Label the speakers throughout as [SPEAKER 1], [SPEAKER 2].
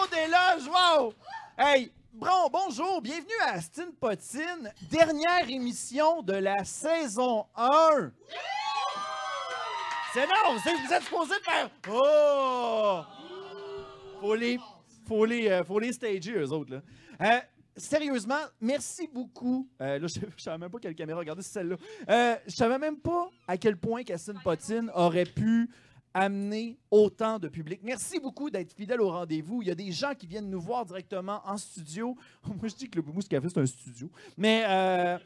[SPEAKER 1] Ah, est là, wow! Hey, bon, bonjour, bienvenue à Astine Potine, dernière émission de la saison 1. C'est non, c'est- vous êtes supposé faire Oh! Faut les, faut les, euh, faut les stager, eux autres, là. Euh, sérieusement, merci beaucoup. Euh, là, je, je savais même pas quelle caméra, regardez, c'est celle-là. Euh, je savais même pas à quel point Cassine Potine aurait pu amener autant de public. Merci beaucoup d'être fidèle au rendez-vous. Il y a des gens qui viennent nous voir directement en studio. Moi, je dis que le Boumous Café, c'est un studio. Mais euh,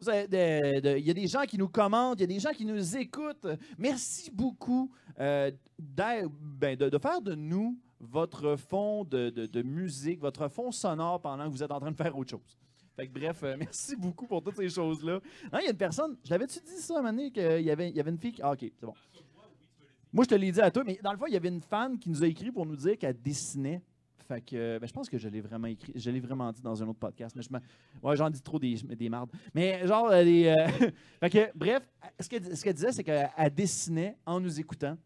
[SPEAKER 1] vous avez de- de- il y a des gens qui nous commandent, il y a des gens qui nous écoutent. Merci beaucoup euh, d'être- ben, de, de faire de nous votre fond de, de- de musique, votre fond sonore pendant que vous êtes en train de faire autre chose. Fait que bref, euh, merci beaucoup pour toutes ces choses-là. Hein, Il y a une personne, je l'avais-tu dit ça, Mané, qu'il y avait, il y avait une fille qui... Ah, ok, c'est bon. Moi, je te l'ai dit à toi, mais dans le fond, il y avait une fan qui nous a écrit pour nous dire qu'elle dessinait. Fait que, euh, ben, je pense que je l'ai vraiment écrit, je l'ai vraiment dit dans un autre podcast, mais je m'en- ouais, j'en dis trop des, des mardes. Mais genre, euh, les, euh, fait que, bref, ce qu'elle ce qu'elle disait, c'est qu'elle dessinait en nous écoutant.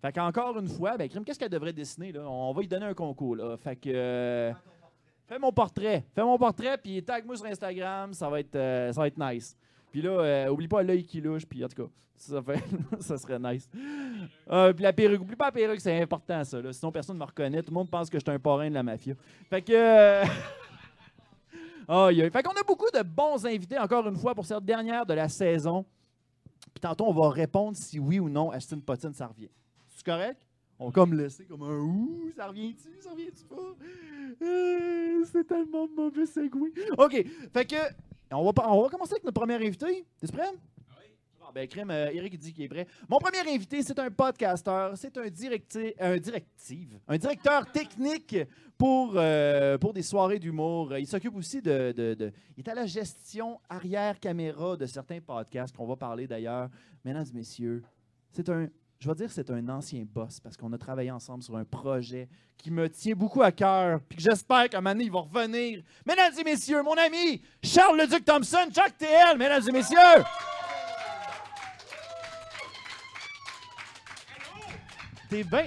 [SPEAKER 1] Fait qu'encore une fois, ben, Crime, qu'est-ce qu'elle devrait dessiner? Là? On va lui donner un concours. Là. Fait que. euh, fais mon portrait. Fais mon portrait, puis tag-moi sur Instagram, ça va être, euh, ça va être nice. Puis là, euh, oublie pas l'œil qui louche, puis en tout cas, ça, fait- ça serait nice. Euh, puis la perruque, oublie pas la perruque, c'est important ça. là. Sinon, personne ne me reconnaît. Tout le monde pense que je suis un parrain de la mafia. Fait que. euh, Aïe, aïe. Fait qu'on a beaucoup de bons invités, encore une fois, pour cette dernière de la saison. Puis tantôt, on va répondre si oui ou non, Ashton Potine, ça revient. C'est correct? On va comme laisser comme un ouh, ça revient-tu, ça revient-tu pas? Euh, c'est tellement mauvais segway. OK, fait que, on va, pa- on va commencer avec notre premier invité. T'es prêt? Bon, ben, crème, euh, Eric dit qu'il est prêt. Mon premier invité, c'est un podcasteur, c'est un, directi- un directive, un directeur technique pour, euh, pour des soirées d'humour. Il s'occupe aussi de, de- de- Il est à la gestion arrière-caméra de certains podcasts qu'on va parler d'ailleurs. Mesdames et messieurs, c'est un... Je vais dire c'est un ancien boss parce qu'on a travaillé ensemble sur un projet qui me tient beaucoup à cœur puis que j'espère qu'à un moment donné, il va revenir. Mesdames et messieurs, mon ami Charles Leduc Thompson, Jack TL, mesdames et messieurs! T'es bien.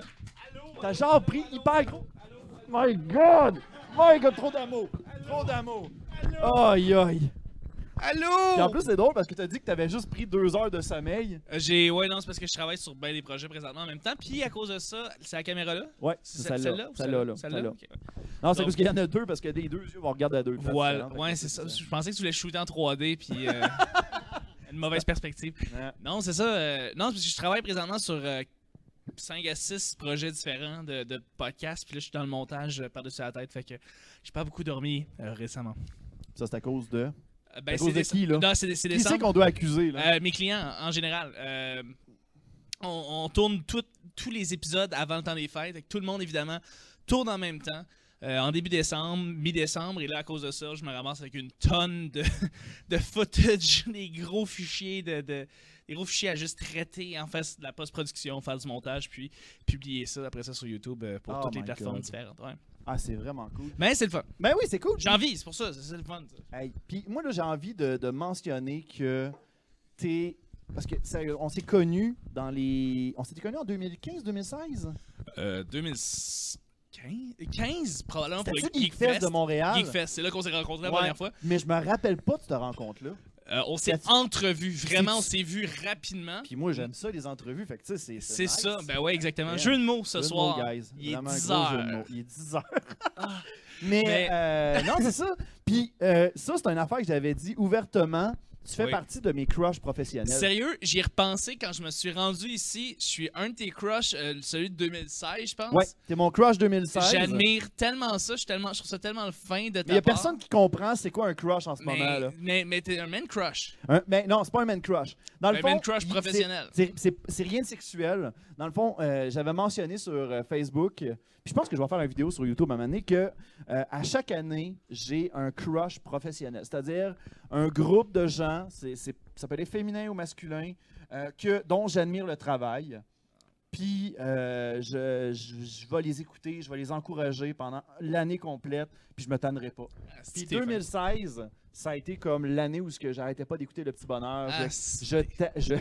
[SPEAKER 1] T'as genre pris hyper gros. My God! My God, trop d'amour! Trop d'amour! Aïe aïe! Puis en
[SPEAKER 2] Allô?
[SPEAKER 1] plus, c'est drôle parce que t'as dit que t'avais juste pris deux heures de sommeil.
[SPEAKER 2] Euh, J'ai. Ouais, non, c'est parce que je travaille sur bien des projets présentement en même temps. Puis à cause de ça, c'est la caméra là?
[SPEAKER 1] Ouais,
[SPEAKER 2] C'est
[SPEAKER 1] c'est celle-là.
[SPEAKER 2] ou
[SPEAKER 1] Celle-là, là.
[SPEAKER 2] Celle-là?
[SPEAKER 1] celle-là.
[SPEAKER 2] Ok.
[SPEAKER 1] Non, c'est
[SPEAKER 2] Donc-
[SPEAKER 1] parce qu'il y en a deux parce que les deux yeux vont regarder à deux. places
[SPEAKER 2] Voilà.
[SPEAKER 1] différentes. hein, Fait que
[SPEAKER 2] Ouais, c'est ça. Je pensais que tu voulais shooter en 3D, puis. euh, une mauvaise perspective.
[SPEAKER 1] Ouais.
[SPEAKER 2] Non, c'est ça. euh, non, c'est parce que je travaille présentement sur 5 à 6 projets différents de, de podcasts. Puis là, je suis dans le montage euh, par-dessus la tête. Fait que j'ai pas beaucoup dormi euh, récemment.
[SPEAKER 1] Ça, c'est à cause de.
[SPEAKER 2] Euh,
[SPEAKER 1] À
[SPEAKER 2] ben,
[SPEAKER 1] cause de
[SPEAKER 2] déce-
[SPEAKER 1] qui, là?
[SPEAKER 2] Non, c'est c'est
[SPEAKER 1] Qui c'est
[SPEAKER 2] décembre.
[SPEAKER 1] qu'on doit accuser, là?
[SPEAKER 2] Euh, mes clients, en général. euh, on, on tourne tout- tous les épisodes avant le temps des fêtes. Fait que Tout le monde, évidemment, tourne en même temps. euh, en début décembre, mi-décembre, et là, à cause de ça, je me ramasse avec une tonne de, de footage, des gros fichiers de, de- des gros fichiers à juste traiter en face de la post-production, faire du montage, puis publier ça après ça sur YouTube euh, pour
[SPEAKER 1] Oh
[SPEAKER 2] toutes les
[SPEAKER 1] my
[SPEAKER 2] plateformes
[SPEAKER 1] God.
[SPEAKER 2] différentes. ouais.
[SPEAKER 1] Ah, c'est vraiment cool.
[SPEAKER 2] Mais c'est le fun.
[SPEAKER 1] Ben oui, c'est cool.
[SPEAKER 2] J'ai envie, c'est pour ça, c'est c'est le fun. ça.
[SPEAKER 1] Hey, puis moi, là, j'ai envie de, de mentionner que t'es. Parce que, sérieux, on s'est connus dans les. On s'était connus en 2015-2016.
[SPEAKER 2] Euh, 2015, 15, Euh, probablement pour le
[SPEAKER 1] C'était-tu
[SPEAKER 2] Geek
[SPEAKER 1] Geekfest
[SPEAKER 2] Fest.
[SPEAKER 1] de Montréal?
[SPEAKER 2] Geekfest, c'est là qu'on s'est rencontrés la
[SPEAKER 1] Ouais.
[SPEAKER 2] première fois.
[SPEAKER 1] Mais je me rappelle pas de cette rencontre-là.
[SPEAKER 2] Euh, on s'est
[SPEAKER 1] That's-
[SPEAKER 2] entrevus, vraiment, on s'est vus rapidement.
[SPEAKER 1] Puis moi, j'aime ça, les entrevues. Fait que, tu sais, c'est.
[SPEAKER 2] Mm. C'est
[SPEAKER 1] nice.
[SPEAKER 2] ça, ben ouais, exactement.
[SPEAKER 1] Yeah.
[SPEAKER 2] Jeu de mots ce
[SPEAKER 1] Jeu de
[SPEAKER 2] soir.
[SPEAKER 1] mots, guys.
[SPEAKER 2] Il est
[SPEAKER 1] Vraiment un
[SPEAKER 2] 10
[SPEAKER 1] gros jeu de
[SPEAKER 2] heures. Ah.
[SPEAKER 1] mots. Il est 10 heures. Mais,
[SPEAKER 2] Mais-
[SPEAKER 1] euh, non, c'est ça. Puis euh, ça, c'est une affaire que j'avais dit ouvertement. Tu fais
[SPEAKER 2] Oui.
[SPEAKER 1] partie de mes crushs professionnels.
[SPEAKER 2] Sérieux, j'y ai repensé quand je me suis rendu ici. Je suis un de tes crushs, euh, celui de 2016, je pense.
[SPEAKER 1] Ouais, t'es mon crush 2016.
[SPEAKER 2] J'admire tellement ça, je, suis tellement, je trouve ça tellement le fin de ta
[SPEAKER 1] Il y a
[SPEAKER 2] part.
[SPEAKER 1] personne qui comprend c'est quoi un crush en ce moment là.
[SPEAKER 2] mais, mais, mais t'es un man crush.
[SPEAKER 1] Un- mais non, c'est pas un man crush. Dans le
[SPEAKER 2] Un
[SPEAKER 1] fond,
[SPEAKER 2] man crush
[SPEAKER 1] c'est-
[SPEAKER 2] professionnel.
[SPEAKER 1] c'est- C'est c'est rien de sexuel. Dans le fond, euh, j'avais mentionné sur euh, Facebook, euh, puis je pense que je vais faire une vidéo sur YouTube à un moment donné, que euh, à chaque année, j'ai un crush professionnel. C'est-à-dire un groupe de gens, c'est c'est- ça peut être féminin ou masculin, euh, que, dont j'admire le travail. Puis euh, je, je, je vais les écouter, je vais les encourager pendant l'année complète, puis je me tannerai pas.
[SPEAKER 2] Ah, c'est
[SPEAKER 1] Puis
[SPEAKER 2] t'es fin.
[SPEAKER 1] 2016, ça a été comme l'année où ce que j'arrêtais pas d'écouter Le Petit Bonheur.
[SPEAKER 2] Ah,
[SPEAKER 1] je,
[SPEAKER 2] c'est-
[SPEAKER 1] je t'a- je,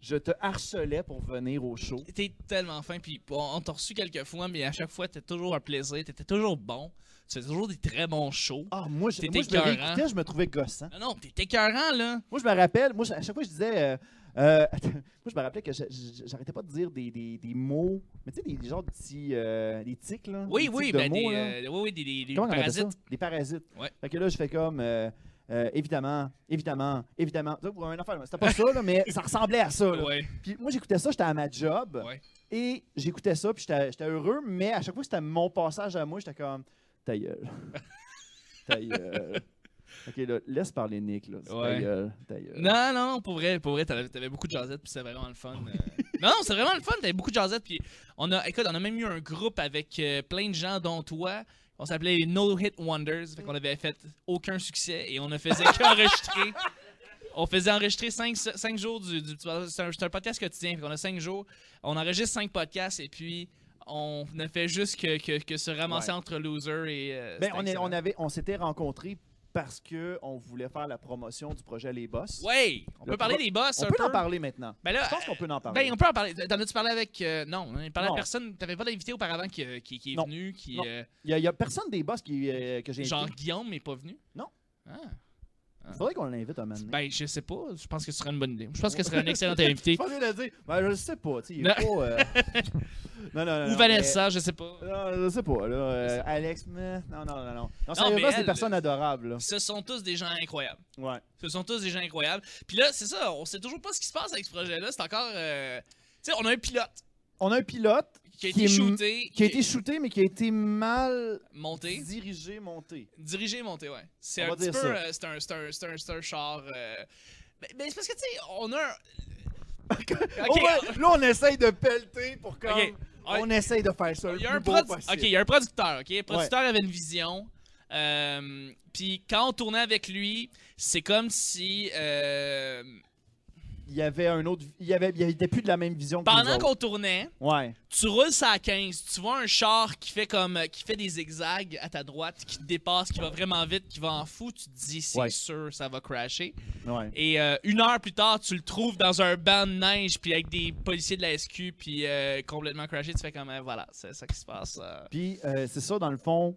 [SPEAKER 1] je te harcelais pour venir au show.
[SPEAKER 2] T'es tellement fin, puis on, on t'a reçu quelques fois, mais à chaque fois, t'es toujours un plaisir, t'étais toujours bon, tu faisais toujours des très bons shows.
[SPEAKER 1] Ah, moi, je,
[SPEAKER 2] T'étais
[SPEAKER 1] moi, je me
[SPEAKER 2] écœurant.
[SPEAKER 1] réécoutais, je me trouvais gossant.
[SPEAKER 2] Ah non, t'es écœurant, là!
[SPEAKER 1] Moi, je me rappelle, moi, à chaque fois, je disais. euh, euh, moi, je me rappelais que je- je- j'arrêtais pas de dire des, des- des mots, mais tu sais, des, des genres de petits. euh, des tics, là.
[SPEAKER 2] Oui,
[SPEAKER 1] des
[SPEAKER 2] oui,
[SPEAKER 1] tics de
[SPEAKER 2] ben, des,
[SPEAKER 1] mots, là.
[SPEAKER 2] euh, oui, oui, des, des- des
[SPEAKER 1] Comment on appelle ça?
[SPEAKER 2] parasites.
[SPEAKER 1] Des parasites.
[SPEAKER 2] Ouais.
[SPEAKER 1] Fait que là, je fais comme. euh, euh, évidemment, évidemment, évidemment. Ça, pour un enfant, c'était pas ça, là, mais ça ressemblait à ça. là.
[SPEAKER 2] Ouais.
[SPEAKER 1] Puis moi, j'écoutais ça, j'étais à ma job.
[SPEAKER 2] Ouais.
[SPEAKER 1] Et j'écoutais ça, puis j'étais j'étais heureux, mais à chaque fois que c'était mon passage à moi, j'étais comme. Ta gueule. Ta gueule. Ok, là, laisse parler Nick, là. Ta
[SPEAKER 2] Ouais.
[SPEAKER 1] gueule. Ta gueule.
[SPEAKER 2] Non, non, pour vrai, pour vrai, t'avais t'avais beaucoup de jazzette, puis c'était vraiment le fun. euh. non, non, c'est vraiment le fun, t'avais beaucoup de jazzette, puis on a, écoute, on a même eu un groupe avec euh, plein de gens, dont toi. On s'appelait les No Hit Wonders, fait qu'on avait fait aucun succès et on ne faisait qu'enregistrer. On faisait enregistrer 5, jours du, du petit podcast. C'est un, c'est un podcast quotidien, fait qu'on a 5 jours. On enregistre 5 podcasts et puis on ne fait juste que, que- que se ramasser
[SPEAKER 1] Ouais.
[SPEAKER 2] entre losers et. euh,
[SPEAKER 1] Ben,
[SPEAKER 2] c'était
[SPEAKER 1] on, est-
[SPEAKER 2] excellent.
[SPEAKER 1] on, avait, on s'était rencontrés parce qu'on voulait faire la promotion du projet Les Boss.
[SPEAKER 2] Ouais, on
[SPEAKER 1] Le
[SPEAKER 2] peut parler
[SPEAKER 1] pro-
[SPEAKER 2] des boss
[SPEAKER 1] On
[SPEAKER 2] un
[SPEAKER 1] peut
[SPEAKER 2] peu.
[SPEAKER 1] en parler maintenant.
[SPEAKER 2] Ben là,
[SPEAKER 1] Je pense qu'on peut en parler.
[SPEAKER 2] Ben, on peut en parler. T'en as-tu parlé avec. euh, non, on a parlé
[SPEAKER 1] Non.
[SPEAKER 2] à personne. T'avais pas d'invité auparavant qui, euh, qui, qui est
[SPEAKER 1] Non.
[SPEAKER 2] venu. Qui,
[SPEAKER 1] Non.
[SPEAKER 2] euh,
[SPEAKER 1] Il n'y a, personne des boss qui, euh, que j'ai invité.
[SPEAKER 2] genre Guillaume n'est pas venu.
[SPEAKER 1] Non.
[SPEAKER 2] Ah.
[SPEAKER 1] Il faudrait qu'on l'invite un moment donné.
[SPEAKER 2] Ben, je sais pas. Je pense que ce serait une bonne idée. Je pense que ce serait un excellent invité.
[SPEAKER 1] Je pensais le dire. Ben, je le sais pas. tu sais, Il est
[SPEAKER 2] Non.
[SPEAKER 1] pas. euh, non, non, non.
[SPEAKER 2] Ou
[SPEAKER 1] non,
[SPEAKER 2] Vanessa, je sais pas.
[SPEAKER 1] mais- Non, je sais pas. Là, euh,
[SPEAKER 2] Je sais pas.
[SPEAKER 1] Alex, mais... non, non, non, non. Non,
[SPEAKER 2] mais
[SPEAKER 1] sérieusement, c'est des
[SPEAKER 2] elle-
[SPEAKER 1] personnes adorables. Là.
[SPEAKER 2] Ce sont tous des gens incroyables.
[SPEAKER 1] Ouais.
[SPEAKER 2] Ce sont tous des gens incroyables. Puis là, c'est ça. On sait toujours pas ce qui se passe avec ce projet-là. C'est encore. euh, Tu sais, on a un pilote
[SPEAKER 1] On a un pilote
[SPEAKER 2] qui a
[SPEAKER 1] Qui
[SPEAKER 2] été
[SPEAKER 1] est m-
[SPEAKER 2] shooté.
[SPEAKER 1] qui a été shooté, mais qui a été mal
[SPEAKER 2] monté.
[SPEAKER 1] dirigé, monté.
[SPEAKER 2] Diriger et monter, ouais. C'est
[SPEAKER 1] On
[SPEAKER 2] un
[SPEAKER 1] va
[SPEAKER 2] petit
[SPEAKER 1] dire
[SPEAKER 2] peu.
[SPEAKER 1] ça.
[SPEAKER 2] euh, c'est un, c'est un, c'est un, c'est un char. euh, Ben, ben, c'est parce que, tu sais, on a un. Ok, euh,
[SPEAKER 1] Oh, ouais, là, on essaye de pelleter pour comme.
[SPEAKER 2] Ok.
[SPEAKER 1] On essaye de faire ça.
[SPEAKER 2] Il
[SPEAKER 1] le
[SPEAKER 2] y a
[SPEAKER 1] plus
[SPEAKER 2] un
[SPEAKER 1] beau
[SPEAKER 2] produ-
[SPEAKER 1] possible.
[SPEAKER 2] OK, il y a un producteur, OK? Le producteur avait une vision. euh, Puis quand on tournait avec lui, c'est comme si... euh,
[SPEAKER 1] Il y avait un autre. Il y avait, il y était plus de la même vision que nous
[SPEAKER 2] pendant
[SPEAKER 1] autres.
[SPEAKER 2] qu'on tournait,
[SPEAKER 1] Ouais.
[SPEAKER 2] tu roules ça à 15, tu vois un char qui fait comme euh, qui fait des zigzags à ta droite, qui te dépasse, qui va vraiment vite, qui va en fou, tu te dis c'est
[SPEAKER 1] Ouais.
[SPEAKER 2] sûr ça va crasher.
[SPEAKER 1] Ouais.
[SPEAKER 2] Et euh, une heure plus tard, tu le trouves dans un banc de neige, puis avec des policiers de la SQ, puis euh, complètement crashé, tu fais comme euh, voilà, c'est ça qui se passe. euh.
[SPEAKER 1] Puis, euh, c'est ça, dans le fond.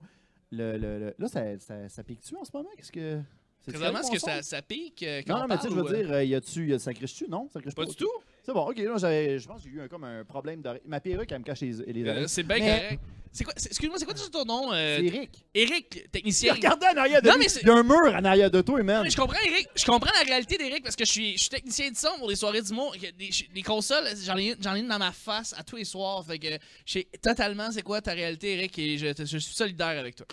[SPEAKER 1] Le, le- le- là, ça, ça, ça pique-tu en ce moment? Qu'est-ce que. c'est
[SPEAKER 2] Présentement, est-ce
[SPEAKER 1] correct,
[SPEAKER 2] que
[SPEAKER 1] mon
[SPEAKER 2] ça,
[SPEAKER 1] son?
[SPEAKER 2] ça pique euh, quand
[SPEAKER 1] Non, non,
[SPEAKER 2] on
[SPEAKER 1] mais tu sais, je
[SPEAKER 2] parle,
[SPEAKER 1] veux
[SPEAKER 2] ou, euh,
[SPEAKER 1] dire, euh, y a-tu. y a- Ça criche-tu? Non? Ça criche
[SPEAKER 2] Pas du tout.
[SPEAKER 1] C'est bon, ok. Là, j'avais- je pense que j'ai eu un, comme un problème d'oreille. Ma perruque, elle me cache les, les
[SPEAKER 2] Euh,
[SPEAKER 1] oreilles.
[SPEAKER 2] c'est bien
[SPEAKER 1] Mais-
[SPEAKER 2] correct. C'est quoi, c'est- excuse-moi, c'est quoi déjà ton nom? euh,
[SPEAKER 1] C'est Eric.
[SPEAKER 2] Eric,
[SPEAKER 1] Il
[SPEAKER 2] technicien.
[SPEAKER 1] regardait en arrière de
[SPEAKER 2] Non,
[SPEAKER 1] lui.
[SPEAKER 2] mais c'est-
[SPEAKER 1] Il y a un mur en arrière de toi, man.
[SPEAKER 2] Non, mais je comprends, Eric. Je comprends la réalité d'Eric parce que je suis, je suis technicien de son pour les soirées d'humour. Il y a des- je- Les consoles, j'en ai, j'en ai une dans ma face à tous les soirs. Fait que je sais totalement c'est quoi ta réalité, Eric, et je, te- je suis solidaire avec toi.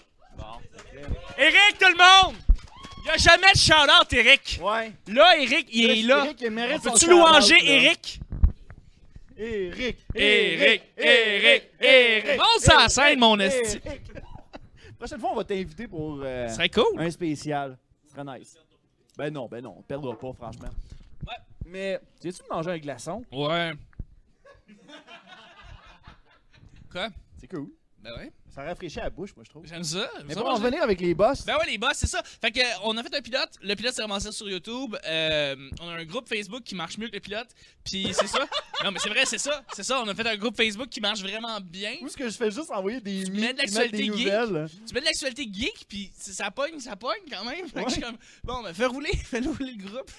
[SPEAKER 2] Eric, tout le monde! Il n'y a jamais de shout-out, Eric.
[SPEAKER 1] Ouais.
[SPEAKER 2] Là, Eric, il est là.
[SPEAKER 1] Eric, il mérite son
[SPEAKER 2] Peux-tu
[SPEAKER 1] shout-out,
[SPEAKER 2] louanger
[SPEAKER 1] là.
[SPEAKER 2] Eric?
[SPEAKER 1] Eric.
[SPEAKER 2] Eric, Eric, Eric. Monte sur la scène, mon esti.
[SPEAKER 1] Eric. Prochaine fois, on va t'inviter pour. euh,
[SPEAKER 2] Ce serait cool.
[SPEAKER 1] Un spécial. Ce serait nice. Ben non, ben non, on perdra pas, franchement.
[SPEAKER 2] Ouais.
[SPEAKER 1] Mais, tu tu de manger un glaçon?
[SPEAKER 2] Ouais. Quoi?
[SPEAKER 1] C'est cool.
[SPEAKER 2] Ben ouais.
[SPEAKER 1] Ça rafraîchit la bouche, moi, je trouve.
[SPEAKER 2] J'aime ça. j'aime
[SPEAKER 1] Mais
[SPEAKER 2] ça
[SPEAKER 1] pour en
[SPEAKER 2] manger.
[SPEAKER 1] revenir avec les boss,
[SPEAKER 2] Ben ouais, les boss, c'est ça. Fait que, euh, on a fait un pilote. Le pilote s'est ramassé sur YouTube. Euh, on a un groupe Facebook qui marche mieux que le pilote. Puis c'est ça. Non, mais c'est vrai, c'est ça. C'est ça. On a fait un groupe Facebook qui marche vraiment bien.
[SPEAKER 1] où est-ce que je fais juste envoyer des
[SPEAKER 2] Tu
[SPEAKER 1] mi-
[SPEAKER 2] mets de
[SPEAKER 1] qui mettent des
[SPEAKER 2] l'actualité geek.
[SPEAKER 1] nouvelles?
[SPEAKER 2] Tu mets de l'actualité geek, puis c'est- ça pogne, ça pogne quand même. Fait que
[SPEAKER 1] Ouais.
[SPEAKER 2] je suis comme, bon, ben fais rouler, fais rouler le groupe.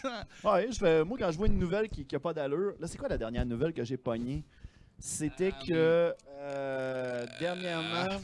[SPEAKER 1] Ouais, je fais, moi, quand je vois une nouvelle qui n'a pas d'allure, là, c'est quoi la dernière nouvelle que j'ai pognée? C'était que, euh,
[SPEAKER 2] Ah.
[SPEAKER 1] dernièrement...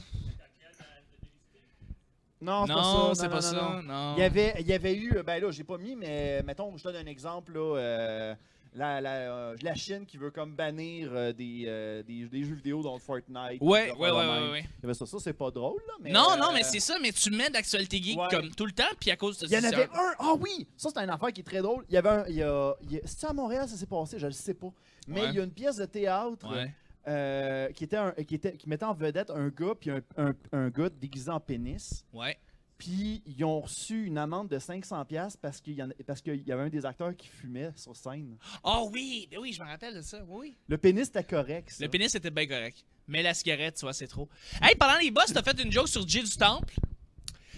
[SPEAKER 1] Non, c'est
[SPEAKER 2] non,
[SPEAKER 1] pas ça.
[SPEAKER 2] c'est pas
[SPEAKER 1] non, non.
[SPEAKER 2] ça. Non.
[SPEAKER 1] Il y avait, il y avait eu, ben là, j'ai pas mis, mais mettons, je donne un exemple, là, euh, la, la, euh, la Chine qui veut comme bannir euh, des, euh, des, des jeux vidéo dans Fortnite. des
[SPEAKER 2] Ouais, ouais,
[SPEAKER 1] affaires
[SPEAKER 2] ouais,
[SPEAKER 1] de
[SPEAKER 2] ouais,
[SPEAKER 1] même.
[SPEAKER 2] ouais.
[SPEAKER 1] Il y avait ça, ça c'est pas drôle, là, mais...
[SPEAKER 2] non,
[SPEAKER 1] euh,
[SPEAKER 2] non, mais c'est ça, mais tu mets de l'actualité geek
[SPEAKER 1] Ouais.
[SPEAKER 2] comme tout le temps, puis à cause de
[SPEAKER 1] Il y en
[SPEAKER 2] c'est
[SPEAKER 1] avait
[SPEAKER 2] un-
[SPEAKER 1] un, ah oui, ça c'est une affaire qui est très drôle. Il y avait un, il y a, il y a- c'est-tu à Montréal ça s'est passé, je le sais pas. Mais
[SPEAKER 2] Ouais.
[SPEAKER 1] il y a une pièce de théâtre
[SPEAKER 2] Ouais.
[SPEAKER 1] euh, qui, était un- qui, était, qui mettait en vedette un gars puis un, un, un gars déguisé en pénis.
[SPEAKER 2] Ouais.
[SPEAKER 1] Puis ils ont reçu une amende de 500 pièces parce qu'il y en a- parce qu'il y avait un des acteurs qui fumait sur scène.
[SPEAKER 2] Ah oui, ben oui, je me rappelle de ça. Oui, oui.
[SPEAKER 1] Le pénis était correct. ça.
[SPEAKER 2] Le pénis était bien correct. Mais la cigarette, tu vois, c'est trop. Hey, pendant les boss, t'as fait une joke sur Jay du Temple.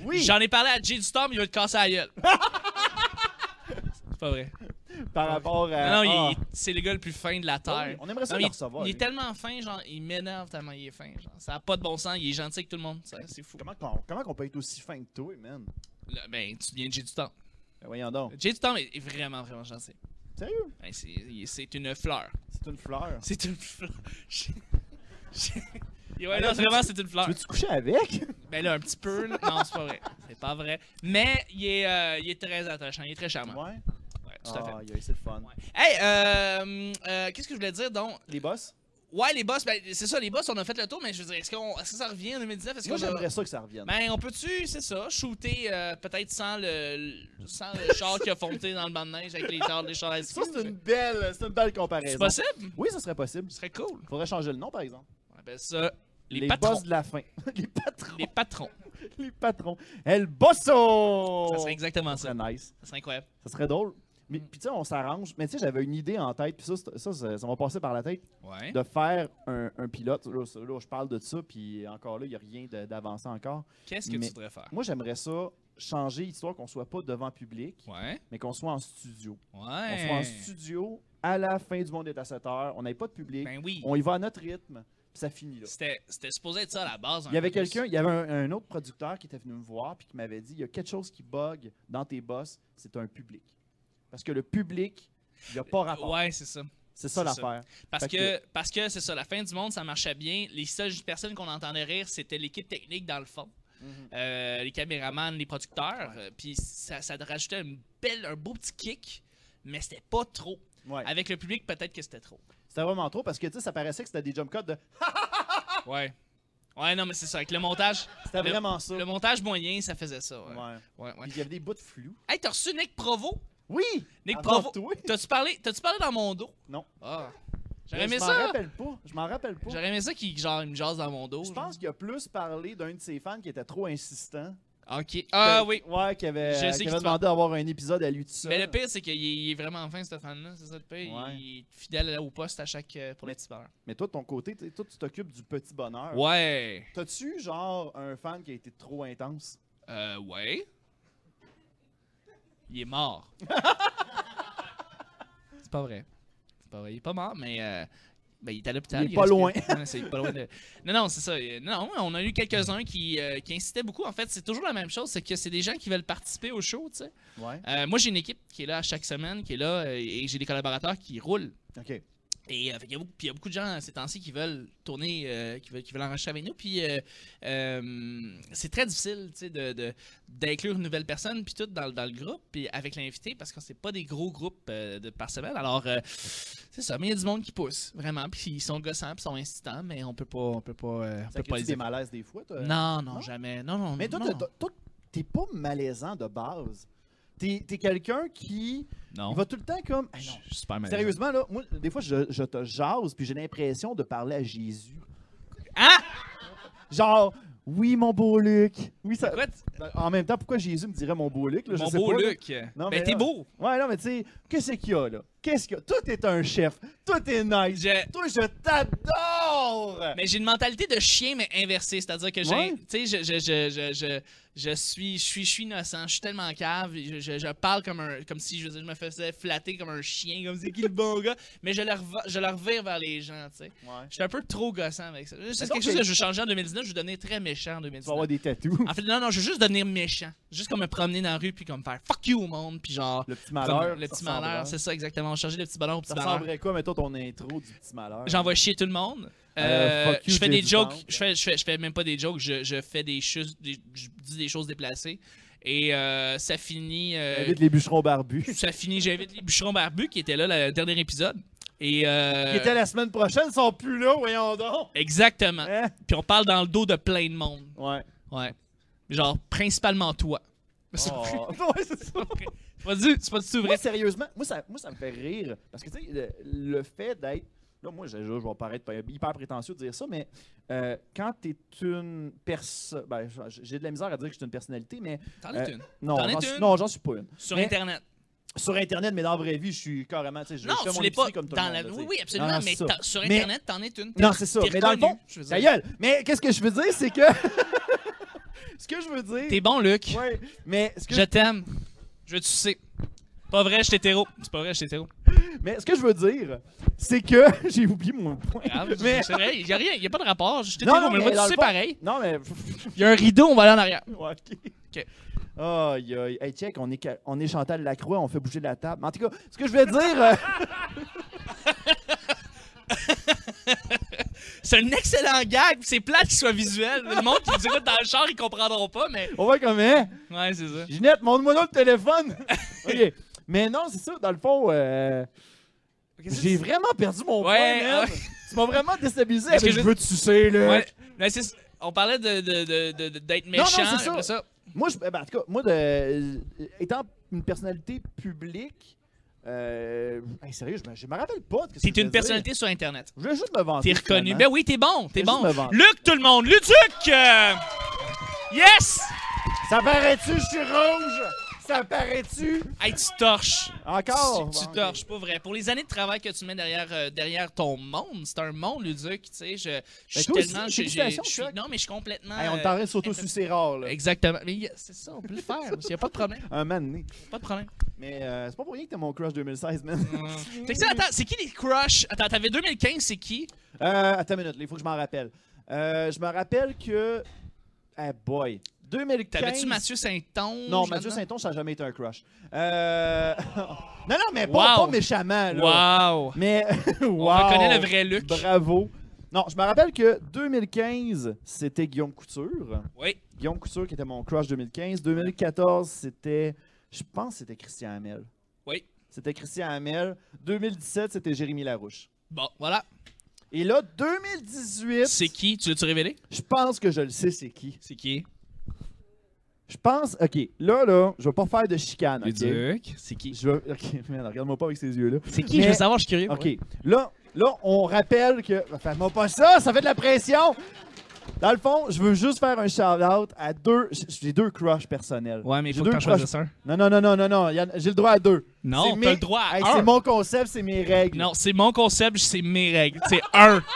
[SPEAKER 1] Oui.
[SPEAKER 2] J'en ai parlé à Jay du Temple, il veut te casser la gueule. C'est pas vrai.
[SPEAKER 1] par rapport à.
[SPEAKER 2] Non, il-
[SPEAKER 1] Ah.
[SPEAKER 2] il- c'est le gars le plus fin de la
[SPEAKER 1] Ah
[SPEAKER 2] Terre.
[SPEAKER 1] oui, On aimerait ça
[SPEAKER 2] Non,
[SPEAKER 1] le
[SPEAKER 2] il,
[SPEAKER 1] recevoir.
[SPEAKER 2] il est
[SPEAKER 1] lui.
[SPEAKER 2] tellement fin, genre, il m'énerve tellement il est fin. Genre. Ça n'a pas de bon sens, il est gentil avec tout le monde. ça, C'est fou.
[SPEAKER 1] Comment qu'on comment qu'on peut être aussi fin que toi, man?
[SPEAKER 2] Là, ben, tu viens de J'ai du temps.
[SPEAKER 1] Ben, voyons donc.
[SPEAKER 2] J'ai du temps est est vraiment, vraiment gentil.
[SPEAKER 1] Sérieux?
[SPEAKER 2] Ben, c'est- il- c'est une fleur.
[SPEAKER 1] C'est une fleur.
[SPEAKER 2] C'est une fleur. J'ai- j'ai- Ouais,
[SPEAKER 1] Alors,
[SPEAKER 2] non,
[SPEAKER 1] Ah, tu-
[SPEAKER 2] vraiment, c'est une fleur.
[SPEAKER 1] Tu veux te coucher avec?
[SPEAKER 2] Ben là, un petit peu. là. Non, c'est pas vrai. C'est pas vrai. Mais il est, euh, il est très attachant, il est très charmant.
[SPEAKER 1] Ouais.
[SPEAKER 2] Ouais, tout à fait.
[SPEAKER 1] Ah, yeah, c'est le fun.
[SPEAKER 2] Ouais. Hey, euh, euh, qu'est-ce que je voulais dire donc
[SPEAKER 1] Les boss?
[SPEAKER 2] Ouais, les boss, ben, c'est ça, les boss, on a fait le tour, mais je veux dire, est-ce, qu'on, est-ce que ça revient en 2019 Est-ce
[SPEAKER 1] Moi,
[SPEAKER 2] qu'on a-
[SPEAKER 1] j'aimerais ça que ça revienne.
[SPEAKER 2] Ben, on peut-tu, c'est ça, shooter euh, peut-être sans le, le- sans le char qui a fonté dans le banc de neige avec les cordes, les chars à ski,
[SPEAKER 1] Ça, c'est
[SPEAKER 2] mais-
[SPEAKER 1] une belle, c'est une belle comparaison.
[SPEAKER 2] C'est possible
[SPEAKER 1] Oui, ça serait possible.
[SPEAKER 2] Ce serait cool.
[SPEAKER 1] Faudrait changer le nom, par exemple.
[SPEAKER 2] On appelle ça les, patrons.
[SPEAKER 1] boss de la fin. les patrons.
[SPEAKER 2] Les patrons.
[SPEAKER 1] Les patrons. El Bosso!
[SPEAKER 2] Ça serait exactement
[SPEAKER 1] Ça
[SPEAKER 2] ça. Mm.
[SPEAKER 1] serait nice.
[SPEAKER 2] Ça serait incroyable.
[SPEAKER 1] Ça serait drôle. Mais puis tu sais, on s'arrange. Mais tu sais, j'avais une idée en tête. Puis ça, c'est- ça, ça, ça m'a passé par la tête.
[SPEAKER 2] Ouais.
[SPEAKER 1] De faire un, un pilote. Là, ça- là, je parle de ça. Puis encore là, il n'y a rien de- d'avancé encore.
[SPEAKER 2] Qu'est-ce que
[SPEAKER 1] Mais-
[SPEAKER 2] tu voudrais faire
[SPEAKER 1] Moi, j'aimerais ça changer, histoire qu'on soit pas devant public,
[SPEAKER 2] Ouais.
[SPEAKER 1] mais qu'on soit en studio. On
[SPEAKER 2] Ouais.
[SPEAKER 1] soit en studio à la fin du monde est à 7 heures. On n'avait pas de public.
[SPEAKER 2] Ben oui.
[SPEAKER 1] On y va à notre rythme. Puis ça finit là.
[SPEAKER 2] C'était, c'était supposé être ça à la base. un
[SPEAKER 1] Il y avait
[SPEAKER 2] peu plus.
[SPEAKER 1] quelqu'un, il y avait un, un autre producteur qui était venu me voir puis qui m'avait dit il y a quelque chose qui bug dans tes boss, c'est un public. Parce que le public, il n'y a pas rapport.
[SPEAKER 2] Ouais, c'est ça.
[SPEAKER 1] c'est ça
[SPEAKER 2] c'est ça.
[SPEAKER 1] l'affaire.
[SPEAKER 2] Parce
[SPEAKER 1] Fait
[SPEAKER 2] que, parce que c'est ça, la fin du monde, ça marchait bien. Les seules personnes qu'on entendait rire, c'était l'équipe technique dans le fond.
[SPEAKER 1] Mhm.
[SPEAKER 2] Euh, les caméramans, les producteurs. euh, Puis ça, ça te rajoutait une belle, un beau petit kick, mais c'était pas trop.
[SPEAKER 1] Ouais.
[SPEAKER 2] Avec le public, peut-être que c'était trop.
[SPEAKER 1] C'était vraiment trop parce que tu sais, ça paraissait que c'était des jump cuts de. Ah!
[SPEAKER 2] Ouais. Ouais, non, mais c'est ça. Avec le montage,
[SPEAKER 1] C'était
[SPEAKER 2] Le-
[SPEAKER 1] vraiment ça.
[SPEAKER 2] le montage moyen, ça faisait ça. Ouais.
[SPEAKER 1] Ouais.
[SPEAKER 2] ouais, ouais.
[SPEAKER 1] Puis Il y avait des bouts de flou.
[SPEAKER 2] Hey, t'as reçu Nick Provo?
[SPEAKER 1] Oui!
[SPEAKER 2] Nick
[SPEAKER 1] Avant
[SPEAKER 2] Provo.
[SPEAKER 1] toi.
[SPEAKER 2] T'as-tu parlé, t'as-tu parlé dans mon dos?
[SPEAKER 1] Non.
[SPEAKER 2] Ah. J'aurais aimé
[SPEAKER 1] je m'en
[SPEAKER 2] ça.
[SPEAKER 1] rappelle pas. Je m'en rappelle pas.
[SPEAKER 2] J'aurais aimé ça qu'il genre, il me jase dans mon dos.
[SPEAKER 1] Je
[SPEAKER 2] genre.
[SPEAKER 1] pense qu'il a plus parlé d'un de ses fans qui était trop insistant.
[SPEAKER 2] Ok. Ah
[SPEAKER 1] Que-
[SPEAKER 2] oui.
[SPEAKER 1] Ouais, qui avait,
[SPEAKER 2] Je sais
[SPEAKER 1] qui
[SPEAKER 2] qui
[SPEAKER 1] avait
[SPEAKER 2] tu
[SPEAKER 1] demandé d'avoir un épisode à lui tout seul.
[SPEAKER 2] Mais le pire, c'est qu'il est- il est vraiment fin, ce fan-là. C'est ça le pire.
[SPEAKER 1] Ouais.
[SPEAKER 2] Il est fidèle au poste à chaque. euh, pour les petits bonheurs.
[SPEAKER 1] Mais toi, de ton côté, tu sais, toi, tu t'occupes du petit bonheur.
[SPEAKER 2] Ouais.
[SPEAKER 1] T'as-tu, genre, un fan qui a été trop intense?
[SPEAKER 2] Euh, ouais. Il est mort. c'est pas vrai. C'est pas vrai. Il est pas mort, mais. euh, ben, il est à l'hôpital.
[SPEAKER 1] Il est pas loin.
[SPEAKER 2] Non, c'est pas loin de- Non, non, c'est ça. Euh, Non, on a eu quelques-uns qui, euh, qui incitaient beaucoup. En fait, c'est toujours la même chose. C'est que c'est des gens qui veulent participer au show, tu sais.
[SPEAKER 1] Ouais.
[SPEAKER 2] Euh, moi, j'ai une équipe qui est là chaque semaine, qui est là, euh, et j'ai des collaborateurs qui roulent.
[SPEAKER 1] OK.
[SPEAKER 2] Et euh, fait qu'il y a beaucoup- puis il y a beaucoup de gens ces temps-ci qui veulent tourner, euh, qui, veulent, qui veulent enregistrer avec nous. Puis euh, euh, c'est très difficile tu sais, de- de- d'inclure une nouvelle personne, puis tout dans, le- dans le groupe, puis avec l'invité, parce que c'est pas des gros groupes euh, de, par semaine. Alors, euh, c'est ça. Mais il y a du monde qui pousse, vraiment. Puis ils sont gossants, puis ils sont incitants, mais on peut pas, on peut pas, euh, on
[SPEAKER 1] Ça
[SPEAKER 2] peut
[SPEAKER 1] crée
[SPEAKER 2] pas les
[SPEAKER 1] des
[SPEAKER 2] dire.
[SPEAKER 1] malaises des fois, toi?
[SPEAKER 2] Non, non,
[SPEAKER 1] Non?
[SPEAKER 2] jamais. Non, non.
[SPEAKER 1] Mais toi,
[SPEAKER 2] non,
[SPEAKER 1] t'as-
[SPEAKER 2] non.
[SPEAKER 1] t'as- toi, t'es pas malaisant de base. T'es t'es quelqu'un qui
[SPEAKER 2] Non.
[SPEAKER 1] il va tout le temps comme... Hey,
[SPEAKER 2] Je
[SPEAKER 1] non.
[SPEAKER 2] je suis super malaisant.
[SPEAKER 1] Sérieusement, là, moi, des fois, je, je te jase, puis j'ai l'impression de parler à Jésus.
[SPEAKER 2] Hein?
[SPEAKER 1] Genre, oui, mon beau Luc. Oui, ça... ben,
[SPEAKER 2] Quoi, t-
[SPEAKER 1] En même temps, pourquoi Jésus me dirait mon beau Luc? Là,
[SPEAKER 2] Mon
[SPEAKER 1] je sais
[SPEAKER 2] beau
[SPEAKER 1] pas, là.
[SPEAKER 2] Luc.
[SPEAKER 1] Non,
[SPEAKER 2] ben,
[SPEAKER 1] mais
[SPEAKER 2] t'es
[SPEAKER 1] là-
[SPEAKER 2] beau.
[SPEAKER 1] Ouais, non, mais tu sais, qu'est-ce qu'il y a, là? Qu'est-ce qu'il y a? Tout est un chef. Tout est nice.
[SPEAKER 2] Je-
[SPEAKER 1] Toi, je t'adore!
[SPEAKER 2] Mais j'ai une mentalité de chien, mais inversée. C'est-à-dire que j'ai-
[SPEAKER 1] Ouais.
[SPEAKER 2] tu sais, je, je, je, je, je, je suis, je, suis, je suis innocent, je suis tellement cave, je, je, je parle comme, un, comme si je, veux dire, je me faisais flatter comme un chien, comme c'est qui le bon gars, mais je le, reva- je le revire vers les gens. tu sais.
[SPEAKER 1] Ouais.
[SPEAKER 2] Je suis un peu trop gossant avec ça. C'est
[SPEAKER 1] donc,
[SPEAKER 2] quelque chose
[SPEAKER 1] t'es-
[SPEAKER 2] que je vais changer en 2019, je vais devenir très méchant en
[SPEAKER 1] Tu vas avoir
[SPEAKER 2] 2019.
[SPEAKER 1] des tatous.
[SPEAKER 2] En fait, non, non, je veux juste devenir méchant. Juste comme me promener dans la rue, puis comme faire fuck you au monde, puis genre.
[SPEAKER 1] Le petit malheur.
[SPEAKER 2] le
[SPEAKER 1] ça
[SPEAKER 2] petit
[SPEAKER 1] ressemblerait-
[SPEAKER 2] malheur, c'est ça exactement. Changer le petit bonheur au petit
[SPEAKER 1] Ça
[SPEAKER 2] bonheur.
[SPEAKER 1] ressemblerait quoi, mettons, ton intro du petit malheur?
[SPEAKER 2] J'envoie chier tout le monde.
[SPEAKER 1] Euh,
[SPEAKER 2] Euh,
[SPEAKER 1] fuck you,
[SPEAKER 2] je fais
[SPEAKER 1] j'ai
[SPEAKER 2] des
[SPEAKER 1] du
[SPEAKER 2] jokes,
[SPEAKER 1] temps.
[SPEAKER 2] je fais, je, fais, je fais même pas des jokes, je, je fais des choses, des- je dis des choses déplacées. Et euh, ça finit, euh,
[SPEAKER 1] Invite les bûcherons barbus.
[SPEAKER 2] ça finit, j'invite les bûcherons barbus qui étaient là le dernier épisode. Et euh,
[SPEAKER 1] Qui étaient la semaine prochaine, ils sont plus là, voyons donc!
[SPEAKER 2] Exactement.
[SPEAKER 1] Hein?
[SPEAKER 2] Puis on parle dans le dos de plein de monde.
[SPEAKER 1] Ouais.
[SPEAKER 2] Ouais. Genre, principalement toi.
[SPEAKER 1] Oh. Ouais, c'est ça.
[SPEAKER 2] C'est pas du, c'est pas du tout vrai.
[SPEAKER 1] Moi, sérieusement, moi ça, moi, ça me fait rire. Parce que, tu sais, le, le fait d'être. Là, moi, je, je vais paraître pas- hyper prétentieux de dire ça, mais euh, quand t'es une personne. Ben, j'ai de la misère à dire que je suis une personnalité, mais.
[SPEAKER 2] T'en as
[SPEAKER 1] Euh,
[SPEAKER 2] une.
[SPEAKER 1] Non,
[SPEAKER 2] T'en es
[SPEAKER 1] j'en suis-
[SPEAKER 2] une?
[SPEAKER 1] non, j'en suis pas une.
[SPEAKER 2] Sur
[SPEAKER 1] mais-
[SPEAKER 2] Internet.
[SPEAKER 1] Sur Internet, mais dans la vraie vie, je suis carrément. tu sais, je
[SPEAKER 2] Non,
[SPEAKER 1] je fais
[SPEAKER 2] tu
[SPEAKER 1] mon
[SPEAKER 2] l'es pas.
[SPEAKER 1] épicerie comme tout le
[SPEAKER 2] dans
[SPEAKER 1] monde,
[SPEAKER 2] la...
[SPEAKER 1] là, tu sais.
[SPEAKER 2] Oui, oui,
[SPEAKER 1] Non,
[SPEAKER 2] absolument,
[SPEAKER 1] non,
[SPEAKER 2] mais
[SPEAKER 1] c'est ça.
[SPEAKER 2] t'as- sur
[SPEAKER 1] Mais-
[SPEAKER 2] Internet, t'en es une.
[SPEAKER 1] Non, c'est ça.
[SPEAKER 2] T'es
[SPEAKER 1] Mais dans le
[SPEAKER 2] reconnu,
[SPEAKER 1] fond,
[SPEAKER 2] je veux
[SPEAKER 1] ta
[SPEAKER 2] dire.
[SPEAKER 1] gueule. Mais qu'est-ce que je veux dire, c'est que. ce que je veux dire.
[SPEAKER 2] T'es bon, Luc.
[SPEAKER 1] Ouais, mais ce que
[SPEAKER 2] Je t'aime. Je veux te sucer. Pas vrai, je suis hétéro. C'est pas vrai, je suis hétéro.
[SPEAKER 1] Mais ce que je veux dire, c'est que j'ai oublié mon point.
[SPEAKER 2] Grave,
[SPEAKER 1] Mais-
[SPEAKER 2] C'est vrai, il y a rien, il y a pas de rapport. Je suis
[SPEAKER 1] Non,
[SPEAKER 2] hétéro,
[SPEAKER 1] non,
[SPEAKER 2] mais,
[SPEAKER 1] mais
[SPEAKER 2] moi,
[SPEAKER 1] dans
[SPEAKER 2] tu
[SPEAKER 1] le
[SPEAKER 2] sais
[SPEAKER 1] fond-
[SPEAKER 2] pareil.
[SPEAKER 1] Non, mais.
[SPEAKER 2] Il y a un rideau, on va aller en arrière.
[SPEAKER 1] Ouais, ok.
[SPEAKER 2] Ok.
[SPEAKER 1] Aïe, aïe. Hey, check, on est, ca- on est Chantal Lacroix, on fait bouger la table. Mais en tout cas, ce que je veux dire. euh,
[SPEAKER 2] C'est un excellent gag, c'est plate qu'il soit visuel. Le monde qui nous écoute dans le char, ils comprendront pas, mais.
[SPEAKER 1] on voit comment.
[SPEAKER 2] Ouais, c'est ça.
[SPEAKER 1] Ginette, montre-moi donc le téléphone. OK. Mais non, c'est ça, dans le fond, euh,
[SPEAKER 2] Qu'est-ce que
[SPEAKER 1] j'ai
[SPEAKER 2] tu-
[SPEAKER 1] vraiment perdu mon point,
[SPEAKER 2] Ouais,
[SPEAKER 1] man.
[SPEAKER 2] ouais.
[SPEAKER 1] Tu m'as vraiment déstabilisé. Parce
[SPEAKER 2] Parce que
[SPEAKER 1] que
[SPEAKER 2] je-
[SPEAKER 1] je veux te sucer, là.
[SPEAKER 2] Ouais. Mais c'est- On parlait de, de- de- de- de- d'être
[SPEAKER 1] non,
[SPEAKER 2] méchant.
[SPEAKER 1] c'est ça.
[SPEAKER 2] après ça.
[SPEAKER 1] Moi, je, ben, en tout cas, moi, de, euh, étant une personnalité publique, euh, hey, sérieux, je me, je me rappelle pas. de ce que
[SPEAKER 2] T'es
[SPEAKER 1] je
[SPEAKER 2] une
[SPEAKER 1] veux dire.
[SPEAKER 2] personnalité sur Internet.
[SPEAKER 1] Je voulais juste me vanter.
[SPEAKER 2] T'es reconnu.
[SPEAKER 1] finalement.
[SPEAKER 2] Ben oui, t'es bon, t'es
[SPEAKER 1] Je
[SPEAKER 2] bon.
[SPEAKER 1] me vante.
[SPEAKER 2] Luc, tout le monde. Luduc! euh, Yes!
[SPEAKER 1] Ça paraît-tu, je suis rouge? Ça paraît-tu?
[SPEAKER 2] Hey, tu torches.
[SPEAKER 1] Encore?
[SPEAKER 2] Tu, tu
[SPEAKER 1] Bon, ok.
[SPEAKER 2] torches, pas vrai. Pour les années de travail que tu mets derrière, euh, derrière ton monde, c'est un monde, Luduc. Tu sais, je, je suis
[SPEAKER 1] Ben, toi aussi,
[SPEAKER 2] tellement. je- je,
[SPEAKER 1] félicitations,
[SPEAKER 2] je suis-
[SPEAKER 1] Chuck.
[SPEAKER 2] non, mais je suis complètement.
[SPEAKER 1] Hey, on
[SPEAKER 2] euh,
[SPEAKER 1] t'en reste s'auto-sucer rare, là.
[SPEAKER 2] Exactement. Mais y a- c'est ça, on peut le faire. Il n'y a pas de problème.
[SPEAKER 1] Un man né.
[SPEAKER 2] Pas de problème.
[SPEAKER 1] Mais euh, c'est pas pour rien que t'es mon crush 2016, man.
[SPEAKER 2] Mm. Fait que ça, attends, c'est qui les crushs? Attends, t'avais 2015, c'est qui?
[SPEAKER 1] Euh, attends une minute, il faut que je m'en rappelle. Euh, je me rappelle que. Eh boy. 2015.
[SPEAKER 2] T'avais-tu Mathieu Saint-Onge?
[SPEAKER 1] Non, Mathieu Saint-Onge, ça n'a jamais été un crush. Euh... non, non, mais pas,
[SPEAKER 2] Wow.
[SPEAKER 1] pas méchamment, là.
[SPEAKER 2] Wow!
[SPEAKER 1] Mais. wow.
[SPEAKER 2] On reconnaît le vrai Luc.
[SPEAKER 1] Bravo. Non, je me rappelle que 2015, c'était Guillaume Couture.
[SPEAKER 2] Oui.
[SPEAKER 1] Guillaume Couture qui était mon crush 2015. 2014, c'était. Je pense que c'était Christian Hamel.
[SPEAKER 2] Oui.
[SPEAKER 1] C'était Christian Hamel. 2017, c'était Jérémy Larouche.
[SPEAKER 2] Bon, voilà.
[SPEAKER 1] Et là, 2018.
[SPEAKER 2] C'est qui? Tu l'as-tu révélé?
[SPEAKER 1] Je pense que je le sais, c'est qui.
[SPEAKER 2] C'est qui?
[SPEAKER 1] Je pense, ok, là, là, je vais pas faire de chicane, ok?
[SPEAKER 2] C'est qui?
[SPEAKER 1] Je veux, ok, man, regarde-moi pas avec ses yeux-là.
[SPEAKER 2] C'est qui? Je
[SPEAKER 1] Mais-
[SPEAKER 2] veux savoir, je suis curieux.
[SPEAKER 1] Ok, là, là, on rappelle que. Fais-moi pas ça, ça fait de la pression! Dans le fond, je veux juste faire un shout-out à deux. J'ai deux crushs personnels.
[SPEAKER 2] Ouais, mais il
[SPEAKER 1] J'ai
[SPEAKER 2] faut que
[SPEAKER 1] deux
[SPEAKER 2] t'en
[SPEAKER 1] crushs-
[SPEAKER 2] choisisses un.
[SPEAKER 1] Non, non, non, non, non, non, il y en- j'ai le droit à deux. C'est
[SPEAKER 2] Non,
[SPEAKER 1] mes-
[SPEAKER 2] t'as le droit à
[SPEAKER 1] Hey,
[SPEAKER 2] un.
[SPEAKER 1] C'est mon concept, c'est mes règles.
[SPEAKER 2] Non, c'est mon concept, c'est mes règles. C'est un.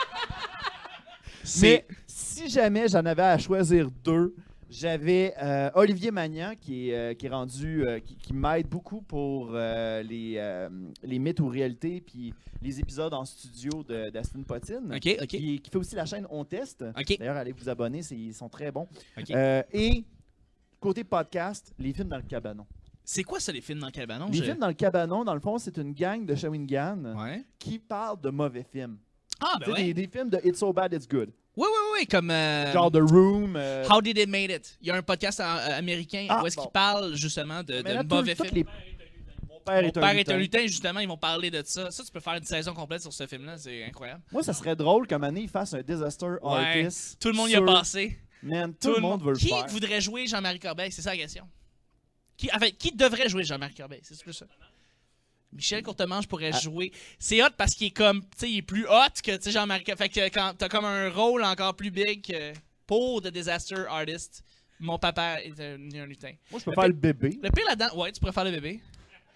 [SPEAKER 1] Mais
[SPEAKER 2] C'est...
[SPEAKER 1] si jamais j'en avais à choisir deux, j'avais euh, Olivier Magnan qui est, euh, qui est rendu, euh, qui, qui m'aide beaucoup pour euh, les, euh, les mythes ou réalités, puis les épisodes en studio de- d'Aston Potine.
[SPEAKER 2] Ok, ok.
[SPEAKER 1] Qui, qui fait aussi la chaîne On Teste.
[SPEAKER 2] Ok.
[SPEAKER 1] D'ailleurs, allez vous abonner, c'est- ils sont très bons.
[SPEAKER 2] Ok.
[SPEAKER 1] Euh, et côté podcast, les films dans le cabanon.
[SPEAKER 2] C'est quoi ça, les films dans le cabanon?
[SPEAKER 1] les
[SPEAKER 2] Je-
[SPEAKER 1] films dans le cabanon, dans le fond, c'est une gang de Shawinigan
[SPEAKER 2] Ouais.
[SPEAKER 1] qui parle de mauvais films.
[SPEAKER 2] Ah,
[SPEAKER 1] Tu
[SPEAKER 2] ben
[SPEAKER 1] sais,
[SPEAKER 2] ouais.
[SPEAKER 1] des, des films de It's So Bad, It's Good.
[SPEAKER 2] Oui, oui, oui, comme... euh,
[SPEAKER 1] Genre The Room. euh,
[SPEAKER 2] How Did It Made It? Il y a un podcast euh, américain
[SPEAKER 1] Ah,
[SPEAKER 2] où est-ce
[SPEAKER 1] bon.
[SPEAKER 2] qu'il parle justement de,
[SPEAKER 1] Mais
[SPEAKER 2] de
[SPEAKER 1] là,
[SPEAKER 2] mauvais
[SPEAKER 1] tout-
[SPEAKER 2] films.
[SPEAKER 1] toutes les- Mon père,
[SPEAKER 2] Mon
[SPEAKER 1] est, un
[SPEAKER 2] père est
[SPEAKER 1] lutin.
[SPEAKER 2] un lutin, justement, ils vont parler de ça. Ça, tu peux faire une saison complète sur ce film-là, c'est incroyable.
[SPEAKER 1] Moi, ça serait drôle qu'un année, il fasse un disaster
[SPEAKER 2] Ouais.
[SPEAKER 1] artist.
[SPEAKER 2] Tout le monde y a
[SPEAKER 1] sur-
[SPEAKER 2] passé.
[SPEAKER 1] Man, tout, le monde veut le
[SPEAKER 2] Qui
[SPEAKER 1] faire.
[SPEAKER 2] voudrait jouer Jean-Marie Corbeil? C'est ça la question. Qui, enfin, qui devrait jouer Jean-Marie Corbeil? C'est plus ça. Michel Courtemanche pourrait
[SPEAKER 1] Ah.
[SPEAKER 2] jouer. C'est hot parce qu'il est comme, tu sais, il est plus hot que tu sais, Jean-Marie Corbeil. Fait que quand t'as comme un rôle encore plus big que pour The Disaster Artist. Mon papa est un, un lutin.
[SPEAKER 1] Moi, je peux faire le bébé.
[SPEAKER 2] Le pire là-dedans, ouais, tu pourrais faire le bébé.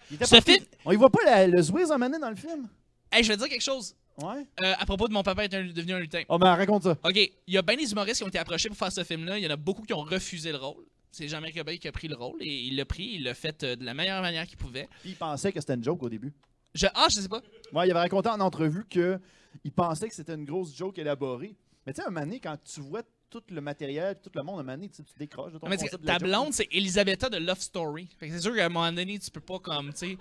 [SPEAKER 1] Il était
[SPEAKER 2] Ce
[SPEAKER 1] parti-
[SPEAKER 2] film-
[SPEAKER 1] On y voit pas la- le Zwiz emmené dans le film?
[SPEAKER 2] Hey, je vais te dire quelque chose
[SPEAKER 1] Ouais.
[SPEAKER 2] euh, à propos de mon papa est un- devenu un lutin.
[SPEAKER 1] Oh, mais raconte ça.
[SPEAKER 2] OK, il y a bien des humoristes qui ont été approchés pour faire ce film-là. Il y en a beaucoup qui ont refusé le rôle. C'est Jean-Marc Cobaye qui a pris le rôle et il l'a pris, il l'a fait euh, de la meilleure manière qu'il pouvait.
[SPEAKER 1] Puis il pensait que c'était une joke au début.
[SPEAKER 2] Je, ah, je sais pas.
[SPEAKER 1] Ouais, il avait raconté en entrevue que il pensait que c'était une grosse joke élaborée. Mais tu sais, un mané, quand tu vois tout le matériel, tout le monde, un mané, tu tu décroches de ton
[SPEAKER 2] Non, mais
[SPEAKER 1] concept de la
[SPEAKER 2] ta
[SPEAKER 1] joke.
[SPEAKER 2] blonde, c'est Elisabetta de Love Story. Fait que c'est sûr qu'à un moment donné, tu peux pas comme, tu sais.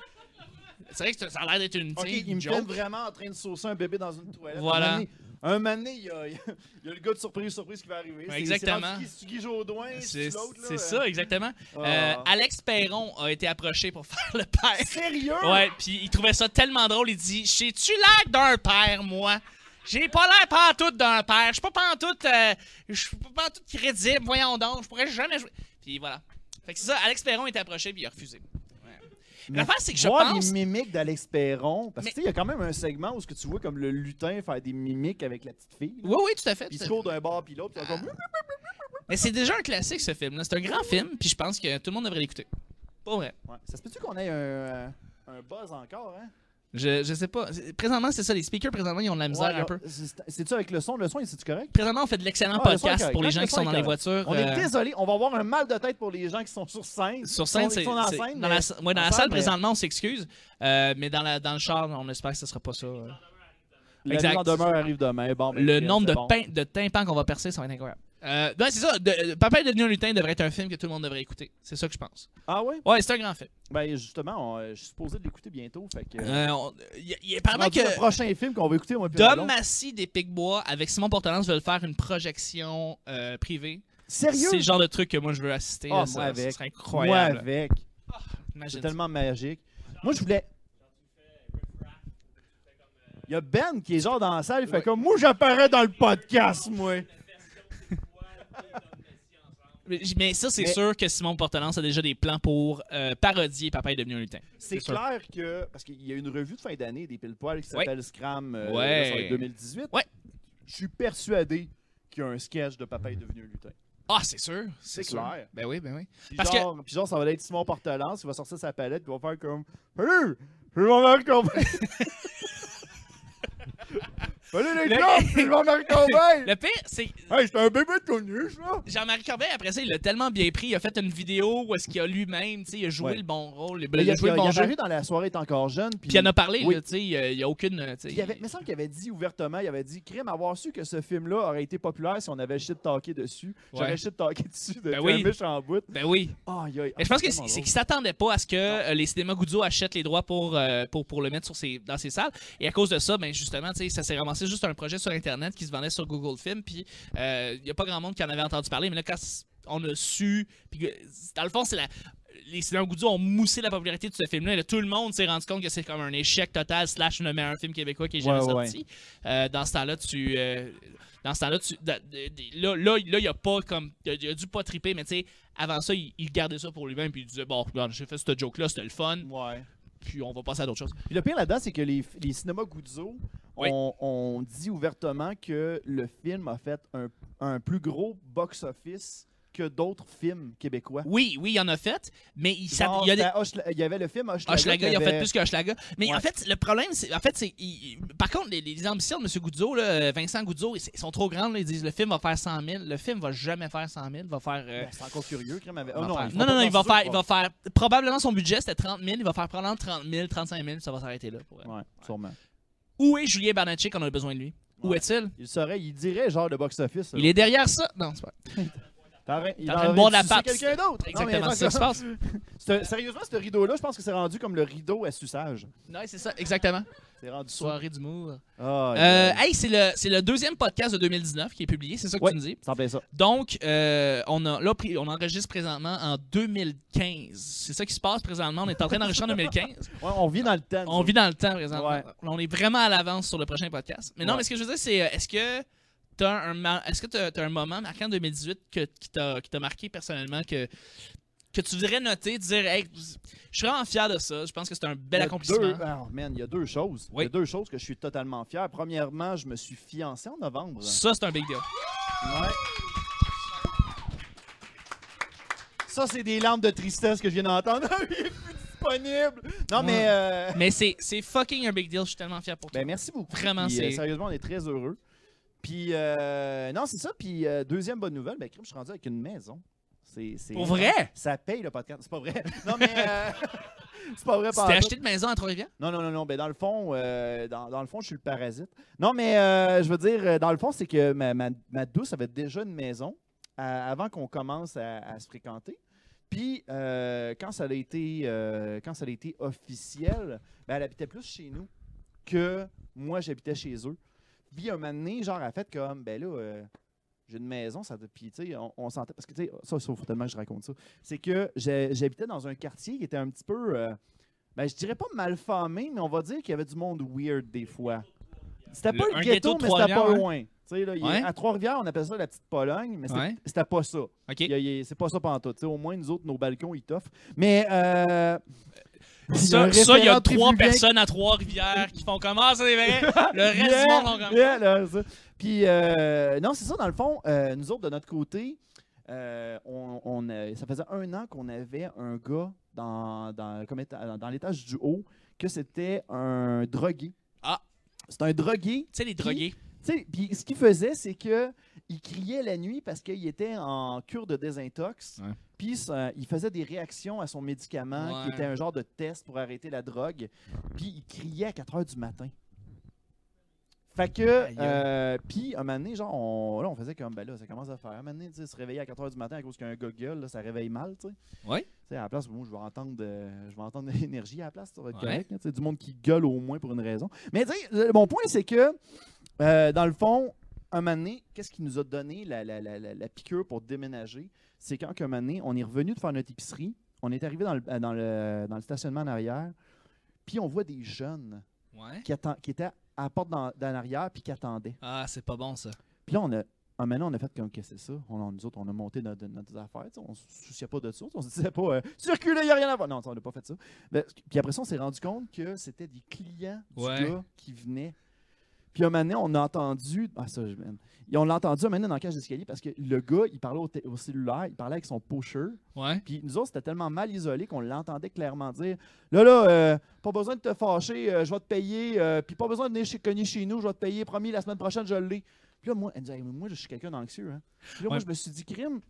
[SPEAKER 2] C'est vrai que c'est- ça a l'air d'être une, tu
[SPEAKER 1] Ok,
[SPEAKER 2] sais,
[SPEAKER 1] il
[SPEAKER 2] une
[SPEAKER 1] me
[SPEAKER 2] joke.
[SPEAKER 1] filme vraiment en train de saucer un bébé dans une toilette.
[SPEAKER 2] Voilà.
[SPEAKER 1] Un mané- Un mané, il y a, il y a le gars de surprise, surprise qui va arriver. C'est-
[SPEAKER 2] exactement.
[SPEAKER 1] C'est rendu qui? C'est-tu Guy Jodoin,
[SPEAKER 2] C'est
[SPEAKER 1] c'est-tu l'autre, là? hein. euh.
[SPEAKER 2] c'est ça, exactement.
[SPEAKER 1] Ah.
[SPEAKER 2] Euh, Alex Perron a été approché pour faire le père.
[SPEAKER 1] Sérieux?
[SPEAKER 2] Ouais, puis il trouvait ça tellement drôle, il dit "J'ai-tu l'air d'un père moi J'ai pas l'air pantoute d'un père, je suis pas pantoute euh, je suis pas pantoute crédible, voyons donc, je pourrais jamais jouer." Puis voilà. Fait que c'est ça, Alex Perron était approché puis il a refusé. Ouais.
[SPEAKER 1] Mais
[SPEAKER 2] L'affaire c'est que je
[SPEAKER 1] voir
[SPEAKER 2] pense
[SPEAKER 1] les mimiques d'Alex Perron, parce
[SPEAKER 2] Mais-
[SPEAKER 1] que tu sais, il y a quand même un segment où ce que tu vois comme le lutin faire des mimiques avec la petite fille. là.
[SPEAKER 2] Oui oui, tout à fait.
[SPEAKER 1] Puis il se
[SPEAKER 2] tout à fait.
[SPEAKER 1] court d'un bar puis l'autre, puis il fait comme
[SPEAKER 2] Ah. Mais c'est déjà un classique ce film là, c'est un grand film puis je pense que tout le monde devrait l'écouter. Pas vrai.
[SPEAKER 1] Ouais. Ça se peut-tu qu'on ait un, euh, un buzz encore, hein?
[SPEAKER 2] Je, je sais pas. C'est- Présentement, c'est ça. Les speakers, présentement, ils ont de la misère
[SPEAKER 1] Ouais,
[SPEAKER 2] un peu.
[SPEAKER 1] c'est- C'est-tu avec le son? Le son, c'est-tu correct?
[SPEAKER 2] Présentement, on fait de
[SPEAKER 1] Ah,
[SPEAKER 2] l'excellent
[SPEAKER 1] le son est
[SPEAKER 2] podcast
[SPEAKER 1] correct.
[SPEAKER 2] pour les
[SPEAKER 1] Le
[SPEAKER 2] gens qui
[SPEAKER 1] son
[SPEAKER 2] sont
[SPEAKER 1] est
[SPEAKER 2] dans les
[SPEAKER 1] correct.
[SPEAKER 2] voitures.
[SPEAKER 1] On
[SPEAKER 2] euh,
[SPEAKER 1] est désolé, on va avoir un mal de tête pour les gens qui sont sur scène.
[SPEAKER 2] Sur
[SPEAKER 1] Ils
[SPEAKER 2] scène,
[SPEAKER 1] sont-
[SPEAKER 2] c'est.
[SPEAKER 1] ils sont dans la
[SPEAKER 2] c'est-
[SPEAKER 1] scène,
[SPEAKER 2] dans,
[SPEAKER 1] mais-
[SPEAKER 2] la, sa- ouais, dans la
[SPEAKER 1] en
[SPEAKER 2] salle,
[SPEAKER 1] salle, mais-
[SPEAKER 2] présentement, on s'excuse. Euh, mais dans, la, dans le char, on espère que ce sera pas ça. euh.
[SPEAKER 1] La
[SPEAKER 2] Exact.
[SPEAKER 1] mise en demeure arrive demain. Bon, ben,
[SPEAKER 2] Le
[SPEAKER 1] Chris,
[SPEAKER 2] nombre
[SPEAKER 1] c'est
[SPEAKER 2] de,
[SPEAKER 1] bon.
[SPEAKER 2] pain- de tympans qu'on va percer, ça va être incroyable. Euh, non, c'est ça. de- euh, Papa est devenu un lutin devrait être un film que tout le monde devrait écouter. C'est ça que je pense.
[SPEAKER 1] Ah ouais?
[SPEAKER 2] Ouais, c'est un grand film.
[SPEAKER 1] Ben justement, on- euh, je suis supposé de l'écouter bientôt. Fait que.
[SPEAKER 2] Euh, on- Il y a- il y a apparemment
[SPEAKER 1] rendu
[SPEAKER 2] que
[SPEAKER 1] Le prochain film qu'on va écouter, moi, puis ma
[SPEAKER 2] Dom
[SPEAKER 1] blonde.
[SPEAKER 2] Massy des Picbois avec Simon Portelance veulent faire une projection euh, privée.
[SPEAKER 1] Sérieux?
[SPEAKER 2] C'est le genre de truc que moi je veux assister.
[SPEAKER 1] Ah,
[SPEAKER 2] là, ça,
[SPEAKER 1] moi avec.
[SPEAKER 2] ça serait
[SPEAKER 1] Moi
[SPEAKER 2] incroyable.
[SPEAKER 1] avec.
[SPEAKER 2] Imagine
[SPEAKER 1] C'est
[SPEAKER 2] ça.
[SPEAKER 1] tellement magique. Moi, je voulais. Il y a Ben qui est genre dans la salle, il fait
[SPEAKER 2] Ouais.
[SPEAKER 1] comme moi j'apparais dans le podcast, moi.
[SPEAKER 2] Mais, mais ça, c'est
[SPEAKER 1] Mais-
[SPEAKER 2] sûr que Simon Portelance a déjà des plans pour euh, parodier Papa est devenu un lutin.
[SPEAKER 1] C'est
[SPEAKER 2] sûr.
[SPEAKER 1] clair que. Parce qu'il y a une revue de fin d'année des pile poils qui
[SPEAKER 2] Ouais.
[SPEAKER 1] s'appelle Scram euh,
[SPEAKER 2] Ouais.
[SPEAKER 1] là, ça va être 2018.
[SPEAKER 2] Ouais.
[SPEAKER 1] Je suis persuadé qu'il y a un sketch de Papa est devenu un lutin.
[SPEAKER 2] Ah, c'est sûr.
[SPEAKER 1] C'est
[SPEAKER 2] sûr.
[SPEAKER 1] clair.
[SPEAKER 2] Ben oui, ben oui.
[SPEAKER 1] Puis
[SPEAKER 2] Parce que-
[SPEAKER 1] genre, puis genre, ça va être Simon Portelance, il va sortir sa palette, puis il va faire comme Salut! Je vais me combat! Salut les
[SPEAKER 2] Le-
[SPEAKER 1] gars! Je vais me combat!
[SPEAKER 2] Le pire, c'est
[SPEAKER 1] Hey, j'étais un bébé de connu, là!
[SPEAKER 2] Jean-Marie Corbeil, après ça, il l'a tellement bien pris. Il a fait une vidéo où est-ce qu'il a lui-même, tu sais, il a joué
[SPEAKER 1] Ouais.
[SPEAKER 2] le bon rôle, il a,
[SPEAKER 1] Mais il, a,
[SPEAKER 2] joué
[SPEAKER 1] il a-
[SPEAKER 2] le
[SPEAKER 1] il
[SPEAKER 2] bon
[SPEAKER 1] a
[SPEAKER 2] jeu.
[SPEAKER 1] paru dans la soirée est encore jeune. Puis,
[SPEAKER 2] Puis il en a parlé,
[SPEAKER 1] Oui.
[SPEAKER 2] là, tu sais, euh, il y a aucune. euh, tu sais,
[SPEAKER 1] puis il avait, me semble qu'il avait dit ouvertement, il avait dit Crime, avoir su que ce film-là aurait été populaire si on avait shit talké dessus. J'aurais
[SPEAKER 2] Ouais.
[SPEAKER 1] shit talké dessus de
[SPEAKER 2] Ben
[SPEAKER 1] oui.
[SPEAKER 2] oui.
[SPEAKER 1] en bout.
[SPEAKER 2] Ben oui.
[SPEAKER 1] Ah, aïe, aïe.
[SPEAKER 2] Mais je pense que
[SPEAKER 1] Vraiment
[SPEAKER 2] c'est c'est
[SPEAKER 1] drôle.
[SPEAKER 2] qu'ils s'attendaient pas à ce que euh, les cinémas Guzzo achètent les droits pour, euh, pour, pour le mettre sur ses, dans ses salles. Et à cause de ça, ben justement, tu sais, ça s'est ramassé juste un projet sur Internet qui se vendait sur Google Film. Puis euh, il y a pas grand monde qui en avait entendu parler. Mais là, quand s- on a su. Puis que- dans le fond, c'est la. Les cinémas Guzzo ont moussé la popularité de ce film-là. Et là, Tout le monde s'est rendu compte que c'est comme un échec total, slash le meilleur film québécois qui est jamais
[SPEAKER 1] Ouais, ouais.
[SPEAKER 2] sorti. Euh, dans ce temps-là, tu. euh, dans ce temps-là, tu- da- de- de- là, là, là, il a pas comme. Il a, il a dû pas triper, mais tu sais, avant ça, il, il gardait ça pour lui-même, puis il disait, bon, regarde, j'ai fait cette joke-là, c'était le fun,
[SPEAKER 1] Ouais.
[SPEAKER 2] puis on va passer à d'autres choses.
[SPEAKER 1] Puis le pire là-dedans, c'est que les, les cinémas Guzzo
[SPEAKER 2] Oui.
[SPEAKER 1] on, on dit ouvertement que le film a fait un, un plus gros box-office que d'autres films québécois.
[SPEAKER 2] Oui, oui, il en a fait, mais il, s'att-
[SPEAKER 1] Genre,
[SPEAKER 2] il y a des.
[SPEAKER 1] c'était Hochela- il y avait le film Hochelaga.
[SPEAKER 2] Hochelaga,
[SPEAKER 1] qui
[SPEAKER 2] il a fait
[SPEAKER 1] avait-
[SPEAKER 2] plus que Hochelaga. Mais
[SPEAKER 1] Ouais.
[SPEAKER 2] en fait, le problème, c'est. En fait, c'est. il- il- Par contre, les, les ambitions de M. Guzzo, là, Vincent Guzzo, ils ils sont trop grandes. là. Ils disent le film va faire 100 000. Le film va jamais faire 100 000. Va faire. euh,
[SPEAKER 1] Ben, C'est encore curieux, Crème avait-
[SPEAKER 2] va
[SPEAKER 1] Oh, non,
[SPEAKER 2] faire-
[SPEAKER 1] ils font
[SPEAKER 2] non,
[SPEAKER 1] pas
[SPEAKER 2] non, non,
[SPEAKER 1] de
[SPEAKER 2] il va
[SPEAKER 1] censure,
[SPEAKER 2] faire, il va faire. Probablement son budget c'était 30 000. Il va faire probablement 30 000, 35 000. Ça va s'arrêter là. pour elle.
[SPEAKER 1] Ouais, sûrement.
[SPEAKER 2] Où est Julien Bernatchez quand on a besoin de lui Où
[SPEAKER 1] Ouais.
[SPEAKER 2] est-il
[SPEAKER 1] Il serait, il dirait genre de box-office. là.
[SPEAKER 2] Il est derrière ça. Non, c'est pas.
[SPEAKER 1] T'as ra- Il
[SPEAKER 2] T'es
[SPEAKER 1] est
[SPEAKER 2] en train de boire de la pape.
[SPEAKER 1] quelqu'un d'autre.
[SPEAKER 2] Exactement, c'est ça
[SPEAKER 1] ça
[SPEAKER 2] qui se passe.
[SPEAKER 1] Sérieusement, ce rideau-là, je pense que c'est rendu comme le rideau à suçage.
[SPEAKER 2] Non, c'est ça, exactement.
[SPEAKER 1] C'est rendu ça.
[SPEAKER 2] Soirée d'humour.
[SPEAKER 1] Ah,
[SPEAKER 2] Euh,
[SPEAKER 1] yeah.
[SPEAKER 2] hey, c'est le, c'est le deuxième podcast de 2019 qui est publié, c'est ça que
[SPEAKER 1] Ouais.
[SPEAKER 2] tu me dis.
[SPEAKER 1] Ça en plaît ça.
[SPEAKER 2] Donc, euh, on, a, là, pri- on enregistre présentement en 2015. C'est ça qui se passe présentement. On est en train d'enregistrer en 2015.
[SPEAKER 1] Ouais, on vit dans le temps. nous
[SPEAKER 2] On
[SPEAKER 1] autres.
[SPEAKER 2] vit dans le temps présentement.
[SPEAKER 1] Ouais.
[SPEAKER 2] On est vraiment à l'avance sur le prochain podcast. Mais non,
[SPEAKER 1] Ouais.
[SPEAKER 2] mais ce que je veux dire, c'est euh, est-ce que tu as un, ma- est-ce que t'as- t'as un moment marquant en 2018 que- qui t'a qui t'a marqué personnellement que, que tu voudrais noter, dire Hey, je suis vraiment fier de ça. Je pense que c'est un
[SPEAKER 1] Il
[SPEAKER 2] bel
[SPEAKER 1] y a
[SPEAKER 2] accomplissement.
[SPEAKER 1] deux- ah, man, il y a deux choses. Il
[SPEAKER 2] Oui.
[SPEAKER 1] y a deux choses que je suis totalement fier. Premièrement, je me suis fiancé en novembre.
[SPEAKER 2] Ça, c'est un big deal.
[SPEAKER 1] Ouais. Ça, c'est des larmes de tristesse que je viens d'entendre. il est plus disponible. Non,
[SPEAKER 2] Ouais.
[SPEAKER 1] mais. euh,
[SPEAKER 2] Mais c'est c'est fucking un big deal. Je suis tellement fier pour toi.
[SPEAKER 1] Ben, merci beaucoup.
[SPEAKER 2] Vraiment,
[SPEAKER 1] Puis, euh,
[SPEAKER 2] c'est-
[SPEAKER 1] sérieusement, on est très heureux. Puis, euh, non, c'est ça. Puis, euh, deuxième bonne nouvelle, ben, crime, je suis rendu avec une maison. C'est, Ben, c'est-
[SPEAKER 2] pour vrai?
[SPEAKER 1] Ça paye le podcast. C'est pas vrai. Non, mais. euh, c'est pas vrai,
[SPEAKER 2] Tu
[SPEAKER 1] par
[SPEAKER 2] t'es acheté une maison à Trois-Rivières?
[SPEAKER 1] Non, non, non, non. Ben, dans le fond, euh, dans, dans le fond, je suis le parasite. Non, mais euh, je veux dire, euh, dans le fond, c'est que ma, ma, ma douce avait déjà une maison à- avant qu'on commence à, à se fréquenter. Puis, euh, quand, ça a été, euh, quand ça a été officiel, ben, elle habitait plus chez nous que moi, j'habitais chez eux. Puis, un moment donné, genre, elle a fait comme, ben là, euh, j'ai une maison, ça te- puis, tu sais, on, on sentait. Parce que, tu sais, ça, il faut tellement que je raconte ça. C'est que j'ai- j'habitais dans un quartier qui était un petit peu. euh, ben, je dirais pas malfamé, mais on va dire qu'il y avait du monde weird des fois. C'était pas
[SPEAKER 2] Le-
[SPEAKER 1] le,
[SPEAKER 2] un ghetto
[SPEAKER 1] ghetto,
[SPEAKER 2] de
[SPEAKER 1] mais c'était pas
[SPEAKER 2] Trois-Rivières, hein?
[SPEAKER 1] loin. Tu sais, là, il y a-
[SPEAKER 2] Ouais.
[SPEAKER 1] À Trois-Rivières, on appelle ça la petite Pologne, mais c'était
[SPEAKER 2] Ouais.
[SPEAKER 1] c'était pas ça.
[SPEAKER 2] OK.
[SPEAKER 1] Il y a- il y a- C'est pas ça pantoute. Tu sais, Au moins, nous autres, nos balcons, ils t'offrent. Mais. Euh,
[SPEAKER 2] Ça, ça, il y a trois
[SPEAKER 1] personnes
[SPEAKER 2] personnes à Trois-Rivières qui font comment c'est vrai. Le reste du monde ont comme.
[SPEAKER 1] Yeah, là, ça. Puis, euh, non, c'est ça, dans le fond, euh, nous autres, de notre côté, euh, on, on, euh, ça faisait un an qu'on avait un gars dans, dans, comme éta- dans- dans l'étage du haut que c'était un drogué.
[SPEAKER 2] Ah.
[SPEAKER 1] C'est un drogué.
[SPEAKER 2] sais, les drogués.
[SPEAKER 1] Tu sais, Puis ce qu'il faisait, c'est que il criait la nuit parce qu'il était en cure de désintox.
[SPEAKER 2] Ouais.
[SPEAKER 1] Puis ça- il faisait des réactions à son médicament qui
[SPEAKER 2] Ouais.
[SPEAKER 1] était un genre de test pour arrêter la drogue. Puis il criait à 4 heures du matin. Fait que,
[SPEAKER 2] Aïe, aïe.
[SPEAKER 1] euh, puis un moment donné, genre, on, là, on faisait comme, ben là, ça commence à faire. Un moment donné, tu sais, se réveiller à 4 heures du matin à cause qu'un gars gueule, là, ça réveille mal, tu sais.
[SPEAKER 2] Ouais.
[SPEAKER 1] Tu sais, à la place, moi, je vais entendre, euh, je vais entendre de l'énergie à la place, ça va être
[SPEAKER 2] Ouais.
[SPEAKER 1] correct, là, tu sais, du monde qui gueule au moins pour une raison. Mais tu sais, le- mon point, c'est que, euh, dans le fond, un moment donné, qu'est-ce qui nous a donné la, la- la- la- la piqûre pour déménager? C'est quand, un moment donné, on est revenu de faire notre épicerie, on est arrivé dans le, euh, dans le, dans le stationnement en arrière, puis on voit des jeunes
[SPEAKER 2] Ouais.
[SPEAKER 1] qui, atten- qui étaient à la porte d'en d'en arrière, puis qui attendaient.
[SPEAKER 2] Ah, c'est pas bon ça.
[SPEAKER 1] Puis là, on a. Ah, maintenant, on a fait comme que c'est ça. On, on- nous autres, on a monté notre, notre affaire. tu sais, On se souciait pas de ça. On se disait pas euh, circuler, il n'y a rien à voir. Non, on n'a pas fait ça. Mais- puis après ça, on s'est rendu compte que c'était des clients du
[SPEAKER 2] Ouais.
[SPEAKER 1] gars qui venaient. Puis un moment donné, on a entendu. Ah, ça, je- man. Et on l'a entendu un moment donné dans la cage d'escalier parce que le gars, il parlait au, té- au cellulaire, il parlait avec son pusher.
[SPEAKER 2] Ouais.
[SPEAKER 1] Puis nous autres, c'était tellement mal isolé qu'on l'entendait clairement dire Là, là, euh, pas besoin de te fâcher, euh, je vais te payer. euh, puis pas besoin de venir chez, cogner chez nous, je vais te payer. Promis, la semaine prochaine, je l'ai. Puis là, moi, elle me disait, Hey, mais moi, je suis quelqu'un d'anxieux. Hein. Puis là, moi,
[SPEAKER 2] Ouais.
[SPEAKER 1] je me suis dit Crime,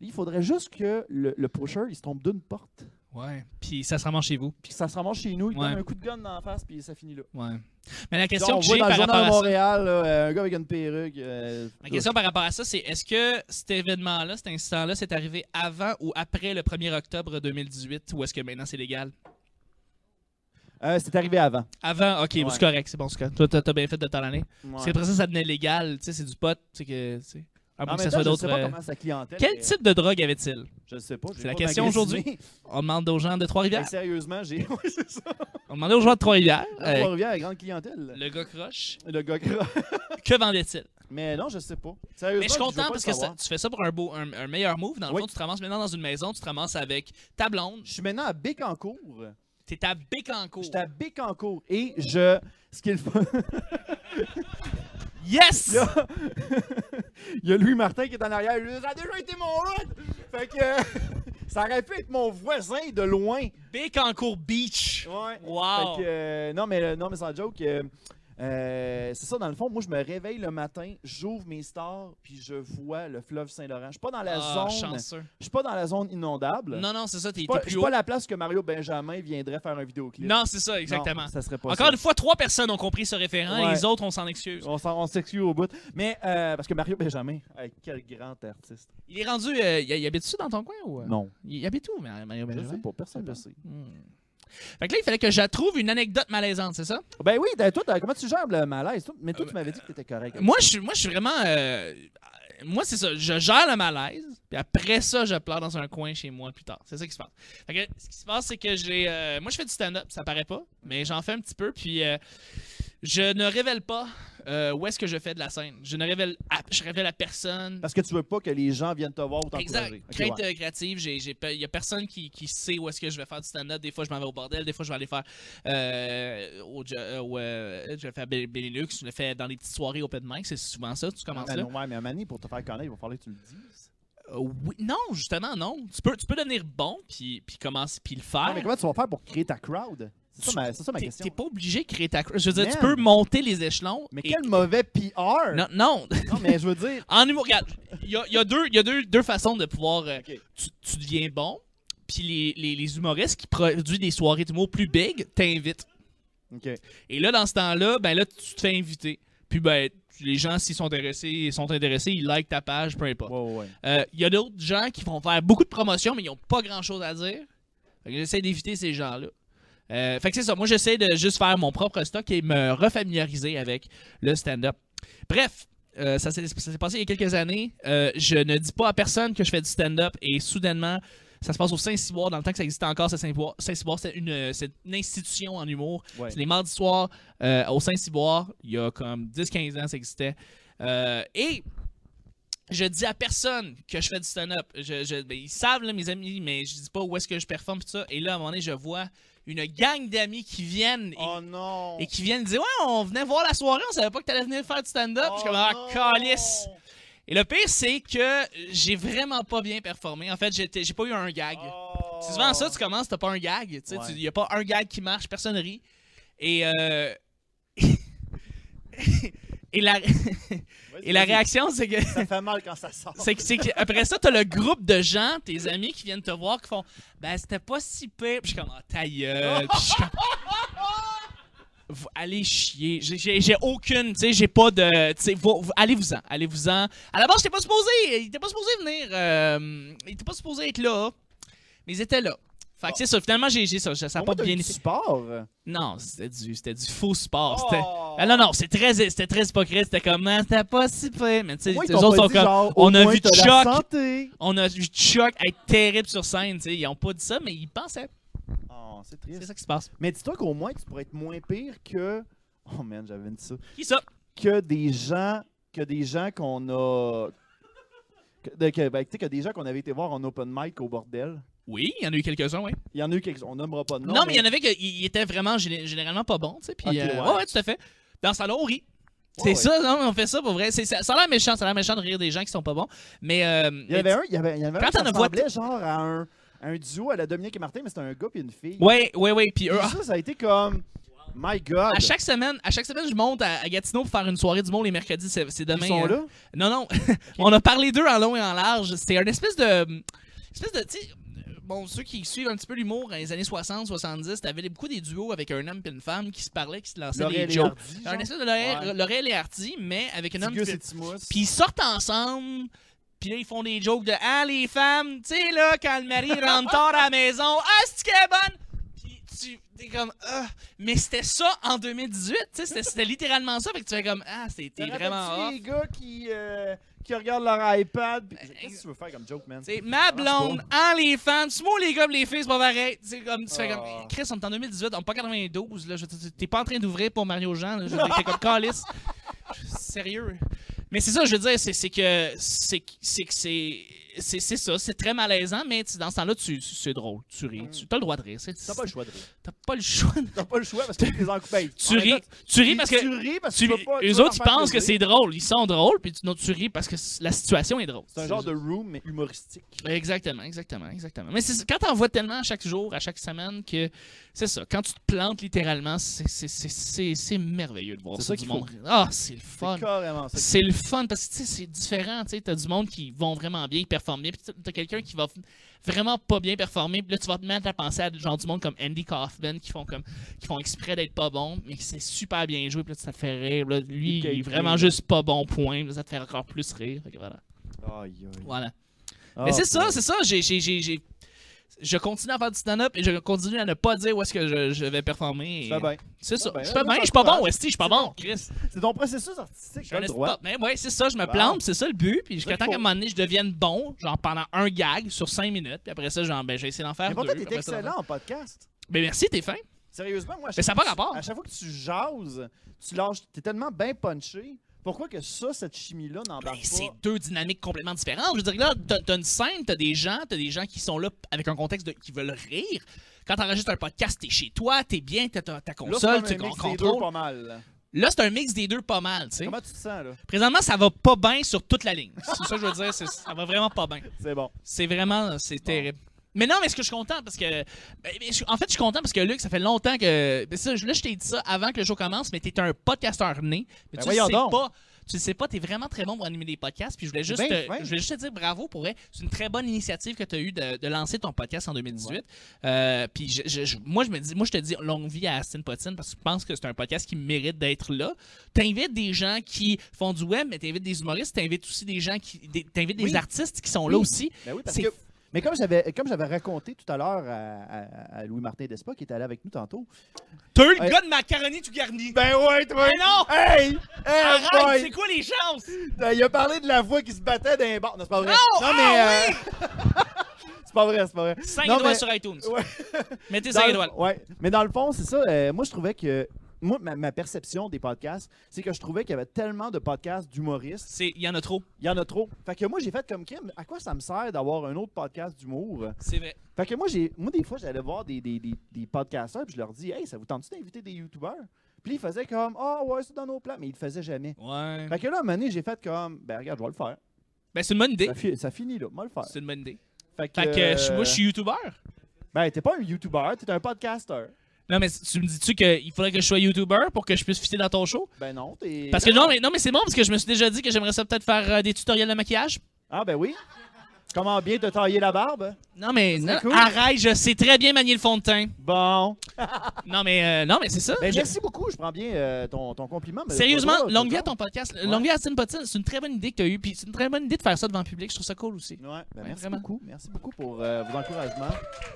[SPEAKER 1] il faudrait juste que le, le pusher, il se trompe d'une porte.
[SPEAKER 2] Ouais. Puis ça se ramasse chez vous.
[SPEAKER 1] Puis que ça se ramasse chez nous, il
[SPEAKER 2] Ouais.
[SPEAKER 1] donne un coup de gun dans la face, puis ça finit là.
[SPEAKER 2] Ouais. Mais la
[SPEAKER 1] Genre,
[SPEAKER 2] question
[SPEAKER 1] on
[SPEAKER 2] que
[SPEAKER 1] voit
[SPEAKER 2] j'ai
[SPEAKER 1] dans le
[SPEAKER 2] par rapport
[SPEAKER 1] journal de
[SPEAKER 2] à ça.
[SPEAKER 1] Montréal, là, euh, un gars avec une perruque. euh,
[SPEAKER 2] Ma question par rapport à ça, c'est est-ce que cet événement-là, cet incident-là, c'est arrivé avant ou après le 1er octobre 2018 ou est-ce que maintenant c'est légal?
[SPEAKER 1] Euh, c'est arrivé avant.
[SPEAKER 2] Avant, ok, bon,
[SPEAKER 1] Ouais.
[SPEAKER 2] c'est correct, c'est bon, c'est correct. Toi, t'as t'as bien fait de t'en aller. Parce
[SPEAKER 1] Ouais.
[SPEAKER 2] qu'après ça, ça devenait légal, tu sais, c'est du pot, tu sais que. tu sais, à
[SPEAKER 1] En
[SPEAKER 2] moins que
[SPEAKER 1] même
[SPEAKER 2] ça
[SPEAKER 1] temps,
[SPEAKER 2] soit
[SPEAKER 1] je sais
[SPEAKER 2] d'autres.
[SPEAKER 1] pas
[SPEAKER 2] euh,
[SPEAKER 1] comment sa clientèle.
[SPEAKER 2] Quel
[SPEAKER 1] est-
[SPEAKER 2] type de drogue avait-il?
[SPEAKER 1] Je sais pas. j'ai
[SPEAKER 2] C'est la
[SPEAKER 1] pas
[SPEAKER 2] question
[SPEAKER 1] magasiné.
[SPEAKER 2] aujourd'hui. On demande aux gens de
[SPEAKER 1] Mais
[SPEAKER 2] Trois-Rivières.
[SPEAKER 1] Sérieusement, j'ai. Ouais, c'est ça.
[SPEAKER 2] On demandait aux gens de Trois-Rivières.
[SPEAKER 1] Là,
[SPEAKER 2] euh,
[SPEAKER 1] On revient à la grande clientèle.
[SPEAKER 2] le gars croche,
[SPEAKER 1] Le gars gras.
[SPEAKER 2] que vendait-il?
[SPEAKER 1] Mais non, je sais pas. Sérieusement,
[SPEAKER 2] Mais je suis
[SPEAKER 1] veux
[SPEAKER 2] content
[SPEAKER 1] pas
[SPEAKER 2] parce
[SPEAKER 1] le
[SPEAKER 2] que ça-
[SPEAKER 1] savoir.
[SPEAKER 2] tu fais ça pour un, beau, un, un meilleur move. Dans le
[SPEAKER 1] Oui.
[SPEAKER 2] fond, tu te ramasses maintenant dans une maison, tu te ramasses avec ta blonde,
[SPEAKER 1] Je suis maintenant à Bécancourt.
[SPEAKER 2] t'es à Bécancourt.
[SPEAKER 1] J'étais à Bécancourt et je. Ce qu'il faut.
[SPEAKER 2] Yes!
[SPEAKER 1] Il y a, Il y a Louis Martin qui est en arrière. Il dit, Ça a déjà été mon route! Fait que. Ça aurait pu être mon voisin de loin.
[SPEAKER 2] Bécancourt Beach.
[SPEAKER 1] Ouais.
[SPEAKER 2] Wow.
[SPEAKER 1] Fait que, euh, non, mais, non, mais sans joke. euh, euh, c'est ça, dans le fond, moi, je me réveille le matin, j'ouvre mes stars, puis je vois le fleuve Saint-Laurent. Je suis pas dans la
[SPEAKER 2] Ah,
[SPEAKER 1] zone.
[SPEAKER 2] chanceux.
[SPEAKER 1] Je suis pas dans la zone inondable.
[SPEAKER 2] Non, non, c'est ça,
[SPEAKER 1] Je
[SPEAKER 2] t'es
[SPEAKER 1] suis pas-
[SPEAKER 2] t'es
[SPEAKER 1] je
[SPEAKER 2] plus
[SPEAKER 1] suis
[SPEAKER 2] haut.
[SPEAKER 1] pas la place que Mario Benjamin viendrait faire un vidéoclip.
[SPEAKER 2] Non, c'est ça, exactement.
[SPEAKER 1] Non, ça serait pas
[SPEAKER 2] Encore
[SPEAKER 1] ça.
[SPEAKER 2] une fois, trois personnes ont compris ce référent,
[SPEAKER 1] Ouais.
[SPEAKER 2] les autres, on s'en excuse.
[SPEAKER 1] On s'en- on s'excuse au bout. Mais euh, parce que Mario Benjamin, euh, quel grand artiste.
[SPEAKER 2] Il est rendu. euh, il, il habite-tu dans ton coin ou. euh?
[SPEAKER 1] Non,
[SPEAKER 2] Il, il habite où, Mario Mario
[SPEAKER 1] je sais
[SPEAKER 2] Benjamin?
[SPEAKER 1] pas, personne ne
[SPEAKER 2] Bon.
[SPEAKER 1] sait.
[SPEAKER 2] Hmm. Fait que là, il fallait que je trouve une anecdote malaisante, c'est ça?
[SPEAKER 1] Ben oui, t'as- toi, t'as- comment tu gères le malaise? toi? Mais toi,
[SPEAKER 2] Euh,
[SPEAKER 1] tu m'avais dit que t'étais correct.
[SPEAKER 2] Moi, je suis, moi, je suis vraiment. euh, moi, c'est ça. Je gère le malaise, puis après ça, je pleure dans un coin chez moi plus tard. C'est ça qui se passe. Fait que, ce qui se passe, c'est que j'ai. euh, moi, je fais du stand-up, ça paraît pas, mais j'en fais un petit peu, puis. euh, je ne révèle pas euh, où est-ce que je fais de la scène. Je ne révèle, à- je révèle à personne.
[SPEAKER 1] Parce que tu veux pas que les gens viennent te voir ou
[SPEAKER 2] Exact.
[SPEAKER 1] t'encourager. Ok,
[SPEAKER 2] Crainte
[SPEAKER 1] ouais. Ah,
[SPEAKER 2] euh, créative, il n'y a personne qui, qui sait où est-ce que je vais faire du stand-up. Des fois, je m'en vais au bordel, des fois, je vais aller faire euh, au, jo- euh, au, euh, je le fais à Bel- Benelux, je le fais dans les petites soirées open mic, c'est souvent ça, tu commences
[SPEAKER 1] Ah,
[SPEAKER 2] là.
[SPEAKER 1] non, ouais, mais à Mané, pour te faire connaître, il va falloir que tu le dises.
[SPEAKER 2] Euh, oui- non, justement, non. Tu peux, tu peux devenir bon, puis, puis commencer, puis le faire.
[SPEAKER 1] Non, Ah, mais comment tu vas faire pour créer ta crowd? C'est ça
[SPEAKER 2] Tu-
[SPEAKER 1] ma, c'est ça ma
[SPEAKER 2] T'es-
[SPEAKER 1] question.
[SPEAKER 2] T'es pas obligé de créer ta... cr- Je veux dire, tu
[SPEAKER 1] Man.
[SPEAKER 2] peux monter les échelons.
[SPEAKER 1] Mais
[SPEAKER 2] et-
[SPEAKER 1] quel mauvais PR!
[SPEAKER 2] Non, non.
[SPEAKER 1] Non, mais je veux dire.
[SPEAKER 2] En humour, regarde, il y a, il y a deux, il y a deux, deux façons de pouvoir. euh,
[SPEAKER 1] Ok.
[SPEAKER 2] tu, tu deviens bon, puis les, les- les humoristes qui produisent des soirées d'humour plus big t'invitent.
[SPEAKER 1] Ok.
[SPEAKER 2] Et là, dans ce temps-là, ben là, tu te fais inviter. Puis ben, tu- les gens, s'ils sont intéressés, ils sont intéressés, ils likent ta page, peu importe.
[SPEAKER 1] Ouais, ouais, ouais.
[SPEAKER 2] Euh, Il y a d'autres gens qui vont faire beaucoup de promotions, mais ils n'ont pas grand-chose à dire. Fait que j'essaie d'éviter ces gens-là. Euh, fait que c'est ça. Moi, j'essaie de juste faire mon propre stock et me refamiliariser avec le stand-up. Bref, euh, ça s'est ça s'est passé il y a quelques années. Euh, je ne dis pas à personne que je fais du stand-up et soudainement, ça se passe au Saint-Cyboire. Dans le temps que ça existait encore, ce Saint-Cyboire, Saint-Cyboire, c'est une, euh, c'est une institution en humour.
[SPEAKER 1] Ouais.
[SPEAKER 2] C'est les mardis soirs euh, au Saint-Cyboire. Il y a comme 10-15 ans, ça existait. Euh, et je dis à personne que je fais du stand-up. Je, je- ben, ils savent, là, mes amis, mais je dis pas où est-ce que je performe, tout ça. Et là, à un moment donné, je vois une gang d'amis qui viennent et,
[SPEAKER 1] Oh non!
[SPEAKER 2] et qui viennent dire Ouais, on venait voir la soirée, on savait pas que t'allais venir faire du stand-up. je suis comme
[SPEAKER 1] Oh,
[SPEAKER 2] Ah, calice!
[SPEAKER 1] Oh.
[SPEAKER 2] Et le pire, c'est que j'ai vraiment pas bien performé. En fait, j'étais- j'ai pas eu un gag. C'est souvent ça, tu commences, t'as pas un gag. tu sais,
[SPEAKER 1] Ah. Ouais.
[SPEAKER 2] tu- y a pas un gag qui marche, personne rit. Et, euh, et, la,
[SPEAKER 1] Vas-y,
[SPEAKER 2] et la
[SPEAKER 1] vas-y.
[SPEAKER 2] réaction, c'est que.
[SPEAKER 1] Ça fait mal quand ça sort.
[SPEAKER 2] C'est que, c'est que- après ça, t'as le groupe de gens, tes amis qui viennent te voir, qui font Ben, c'était pas si pire. Puis je suis comme, ah, ta gueule. Puis je suis comme, Vous allez chier. J'ai- J'ai j'ai aucune, tu sais, j'ai pas de. Tu sais, vous- vous- allez-vous-en, allez-vous-en. À la base, j'étais pas supposé. Il était pas supposé venir. euh, il était pas supposé être là. Mais ils étaient là. Fait que c'est ça. Finalement, j'ai j'ai ça.
[SPEAKER 1] Au
[SPEAKER 2] Ça n'a
[SPEAKER 1] moins,
[SPEAKER 2] pas
[SPEAKER 1] t'as
[SPEAKER 2] bien
[SPEAKER 1] eu du
[SPEAKER 2] été.
[SPEAKER 1] sport.
[SPEAKER 2] Non, c'était du, c'était du faux sport.
[SPEAKER 1] Oh!
[SPEAKER 2] C'était. Ah non, non, c'est très, c'était très hypocrite. C'était comme, Ah, c'était pas si pire. Mais tu sais,
[SPEAKER 1] Au moins, ils
[SPEAKER 2] les
[SPEAKER 1] t'ont
[SPEAKER 2] autres
[SPEAKER 1] pas
[SPEAKER 2] sont
[SPEAKER 1] dit,
[SPEAKER 2] comme,
[SPEAKER 1] genre,
[SPEAKER 2] on
[SPEAKER 1] au
[SPEAKER 2] a
[SPEAKER 1] moins,
[SPEAKER 2] vu
[SPEAKER 1] t'as la
[SPEAKER 2] Chuck.
[SPEAKER 1] santé.
[SPEAKER 2] on a eu Chuck être terrible sur scène, tu sais. Ils ont pas dit ça, mais ils pensaient.
[SPEAKER 1] Oh, c'est
[SPEAKER 2] C'est
[SPEAKER 1] triste.
[SPEAKER 2] ça qui se passe.
[SPEAKER 1] Mais dis-toi qu'au moins, tu pourrais être moins pire que. Oh man, j'avais une ça.
[SPEAKER 2] Qui ça?
[SPEAKER 1] Que des gens. Que des gens qu'on a. Que, de- que- ben, tu sais, que des gens qu'on avait été voir en open mic au bordel.
[SPEAKER 2] Oui, il y en a eu quelques-uns, oui.
[SPEAKER 1] Il y en a eu quelques. On nommera pas de nom.
[SPEAKER 2] Non, mais il y en avait qui étaient vraiment géné- généralement pas bons, tu sais. Puis,
[SPEAKER 1] Ok,
[SPEAKER 2] euh,
[SPEAKER 1] ouais.
[SPEAKER 2] ouais, ouais, tout à fait. Dans ce là on rit. C'est
[SPEAKER 1] Ouais, ouais.
[SPEAKER 2] ça, non, on fait ça pour vrai. C'est, ça, ça a l'air méchant, ça a l'air méchant de rire des gens qui sont pas bons. Mais. euh,
[SPEAKER 1] Il y avait un, il y avait, il y en avait un
[SPEAKER 2] Quand
[SPEAKER 1] qui
[SPEAKER 2] on a voit-
[SPEAKER 1] ressemblait genre à un, un duo à la Dominique et Martin, mais c'était un gars et une fille.
[SPEAKER 2] Ouais, ouais, ouais. Puis
[SPEAKER 1] Et
[SPEAKER 2] eux, ah,
[SPEAKER 1] ça, ça a été comme. My God.
[SPEAKER 2] à chaque semaine, à chaque semaine, je monte à, à Gatineau pour faire une soirée du monde les mercredis. C'est, c'est
[SPEAKER 1] Ils
[SPEAKER 2] demain.
[SPEAKER 1] sont
[SPEAKER 2] euh,
[SPEAKER 1] là.
[SPEAKER 2] Non, non. on a parlé d'eux en long et en large. C'est une espèce de. Espèce de. Tu sais, bon, ceux qui suivent un petit peu l'humour dans les années 60, 70, t'avais beaucoup des duos avec un homme et une femme qui se parlaient, qui se lançaient
[SPEAKER 1] Laurel
[SPEAKER 2] des
[SPEAKER 1] et
[SPEAKER 2] jokes.
[SPEAKER 1] Hardy, genre.
[SPEAKER 2] Un espèce de Laurel,
[SPEAKER 1] Ouais.
[SPEAKER 2] Laurel et Hardy, mais avec un homme.
[SPEAKER 1] Tigus
[SPEAKER 2] puis-
[SPEAKER 1] et Timos.
[SPEAKER 2] Puis ils sortent ensemble. Puis là, ils font des jokes de Ah, les femmes, tu sais, là, quand le mari rentre tard à la maison, Ah, c'est qu'elle est bonne! Puis tu. T'es comme Ah! Mais c'était ça en 2018, tu sais, c'était- c'était littéralement ça. Fait que tu fais comme Ah,
[SPEAKER 1] Ça
[SPEAKER 2] c'était
[SPEAKER 1] rappelle-tu
[SPEAKER 2] vraiment off. Ben,
[SPEAKER 1] les gars qui, euh, qui regardent leur iPad. pis- Qu'est-ce que tu veux faire comme joke, man?
[SPEAKER 2] C'est ma blonde, en les fans, tu moi les gars, pis les filles, c'est pas pareil. C'est comme, tu fais comme,
[SPEAKER 1] Ah.
[SPEAKER 2] Chris, on est en 2018, on est pas 92, là. je- tu- T'es pas en train d'ouvrir pour Mario Jean, là. Je veux dire, t'es comme calice. Je- Sérieux. Mais c'est ça, je veux dire, c'est c'est que. C'est que- c'est que c'est. C'est c'est ça, c'est très malaisant, mais tu- dans ce temps-là, tu, tu- c'est drôle, tu ris, tu as le droit de rire. c'est-
[SPEAKER 1] T'as pas le choix de rire.
[SPEAKER 2] T'as pas le choix. de-
[SPEAKER 1] T'as pas le choix parce que tu les encoupes.
[SPEAKER 2] Tu ris, tu ris parce que.
[SPEAKER 1] Tu ris parce que tu
[SPEAKER 2] Tu,
[SPEAKER 1] peux pas- tu
[SPEAKER 2] eux
[SPEAKER 1] peux
[SPEAKER 2] autres, ils
[SPEAKER 1] leur faire
[SPEAKER 2] pensent que c'est
[SPEAKER 1] plaisir.
[SPEAKER 2] drôle. Ils sont drôles, puis tu, non, tu ris parce que c- la situation est drôle.
[SPEAKER 1] C'est un genre de room, mais humoristique.
[SPEAKER 2] Exactement, exactement, exactement. Mais c'est quand t'en vois tellement à chaque jour, à chaque semaine, que c'est ça. Quand tu te plantes littéralement, c'est- c'est- c'est c'est- c'est merveilleux de voir
[SPEAKER 1] C'est
[SPEAKER 2] ça.
[SPEAKER 1] ça
[SPEAKER 2] du
[SPEAKER 1] qu'il
[SPEAKER 2] monde. Ah, c'est le fun.
[SPEAKER 1] C'est carrément ça.
[SPEAKER 2] C'est le fun parce que tu sais, c'est différent. Tu sais, t'as du monde qui vont vraiment bien, qui performent bien. Puis t'as- t'as quelqu'un qui va f- vraiment pas bien performer. Puis là, tu vas te mettre à penser à du genre du monde comme Andy Kaufman qui font comme qui font exprès d'être pas bon, mais qui c'est super bien joué. Puis là, ça te fait rire. Puis là, lui,
[SPEAKER 1] Il
[SPEAKER 2] il est
[SPEAKER 1] cake
[SPEAKER 2] vraiment
[SPEAKER 1] bien.
[SPEAKER 2] juste pas bon point. Puis là, ça te fait encore plus rire. Fait que voilà.
[SPEAKER 1] Aïe, aïe.
[SPEAKER 2] Voilà.
[SPEAKER 1] Ah,
[SPEAKER 2] Mais c'est ça, c'est ça. J'ai, j'ai, j'ai, j'ai- Je continue à faire du stand-up et je continue à ne pas dire où est-ce que je, je vais performer.
[SPEAKER 1] Tu
[SPEAKER 2] et-
[SPEAKER 1] fais bien.
[SPEAKER 2] C'est ça.
[SPEAKER 1] Ah ben,
[SPEAKER 2] je suis pas
[SPEAKER 1] là,
[SPEAKER 2] bien,
[SPEAKER 1] ça
[SPEAKER 2] je suis pas
[SPEAKER 1] se passe.
[SPEAKER 2] bon, Esti, je suis pas
[SPEAKER 1] C'est
[SPEAKER 2] bon,
[SPEAKER 1] bon.
[SPEAKER 2] Chris.
[SPEAKER 1] C'est ton processus artistique,
[SPEAKER 2] Je
[SPEAKER 1] t'as le
[SPEAKER 2] connais
[SPEAKER 1] droit.
[SPEAKER 2] pas. Mais ouais, c'est ça, je me
[SPEAKER 1] Bon.
[SPEAKER 2] plante, c'est ça le but. Puis
[SPEAKER 1] qu'il
[SPEAKER 2] jusqu'à temps qu'à
[SPEAKER 1] faut.
[SPEAKER 2] un moment donné, je devienne bon, genre pendant un gag sur cinq minutes. Puis après ça, genre, ben, j'ai essayé d'en faire
[SPEAKER 1] Mais pourtant,
[SPEAKER 2] deux,
[SPEAKER 1] t'es
[SPEAKER 2] après ça, d'en faire-
[SPEAKER 1] excellent en podcast.
[SPEAKER 2] Ben, merci, t'es fin.
[SPEAKER 1] Sérieusement, moi, à chaque,
[SPEAKER 2] ça a
[SPEAKER 1] fois
[SPEAKER 2] pas
[SPEAKER 1] que tu-
[SPEAKER 2] rapport.
[SPEAKER 1] à chaque fois que tu jases, tu lâches, t'es tellement bien punché. Pourquoi que ça, cette chimie-là,
[SPEAKER 2] Ben,
[SPEAKER 1] n'embarque
[SPEAKER 2] c'est
[SPEAKER 1] pas?
[SPEAKER 2] deux dynamiques complètement différentes. Je veux dire, là, t'as t'as une scène, t'as des gens, t'as des gens qui sont là p- avec un contexte de, qui veulent rire. Quand t'enregistres un podcast, t'es chez toi, t'es bien, t'as ta, ta
[SPEAKER 1] Là, c'est
[SPEAKER 2] console,
[SPEAKER 1] comme
[SPEAKER 2] tu
[SPEAKER 1] un mix des deux
[SPEAKER 2] contrôles.
[SPEAKER 1] pas mal.
[SPEAKER 2] Là, c'est un mix des deux pas mal, tu sais.
[SPEAKER 1] Comment tu te sens, là?
[SPEAKER 2] Présentement, ça va pas bien sur toute la ligne. C'est ça que je veux dire, c'est- ça va vraiment pas bien.
[SPEAKER 1] C'est bon.
[SPEAKER 2] C'est vraiment, c'est terrible. Mais non, mais ce que je suis content parce que. ben, ben, je- en fait, je suis content parce que Luc, ça fait longtemps que. ben, ça, je- là, je t'ai dit ça avant que le show commence, mais t'es un podcasteur né. Mais
[SPEAKER 1] Ben
[SPEAKER 2] tu le
[SPEAKER 1] voyons
[SPEAKER 2] sais
[SPEAKER 1] donc.
[SPEAKER 2] pas. Tu le sais pas, t'es vraiment très bon pour animer des podcasts. Puis je voulais juste,
[SPEAKER 1] Ben
[SPEAKER 2] euh,
[SPEAKER 1] fin.
[SPEAKER 2] je voulais juste te dire bravo pour elle. C'est une très bonne initiative que tu as eue de, de lancer ton podcast en 2018. Euh, puis je- je- je- moi, je me dis, moi, je te dis longue vie à Astin Potine parce que je pense que c'est un podcast qui mérite d'être là. T'invites des gens qui font du web, mais t'invites des humoristes, t'invites aussi des gens qui, des- t'invites des
[SPEAKER 1] Oui.
[SPEAKER 2] artistes qui sont là
[SPEAKER 1] Oui.
[SPEAKER 2] aussi.
[SPEAKER 1] Ben oui, parce
[SPEAKER 2] C'est
[SPEAKER 1] que- Mais comme j'avais, comme j'avais raconté tout à l'heure à, à- à Louis-Martin Despa, qui était allé avec nous tantôt.
[SPEAKER 2] T'as eu le
[SPEAKER 1] Ouais.
[SPEAKER 2] gars de macaroni tout garni.
[SPEAKER 1] Ben ouais, toi!
[SPEAKER 2] Mais non!
[SPEAKER 1] Hey! Ben,
[SPEAKER 2] Arrête, c'est quoi les chances?
[SPEAKER 1] Il a parlé de la voix qui se battait d'un bar. Non, c'est pas vrai.
[SPEAKER 2] Non, ah
[SPEAKER 1] euh, c'est pas vrai, c'est pas vrai.
[SPEAKER 2] 5
[SPEAKER 1] Non,
[SPEAKER 2] étoiles
[SPEAKER 1] mais-
[SPEAKER 2] sur iTunes.
[SPEAKER 1] Ouais.
[SPEAKER 2] Mettez
[SPEAKER 1] Dans
[SPEAKER 2] 5
[SPEAKER 1] le-
[SPEAKER 2] étoiles.
[SPEAKER 1] ouais. Mais dans le fond, c'est ça. euh, moi, je trouvais que. Moi, ma, ma perception des podcasts, c'est que je trouvais qu'il y avait tellement de podcasts d'humoristes.
[SPEAKER 2] C'est- Il y en a trop.
[SPEAKER 1] Il y en a trop. Fait que moi, j'ai fait comme Kim. À quoi ça me sert d'avoir un autre podcast d'humour?
[SPEAKER 2] C'est vrai.
[SPEAKER 1] Fait que moi, j'ai, moi des fois, j'allais voir des, des, des, des podcasteurs puis je leur dis Hey, ça vous tente-tu d'inviter des youtubeurs? Puis ils faisaient comme Ah ouais, c'est dans nos plans, mais ils le faisaient jamais.
[SPEAKER 2] Ouais.
[SPEAKER 1] Fait que là, à un moment donné, j'ai fait comme Ben regarde, je vais le faire.
[SPEAKER 2] Ben, c'est une bonne idée.
[SPEAKER 1] Ça, fi- ça finit là, moi le faire.
[SPEAKER 2] C'est une bonne idée.
[SPEAKER 1] Fait que,
[SPEAKER 2] Fait que euh, je- moi, je suis youtubeur.
[SPEAKER 1] Ben, t'es pas un YouTuber, t'es un podcaster.
[SPEAKER 2] Non, mais tu me dis-tu qu'il faudrait que je sois YouTuber pour que je puisse fitter dans ton show?
[SPEAKER 1] Ben non, t'es.
[SPEAKER 2] Parce que non, mais, non, mais c'est bon, parce que je me suis déjà dit que j'aimerais ça peut-être faire euh, des tutoriels de maquillage.
[SPEAKER 1] Ah, ben oui. Comment bien te tailler la barbe?
[SPEAKER 2] Non, mais non,
[SPEAKER 1] cool.
[SPEAKER 2] arrête, je sais très bien manier le fond de teint.
[SPEAKER 1] Bon.
[SPEAKER 2] Non, mais, euh, non, mais c'est ça.
[SPEAKER 1] Ben,
[SPEAKER 2] Je-
[SPEAKER 1] merci beaucoup, je prends bien euh, ton, ton compliment. mais-
[SPEAKER 2] Sérieusement,
[SPEAKER 1] Ouais,
[SPEAKER 2] longue vie à
[SPEAKER 1] ouais.
[SPEAKER 2] ton podcast. Longue vie à Tim Potin, c'est une très bonne idée que tu as eue. Puis c'est une très bonne idée de faire ça devant le public. Je trouve ça cool aussi.
[SPEAKER 1] Ouais, ben,
[SPEAKER 2] Ouais,
[SPEAKER 1] merci
[SPEAKER 2] vraiment.
[SPEAKER 1] beaucoup. Merci beaucoup pour euh, vos encouragements. hein,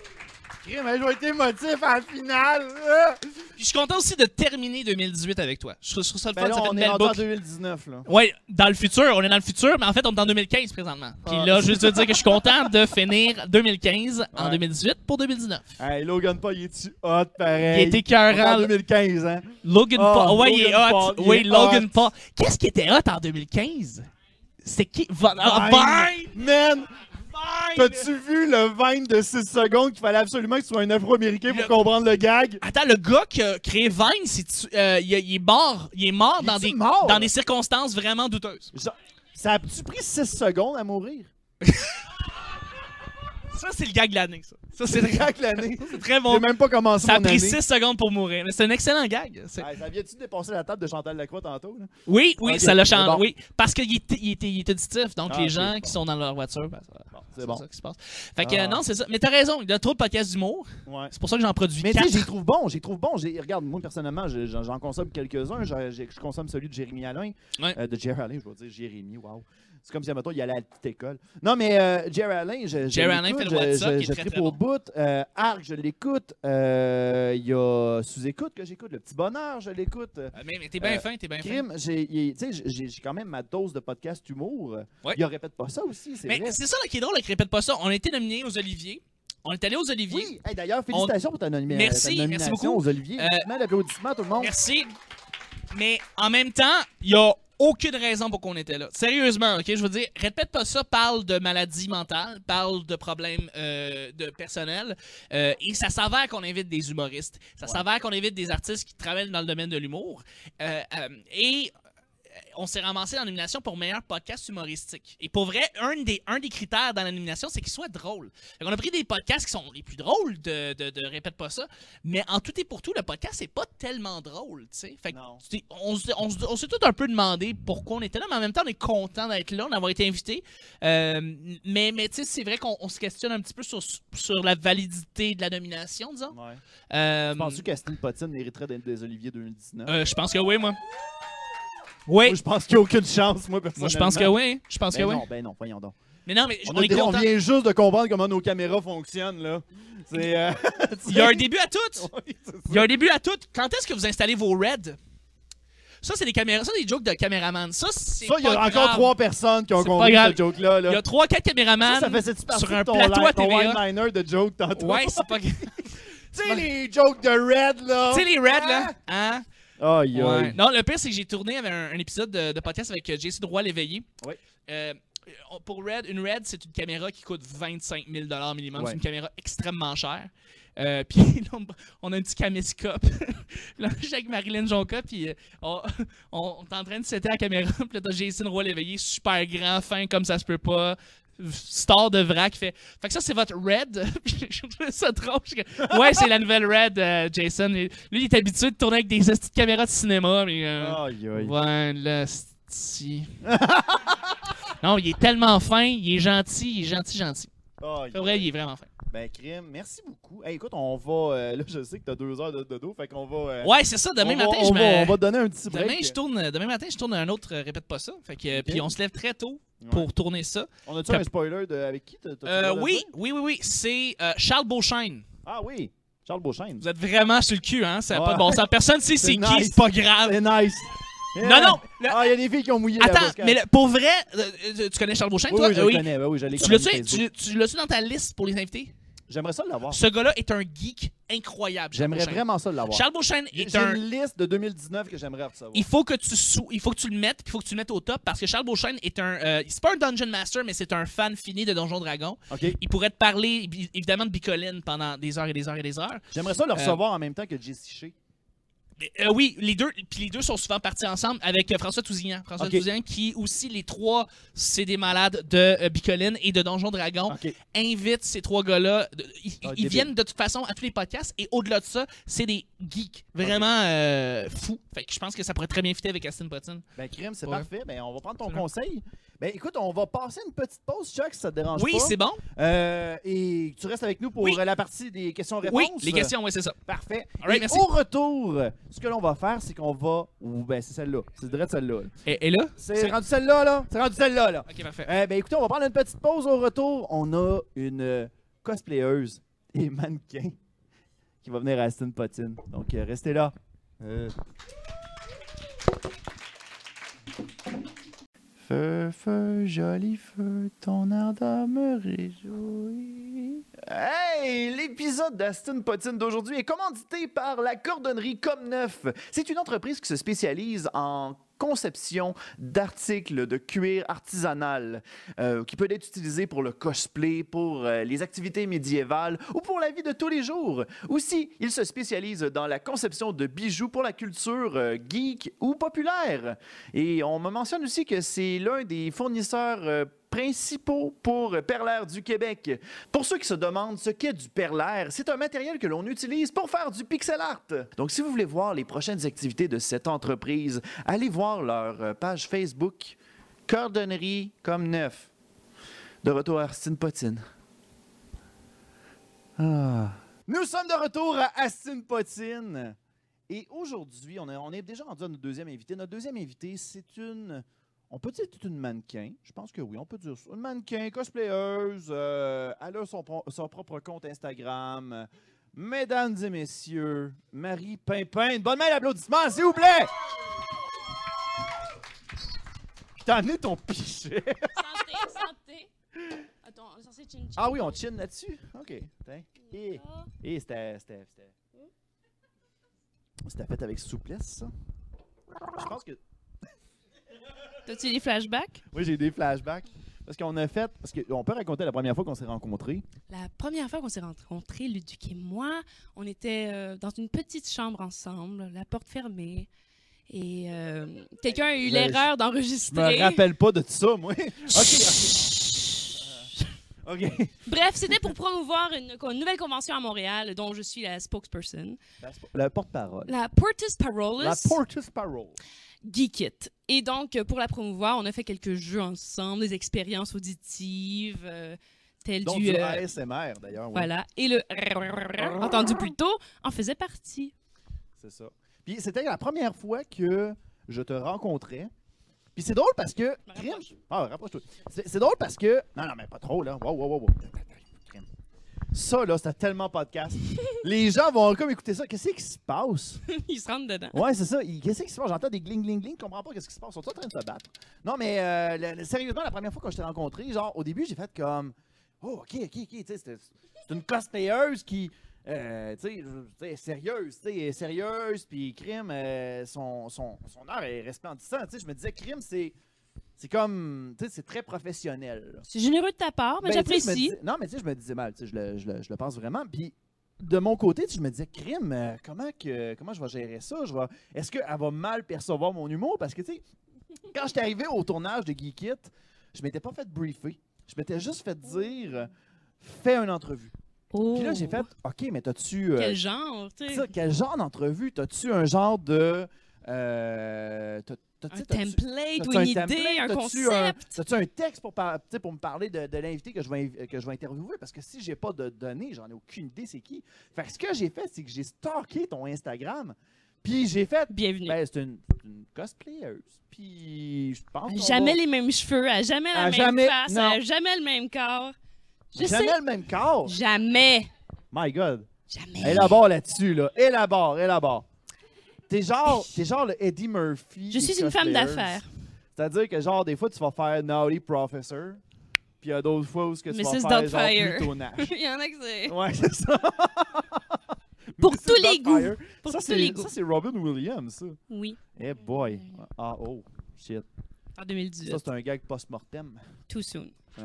[SPEAKER 3] Mais je vais être émotif à la finale. Ah!
[SPEAKER 2] Puis je suis content aussi de terminer 2018 avec toi. Je trouve, je trouve ça le
[SPEAKER 1] Ben
[SPEAKER 2] fun,
[SPEAKER 1] là,
[SPEAKER 2] ça fait
[SPEAKER 1] on
[SPEAKER 2] une
[SPEAKER 1] est
[SPEAKER 2] belle
[SPEAKER 1] rendu en
[SPEAKER 2] boucle.
[SPEAKER 1] 2019, là.
[SPEAKER 2] Ouais, dans le futur, on est dans le futur, mais en fait, on est en 2015 présentement. Puis
[SPEAKER 1] Ah.
[SPEAKER 2] là, je veux juste dire que je suis content de finir 2015 en
[SPEAKER 1] Ouais.
[SPEAKER 2] 2018 pour 2019.
[SPEAKER 1] Hey, Logan Paul, il est-tu hot,
[SPEAKER 2] Il
[SPEAKER 1] pareil?
[SPEAKER 2] était
[SPEAKER 1] On est en
[SPEAKER 2] écœurant.
[SPEAKER 1] 2015, hein?
[SPEAKER 2] Logan
[SPEAKER 1] Ah,
[SPEAKER 2] Paul. Ouais, il est
[SPEAKER 1] Logan
[SPEAKER 2] hot.
[SPEAKER 1] Paul, il
[SPEAKER 2] oui,
[SPEAKER 1] est
[SPEAKER 2] Logan
[SPEAKER 1] hot.
[SPEAKER 2] Paul. Qu'est-ce qui était hot en 2015? C'est qui? Von- ah, Vine!
[SPEAKER 1] Man,
[SPEAKER 2] Vine!
[SPEAKER 1] t'as-tu vu le Vine de 6 secondes qu'il fallait absolument que tu sois un afro-américain pour
[SPEAKER 2] Le-
[SPEAKER 1] comprendre le gag?
[SPEAKER 2] Attends, le gars qui a créé Vine, c'est tu- euh, il, a- il est mort. Il est mort,
[SPEAKER 1] Il
[SPEAKER 2] dans,
[SPEAKER 1] est-tu
[SPEAKER 2] des,
[SPEAKER 1] mort?
[SPEAKER 2] dans des circonstances vraiment douteuses.
[SPEAKER 1] Genre, ça a-tu pris 6 secondes à mourir?
[SPEAKER 2] Ça, c'est le gag de l'année, ça. Ça, c'est
[SPEAKER 1] C'est le gag de l'année.
[SPEAKER 2] très bon.
[SPEAKER 1] J'ai même pas commencé
[SPEAKER 2] Ça a
[SPEAKER 1] mon
[SPEAKER 2] pris
[SPEAKER 1] année.
[SPEAKER 2] 6 secondes pour mourir. Mais c'est un excellent gag. C'est-
[SPEAKER 1] Hey, ça vient-tu de dépasser la table de Chantal Lacroix tantôt? Là?
[SPEAKER 2] Oui, oui,
[SPEAKER 1] Ok,
[SPEAKER 2] ça l'a
[SPEAKER 1] c'est
[SPEAKER 2] changé.
[SPEAKER 1] bon.
[SPEAKER 2] Oui, parce qu'il était, il était, il était auditif. Donc,
[SPEAKER 1] Ah,
[SPEAKER 2] les
[SPEAKER 1] ok,
[SPEAKER 2] gens
[SPEAKER 1] bon.
[SPEAKER 2] qui sont dans leur voiture, ben, ça-
[SPEAKER 1] C'est bon.
[SPEAKER 2] ça qui se passe. Fait que,
[SPEAKER 1] Ah.
[SPEAKER 2] euh, non, c'est ça. Mais t'as raison, il y a trop de podcasts d'humour.
[SPEAKER 1] Ouais.
[SPEAKER 2] C'est pour ça que j'en produis
[SPEAKER 1] Mais tu
[SPEAKER 2] quatre.
[SPEAKER 1] sais, j'y trouve bon, j'y trouve bon. J'ai- Regarde, moi personnellement, je- j'en j'en consomme quelques-uns. Je, je- je consomme celui de Jérémy Alain.
[SPEAKER 2] Ouais.
[SPEAKER 1] Euh, de Jerry Alain, je vais dire Jérémy, wow. C'est comme si, à il allait à la petite école. Non, mais euh, Jerry Alain, je, je
[SPEAKER 2] Jerry Alain
[SPEAKER 1] l'écoute,
[SPEAKER 2] fait le WhatsApp,
[SPEAKER 1] je,
[SPEAKER 2] il est
[SPEAKER 1] je, je
[SPEAKER 2] très,
[SPEAKER 1] trippe
[SPEAKER 2] très
[SPEAKER 1] au
[SPEAKER 2] bon.
[SPEAKER 1] bout. Euh, Arc, je l'écoute. Euh, Il y a Sous-écoute que j'écoute. Le Petit Bonheur, je l'écoute.
[SPEAKER 2] Ah, Mais, mais t'es bien
[SPEAKER 1] Euh,
[SPEAKER 2] fin, t'es bien fin.
[SPEAKER 1] Crime, j'ai il- tu sais, j'ai- j'ai quand même ma dose de podcast humour.
[SPEAKER 2] Ouais.
[SPEAKER 1] Il répète pas ça aussi, c'est
[SPEAKER 2] Mais
[SPEAKER 1] vrai.
[SPEAKER 2] c'est ça là, qui est drôle, là, que répète pas ça. On a été nominés aux Oliviers. On est allé aux Oliviers.
[SPEAKER 1] Oui, Hey, d'ailleurs, félicitations pour ta, nomina-
[SPEAKER 2] Merci,
[SPEAKER 1] ta
[SPEAKER 2] merci
[SPEAKER 1] nomination
[SPEAKER 2] beaucoup.
[SPEAKER 1] aux Olivier.
[SPEAKER 2] Euh,
[SPEAKER 1] Maintenant, l'applaudissement à tout le monde.
[SPEAKER 2] Merci. Mais en même temps, il n'y a aucune raison pour qu'on était là. Sérieusement, ok, je veux dire, répète pas ça, parle de maladies mentales, parle de problèmes euh, de personnel. euh, et ça s'avère qu'on invite des humoristes. Ça s'avère qu'on invite des artistes qui travaillent dans le domaine de l'humour. Euh, euh, et on s'est ramassé dans la nomination pour meilleur podcast humoristique. Et pour vrai, un des, un des critères dans la nomination, c'est qu'il soit drôle. on a pris des podcasts qui sont les plus drôles de, de, de Répète pas ça, mais en tout et pour tout, le podcast, c'est pas tellement drôle, tu sais. Fait que
[SPEAKER 1] Non.
[SPEAKER 2] tu sais, on, se- on se- on s'est tout un peu demandé pourquoi on était là, mais en même temps, on est content d'être là, d'avoir été invité. Euh, mais mais tu sais, c'est vrai qu'on on se questionne un petit peu sur, sur la validité de la nomination, disons.
[SPEAKER 1] Ouais.
[SPEAKER 2] Euh,
[SPEAKER 1] Penses-tu qu'Astine Potine mériterait d'être des Olivier 2019?
[SPEAKER 2] euh, je pense que oui, moi. Oui,
[SPEAKER 1] Moi, je pense qu'il n'y a aucune chance, moi, personnellement.
[SPEAKER 2] moi je pense que oui. Je pense
[SPEAKER 1] Ben
[SPEAKER 2] que oui.
[SPEAKER 1] non, ben non, voyons donc.
[SPEAKER 2] Mais non, mais
[SPEAKER 1] On,
[SPEAKER 2] on, est
[SPEAKER 1] a- on
[SPEAKER 2] content.
[SPEAKER 1] vient juste de comprendre comment nos caméras fonctionnent, là. C'est... euh, tu
[SPEAKER 2] Il y a un
[SPEAKER 1] sais,
[SPEAKER 2] début à tout.
[SPEAKER 1] oui, c'est ça.
[SPEAKER 2] Il y a un début à tout. Quand est-ce que vous installez vos reds? Ça, c'est des caméras. Ça, des jokes de caméraman. Ça, c'est.
[SPEAKER 1] Ça, il y a
[SPEAKER 2] pas
[SPEAKER 1] encore
[SPEAKER 2] grave.
[SPEAKER 1] trois personnes qui ont
[SPEAKER 2] C'est pas
[SPEAKER 1] compris
[SPEAKER 2] grave.
[SPEAKER 1] ce joke-là.
[SPEAKER 2] Il y
[SPEAKER 1] Là.
[SPEAKER 2] a trois, quatre
[SPEAKER 1] Ça,
[SPEAKER 2] caméramans.
[SPEAKER 1] ça faisait-tu partie
[SPEAKER 2] sur un
[SPEAKER 1] de ton,
[SPEAKER 2] plateau
[SPEAKER 1] line-
[SPEAKER 2] à
[SPEAKER 1] ton
[SPEAKER 2] TVA?
[SPEAKER 1] one-liner de joke tantôt?
[SPEAKER 2] Ouais, c'est pas grave.
[SPEAKER 1] Tu sais, les jokes de Red, là!
[SPEAKER 2] tu sais, les reds, là.
[SPEAKER 1] Ah!
[SPEAKER 2] Hein?
[SPEAKER 1] Aïe,
[SPEAKER 2] Ouais.
[SPEAKER 1] aïe.
[SPEAKER 2] Non, le pire, c'est que j'ai tourné avec un, un épisode de, de podcast avec euh, JC Droit l'éveillé.
[SPEAKER 1] Oui.
[SPEAKER 2] Euh, on- pour Red, une Red, c'est une caméra qui coûte 25 000 minimum.
[SPEAKER 1] Ouais.
[SPEAKER 2] C'est une caméra extrêmement chère. Euh, puis là, on- on a un petit caméscope. là, je suis avec Marilyn Jonca, puis euh, on, on- on est en train de setter la caméra. Puis là, t'as Jason Roy l'éveillé, super grand, fin, comme ça se peut pas. Star de vrac fait. Fait que ça, c'est votre Red. Puis je trouvais ça drôle. Je suis comme, ouais, c'est la nouvelle Red, euh, Jason. Et lui, il est habitué de tourner avec des hosties de caméras de cinéma. Mais, euh,
[SPEAKER 1] Aïe, aïe.
[SPEAKER 2] Ouais, là, c'est- Non, il est tellement fin, il est gentil, il est gentil, gentil.
[SPEAKER 1] Aïe,
[SPEAKER 2] C'est vrai,
[SPEAKER 1] aïe.
[SPEAKER 2] il est vraiment fin.
[SPEAKER 1] Ben, Crime, merci beaucoup. Hey, écoute, on va... euh, là, je sais que t'as deux heures de dodo, fait qu'on va... euh,
[SPEAKER 2] Ouais, c'est ça, demain
[SPEAKER 1] on va-
[SPEAKER 2] matin,
[SPEAKER 1] on
[SPEAKER 2] je
[SPEAKER 1] va-
[SPEAKER 2] me-
[SPEAKER 1] On va te donner un petit break.
[SPEAKER 2] Demain, je tourne, demain matin, je tourne un autre euh, Répète pas ça. Fait que, euh,
[SPEAKER 1] Ok.
[SPEAKER 2] Puis on se lève très tôt
[SPEAKER 1] Ouais.
[SPEAKER 2] pour tourner ça.
[SPEAKER 1] On a-tu
[SPEAKER 2] Cap-
[SPEAKER 1] un spoiler de, avec qui? T'as- t'as-tu
[SPEAKER 2] Euh,
[SPEAKER 1] le droit de
[SPEAKER 2] oui,
[SPEAKER 1] dire?
[SPEAKER 2] oui, oui, oui, c'est euh, Charles Beauchesne.
[SPEAKER 1] Ah oui, Charles Beauchesne.
[SPEAKER 2] Vous êtes vraiment sur le cul, hein? Ça a
[SPEAKER 1] Ouais.
[SPEAKER 2] pas de bon sens. Personne sait
[SPEAKER 1] C'est
[SPEAKER 2] c'est qui,
[SPEAKER 1] nice.
[SPEAKER 2] c'est pas grave.
[SPEAKER 1] C'est nice.
[SPEAKER 2] Non, non! le-
[SPEAKER 1] Ah, il y a des filles qui ont mouillé la
[SPEAKER 2] Attends,
[SPEAKER 1] Bosca.
[SPEAKER 2] mais le- pour vrai, euh, euh, tu connais Charles Beauchesne,
[SPEAKER 1] oui,
[SPEAKER 2] toi?
[SPEAKER 1] oui, je le
[SPEAKER 2] Euh,
[SPEAKER 1] connais. Ben oui, je l'ai
[SPEAKER 2] Tu
[SPEAKER 1] connu
[SPEAKER 2] l'as-tu
[SPEAKER 1] Facebook.
[SPEAKER 2] tu- tu l'as-tu dans ta liste pour les invités?
[SPEAKER 1] J'aimerais ça l'avoir.
[SPEAKER 2] Ce gars-là est un geek incroyable. Charles
[SPEAKER 1] J'aimerais
[SPEAKER 2] Beauchesne.
[SPEAKER 1] vraiment ça l'avoir.
[SPEAKER 2] Charles Beauchesne
[SPEAKER 1] J'ai
[SPEAKER 2] est
[SPEAKER 1] j'ai
[SPEAKER 2] un.
[SPEAKER 1] une liste de 2019 que j'aimerais recevoir.
[SPEAKER 2] Il faut que tu sou- il faut que tu le mettes, puis il faut que tu le mettes au top parce que Charles Beauchesne est un euh, c'est pas un dungeon master mais c'est un fan fini de Donjon Dragon.
[SPEAKER 1] OK.
[SPEAKER 2] Il pourrait te parler bi- évidemment de Bicoline pendant des heures et des heures et des heures.
[SPEAKER 1] J'aimerais ça le recevoir en même temps que Jesse Shea.
[SPEAKER 2] Euh, oui, les deux, puis les deux sont souvent partis ensemble avec euh, François Tousignan. François
[SPEAKER 1] Ok.
[SPEAKER 2] Tousignan, qui aussi, les trois, c'est des malades de euh, Bicoline et de Donjon Dragon,
[SPEAKER 1] Ok.
[SPEAKER 2] invite ces trois gars-là. de- Ils,
[SPEAKER 1] Ah,
[SPEAKER 2] ils
[SPEAKER 1] débile.
[SPEAKER 2] viennent de toute façon à tous les podcasts et au-delà de ça, c'est des geeks vraiment euh, fous. Fait que je pense que ça pourrait très bien fitter avec Aston Pottin.
[SPEAKER 1] Ben, crime, c'est
[SPEAKER 2] Ouais.
[SPEAKER 1] parfait. Ben, on va prendre ton
[SPEAKER 2] Absolument.
[SPEAKER 1] conseil. Ben, écoute, on va passer une petite pause, Chuck, si ça te dérange
[SPEAKER 2] Oui,
[SPEAKER 1] pas.
[SPEAKER 2] c'est bon.
[SPEAKER 1] Euh, et tu restes avec nous pour
[SPEAKER 2] Oui.
[SPEAKER 1] euh, la partie des questions-réponses.
[SPEAKER 2] Oui, les questions, oui, c'est ça.
[SPEAKER 1] Parfait.
[SPEAKER 2] All right,
[SPEAKER 1] Et
[SPEAKER 2] merci.
[SPEAKER 1] Au retour, ce que l'on va faire, c'est qu'on va. Ou ben, c'est celle-là. C'est direct celle-là.
[SPEAKER 2] Et, et là?
[SPEAKER 1] C'est rendu celle-là, là. C'est rendu celle-là, là.
[SPEAKER 2] Ok, parfait.
[SPEAKER 1] Euh, ben, écoutez, on va prendre une petite pause au retour. On a une euh, cosplayeuse et mannequin qui va venir à Aston Potine. Donc, euh, restez là. Euh,
[SPEAKER 3] Feu, feu, joli feu, ton ardeur me réjouit.
[SPEAKER 1] Hey! L'épisode d'Aston Potine d'aujourd'hui est commandité par la Cordonnerie Comme Neuf. C'est une entreprise qui se spécialise en conception d'articles de cuir artisanal euh, qui peut être utilisé pour le cosplay, pour euh, les activités médiévales ou pour la vie de tous les jours. Aussi, il se spécialise dans la conception de bijoux pour la culture euh, geek ou populaire. Et on me mentionne aussi que c'est l'un des fournisseurs euh, principaux pour Perlaire du Québec. Pour ceux qui se demandent ce qu'est du perlaire, c'est un matériel que l'on utilise pour faire du pixel art. Donc, si vous voulez voir les prochaines activités de cette entreprise, allez voir leur euh, page Facebook Cordonnerie comme neuf. De retour à Astine Potine. Ah. Nous sommes de retour à Astine Potine. Et aujourd'hui, on, est- on est déjà rendu à notre deuxième invité. Notre deuxième invité, c'est une. On peut dire que c'est une mannequin. Je pense que oui, on peut dire ça. Une mannequin, cosplayeuse. euh, elle a son, pro- son propre compte Instagram. Euh, Mesdames et messieurs, Marie Pimpin. Une bonne main d'applaudissements, s'il vous plaît! Je t'ai amené ton pichet.
[SPEAKER 4] Santé, santé. Attends, on est censé chin chin.
[SPEAKER 1] Ah oui, on chine là-dessus? OK. Tiens. Eh,
[SPEAKER 4] Ah,
[SPEAKER 1] eh, c'était... C'était c'était- c'était fait avec souplesse, ça. Je pense que...
[SPEAKER 4] T'as-tu des flashbacks?
[SPEAKER 1] Oui, j'ai des flashbacks. Parce qu'on a fait... Parce qu'on peut raconter la première fois qu'on s'est rencontrés.
[SPEAKER 4] La première fois qu'on s'est rencontrés, Luduc et moi, on était euh, dans une petite chambre ensemble, la porte fermée. Et euh, quelqu'un a eu
[SPEAKER 1] Ben,
[SPEAKER 4] l'erreur
[SPEAKER 1] Je me
[SPEAKER 4] d'enregistrer.
[SPEAKER 1] rappelle pas de tout ça, moi. OK. OK. OK.
[SPEAKER 4] Bref, c'était pour promouvoir une, co- une nouvelle convention à Montréal, dont je suis la spokesperson.
[SPEAKER 1] La porte-parole.
[SPEAKER 4] La Portus Parolus.
[SPEAKER 1] La Portus Parole.
[SPEAKER 4] Geek It. Et donc, euh, pour la promouvoir, on a fait quelques jeux ensemble, des expériences auditives, euh, telles
[SPEAKER 1] Donc,
[SPEAKER 4] du...
[SPEAKER 1] du
[SPEAKER 4] euh,
[SPEAKER 1] ASMR, d'ailleurs. oui.
[SPEAKER 4] Voilà. Et le entendu plus tôt en faisait partie.
[SPEAKER 1] C'est ça. Puis c'était la première fois que je te rencontrais. Puis c'est drôle parce que.
[SPEAKER 4] Je me
[SPEAKER 1] Crime.
[SPEAKER 4] rapproche.
[SPEAKER 1] Ah, rapproche-toi. C'est c'est drôle parce que. Non, non, mais pas trop, là. Wow, wow, wow, wow. Crime. Ça, là, c'était tellement podcast. Les gens vont comme écouter ça. Qu'est-ce qui se passe?
[SPEAKER 4] Ils se rentrent dedans.
[SPEAKER 1] Ouais, c'est ça. Il- Qu'est-ce qui se passe? J'entends des gling, gling, gling. Je comprends pas qu'est-ce qui se passe. Ils sont en train de se battre. Non, mais euh, le- le- sérieusement, la première fois que je t'ai rencontré, genre, au début, j'ai fait comme. Oh, ok, ok, ok. Tu sais, c'était- c'est une cosplayeuse qui. euh, tu sais, je- tu sais, sérieuse, tu sais, elle est sérieuse, puis crime, euh, son, son, son art est resplendissant. Tu sais, je me disais, crime, c'est. C'est comme. Tu sais, c'est très professionnel. là.
[SPEAKER 4] C'est généreux de ta part, mais
[SPEAKER 1] Ben, tu sais, je me
[SPEAKER 4] j'apprécie.
[SPEAKER 1] disais- Non, mais tu sais, je me disais mal, tu sais, je le, je le- je le pense vraiment. Puis de mon côté, tu sais, je me disais, crime, euh, comment, que, comment je vais gérer ça? Je vais- Est-ce qu'elle va mal percevoir mon humour? Parce que, tu sais, quand je suis arrivé au tournage de Geek It, je m'étais pas fait briefer. Je m'étais juste fait dire, euh, fais une entrevue.
[SPEAKER 4] Oh.
[SPEAKER 1] Puis là, j'ai fait, OK, mais t'as-tu. euh,
[SPEAKER 4] Quel genre, tu sais.
[SPEAKER 1] ça, quel genre d'entrevue? T'as-tu un genre de. euh, t'as- t'as- tu
[SPEAKER 4] Un
[SPEAKER 1] sais, t'as-tu-
[SPEAKER 4] template ou
[SPEAKER 1] T'as-tu
[SPEAKER 4] une idée,
[SPEAKER 1] template?
[SPEAKER 4] un
[SPEAKER 1] T'as-tu un-
[SPEAKER 4] concept.
[SPEAKER 1] T'as-tu un texte pour, par- tu sais, pour me parler de, de l'invité que je vais inv- que je vais interviewer? Parce que si j'ai pas de données, j'en ai aucune idée c'est qui. Fait que ce que j'ai fait, c'est que j'ai stalké ton Instagram, puis j'ai fait.
[SPEAKER 4] Bienvenue.
[SPEAKER 1] Ben, c'est une, une cosplayeuse. Puis je pense.
[SPEAKER 4] À
[SPEAKER 1] qu'on
[SPEAKER 4] Ah, jamais
[SPEAKER 1] va-
[SPEAKER 4] les mêmes cheveux, à jamais la
[SPEAKER 1] À
[SPEAKER 4] même
[SPEAKER 1] jamais-
[SPEAKER 4] face,
[SPEAKER 1] non.
[SPEAKER 4] à jamais le même corps. Je
[SPEAKER 1] Jamais
[SPEAKER 4] sais.
[SPEAKER 1] le même corps.
[SPEAKER 4] Jamais.
[SPEAKER 1] My God.
[SPEAKER 4] Jamais.
[SPEAKER 1] Élabore là-dessus, là. Élabore, élabore. T'es genre, t'es genre le Eddie Murphy.
[SPEAKER 4] Je
[SPEAKER 1] des
[SPEAKER 4] suis une femme
[SPEAKER 1] cosplayers.
[SPEAKER 4] d'affaires.
[SPEAKER 1] C'est-à-dire que genre des fois tu vas faire Naughty Professor, puis il y a d'autres fois où ce que tu vas faire
[SPEAKER 4] Mrs.
[SPEAKER 1] genre
[SPEAKER 4] Doubtfire.
[SPEAKER 1] Plutonage.
[SPEAKER 4] Il y en a que c'est.
[SPEAKER 1] Ouais, c'est ça.
[SPEAKER 4] Pour
[SPEAKER 1] Mrs.
[SPEAKER 4] tous les
[SPEAKER 1] Doubtfire.
[SPEAKER 4] Pour
[SPEAKER 1] ça,
[SPEAKER 4] tous
[SPEAKER 1] c'est-
[SPEAKER 4] les goûts.
[SPEAKER 1] Ça, c'est Robin Williams, ça.
[SPEAKER 4] Oui,
[SPEAKER 1] Eh boy. Ah, oh. Shit.
[SPEAKER 4] en
[SPEAKER 1] Ça,
[SPEAKER 4] 2018.
[SPEAKER 1] c'est un gag post-mortem.
[SPEAKER 4] Too soon.
[SPEAKER 1] Ouais.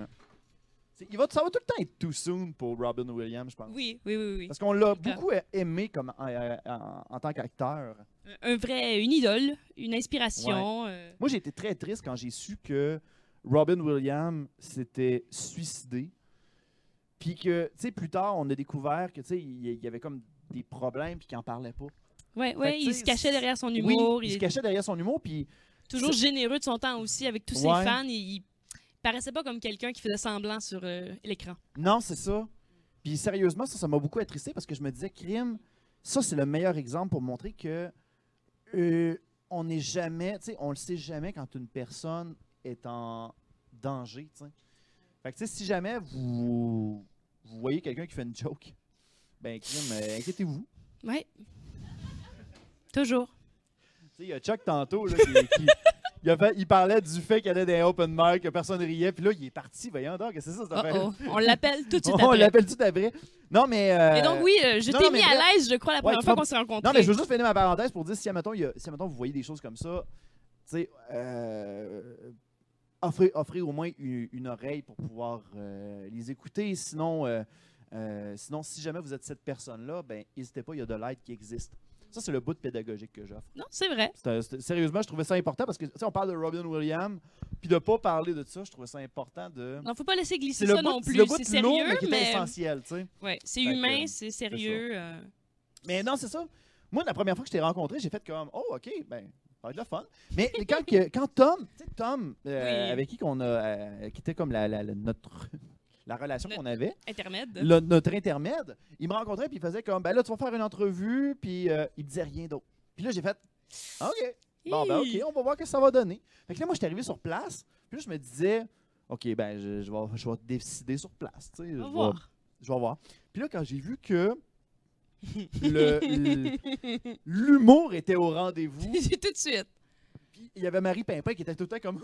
[SPEAKER 1] C'est- Il va, ça va tout le temps être too soon pour Robin Williams, je pense.
[SPEAKER 4] Oui, oui, oui, oui.
[SPEAKER 1] Ah. Parce qu'on l'a
[SPEAKER 4] Totalement.
[SPEAKER 1] beaucoup aimé comme, en, en- en tant qu'acteur.
[SPEAKER 4] Un vrai, une idole, une inspiration. euh,
[SPEAKER 1] Moi, j'ai été très triste quand j'ai su que Robin Williams s'était suicidé. Puis que, tu sais, plus tard, on a découvert que, tu sais, il il y avait comme des problèmes puis qu'il en parlait pas.
[SPEAKER 4] Ouais,
[SPEAKER 1] que,
[SPEAKER 4] ouais,
[SPEAKER 1] tu
[SPEAKER 4] il
[SPEAKER 1] sais,
[SPEAKER 4] se cachait
[SPEAKER 1] c'est-
[SPEAKER 4] derrière son humour.
[SPEAKER 1] oui, il,
[SPEAKER 4] il
[SPEAKER 1] se
[SPEAKER 4] était
[SPEAKER 1] cachait derrière son humour puis
[SPEAKER 4] toujours généreux de son temps aussi avec tous
[SPEAKER 1] Ouais.
[SPEAKER 4] ses fans. Il, il paraissait pas comme quelqu'un qui faisait semblant sur euh, l'écran.
[SPEAKER 1] non, c'est ça. Puis sérieusement, ça ça m'a beaucoup attristé parce que je me disais crime, ça c'est le meilleur exemple pour montrer que euh, on n'est jamais, tu sais, on le sait jamais quand une personne est en danger, tu sais. Fait que tu sais, si jamais vous, vous voyez quelqu'un qui fait une joke, ben crime, euh, inquiétez-vous.
[SPEAKER 4] Ouais. toujours.
[SPEAKER 1] Tu sais, il y a Chuck tantôt, là, qui, qui- il, a fait- il parlait du fait qu'il allait dans les open mic, que personne riait, puis là, il est parti, voyons donc, qu'est-ce que c'est ça, cette
[SPEAKER 4] Oh,
[SPEAKER 1] affaire?
[SPEAKER 4] oh. On l'appelle tout de suite
[SPEAKER 1] On
[SPEAKER 4] après.
[SPEAKER 1] l'appelle tout après. Non, mais. euh,
[SPEAKER 4] Et donc oui, euh, je
[SPEAKER 1] non,
[SPEAKER 4] t'ai
[SPEAKER 1] non, mais
[SPEAKER 4] mis à
[SPEAKER 1] bref.
[SPEAKER 4] l'aise, je crois, la première
[SPEAKER 1] tu
[SPEAKER 4] fois
[SPEAKER 1] vas-
[SPEAKER 4] qu'on s'est rencontrés.
[SPEAKER 1] Non, mais je veux juste finir ma parenthèse pour dire si, admettons, il y a- si, admettons vous voyez des choses comme ça, tu sais, euh, offrez, offrez au moins une, une oreille pour pouvoir euh, les écouter. Sinon, euh, euh, sinon, si jamais vous êtes cette personne-là, ben n'hésitez pas, il y a de l'aide qui existe. Ça, c'est le bout de pédagogique que j'offre.
[SPEAKER 4] Non, c'est vrai.
[SPEAKER 1] C'est un- c'est- Sérieusement, je trouvais ça important parce que, tu sais, on parle de Robin Williams, puis de pas parler de ça, je trouvais ça important de.
[SPEAKER 4] Non, faut pas laisser glisser
[SPEAKER 1] C'est le
[SPEAKER 4] ça
[SPEAKER 1] bout,
[SPEAKER 4] non
[SPEAKER 1] c'est
[SPEAKER 4] plus.
[SPEAKER 1] le bout
[SPEAKER 4] C'est
[SPEAKER 1] lourd,
[SPEAKER 4] sérieux,
[SPEAKER 1] mais qui est
[SPEAKER 4] mais euh,
[SPEAKER 1] essentiel, tu sais.
[SPEAKER 4] ouais, c'est
[SPEAKER 1] Fait que,
[SPEAKER 4] humain, c'est sérieux. euh,
[SPEAKER 1] Mais non, c'est ça. Moi, la première fois que je t'ai rencontré, j'ai fait comme Oh, OK, ben, ça va être le fun. Mais quand, que- quand Tom, tu sais, Tom, euh,
[SPEAKER 4] Oui.
[SPEAKER 1] avec qui qu'on a. euh, qui était comme la, la- la- notre. La relation
[SPEAKER 4] Notre-
[SPEAKER 1] qu'on avait,
[SPEAKER 4] intermède.
[SPEAKER 1] le- notre intermède, il me rencontrait puis il faisait comme ben là tu vas faire une entrevue puis euh, il me disait rien d'autre. Puis là j'ai fait ok bon ben ok
[SPEAKER 4] Hi.
[SPEAKER 1] on va voir ce que ça va donner. Fait que là moi je suis arrivé sur place puis là je me disais ok ben je, je vais je vais décider sur place tu sais je
[SPEAKER 4] Au
[SPEAKER 1] vais-
[SPEAKER 4] revoir.
[SPEAKER 1] je vais voir. Puis là, quand j'ai vu que le- le- l'humour était au rendez-vous,
[SPEAKER 4] C'est tout de suite.
[SPEAKER 1] puis il y avait Marie Pimpin qui était tout le temps comme.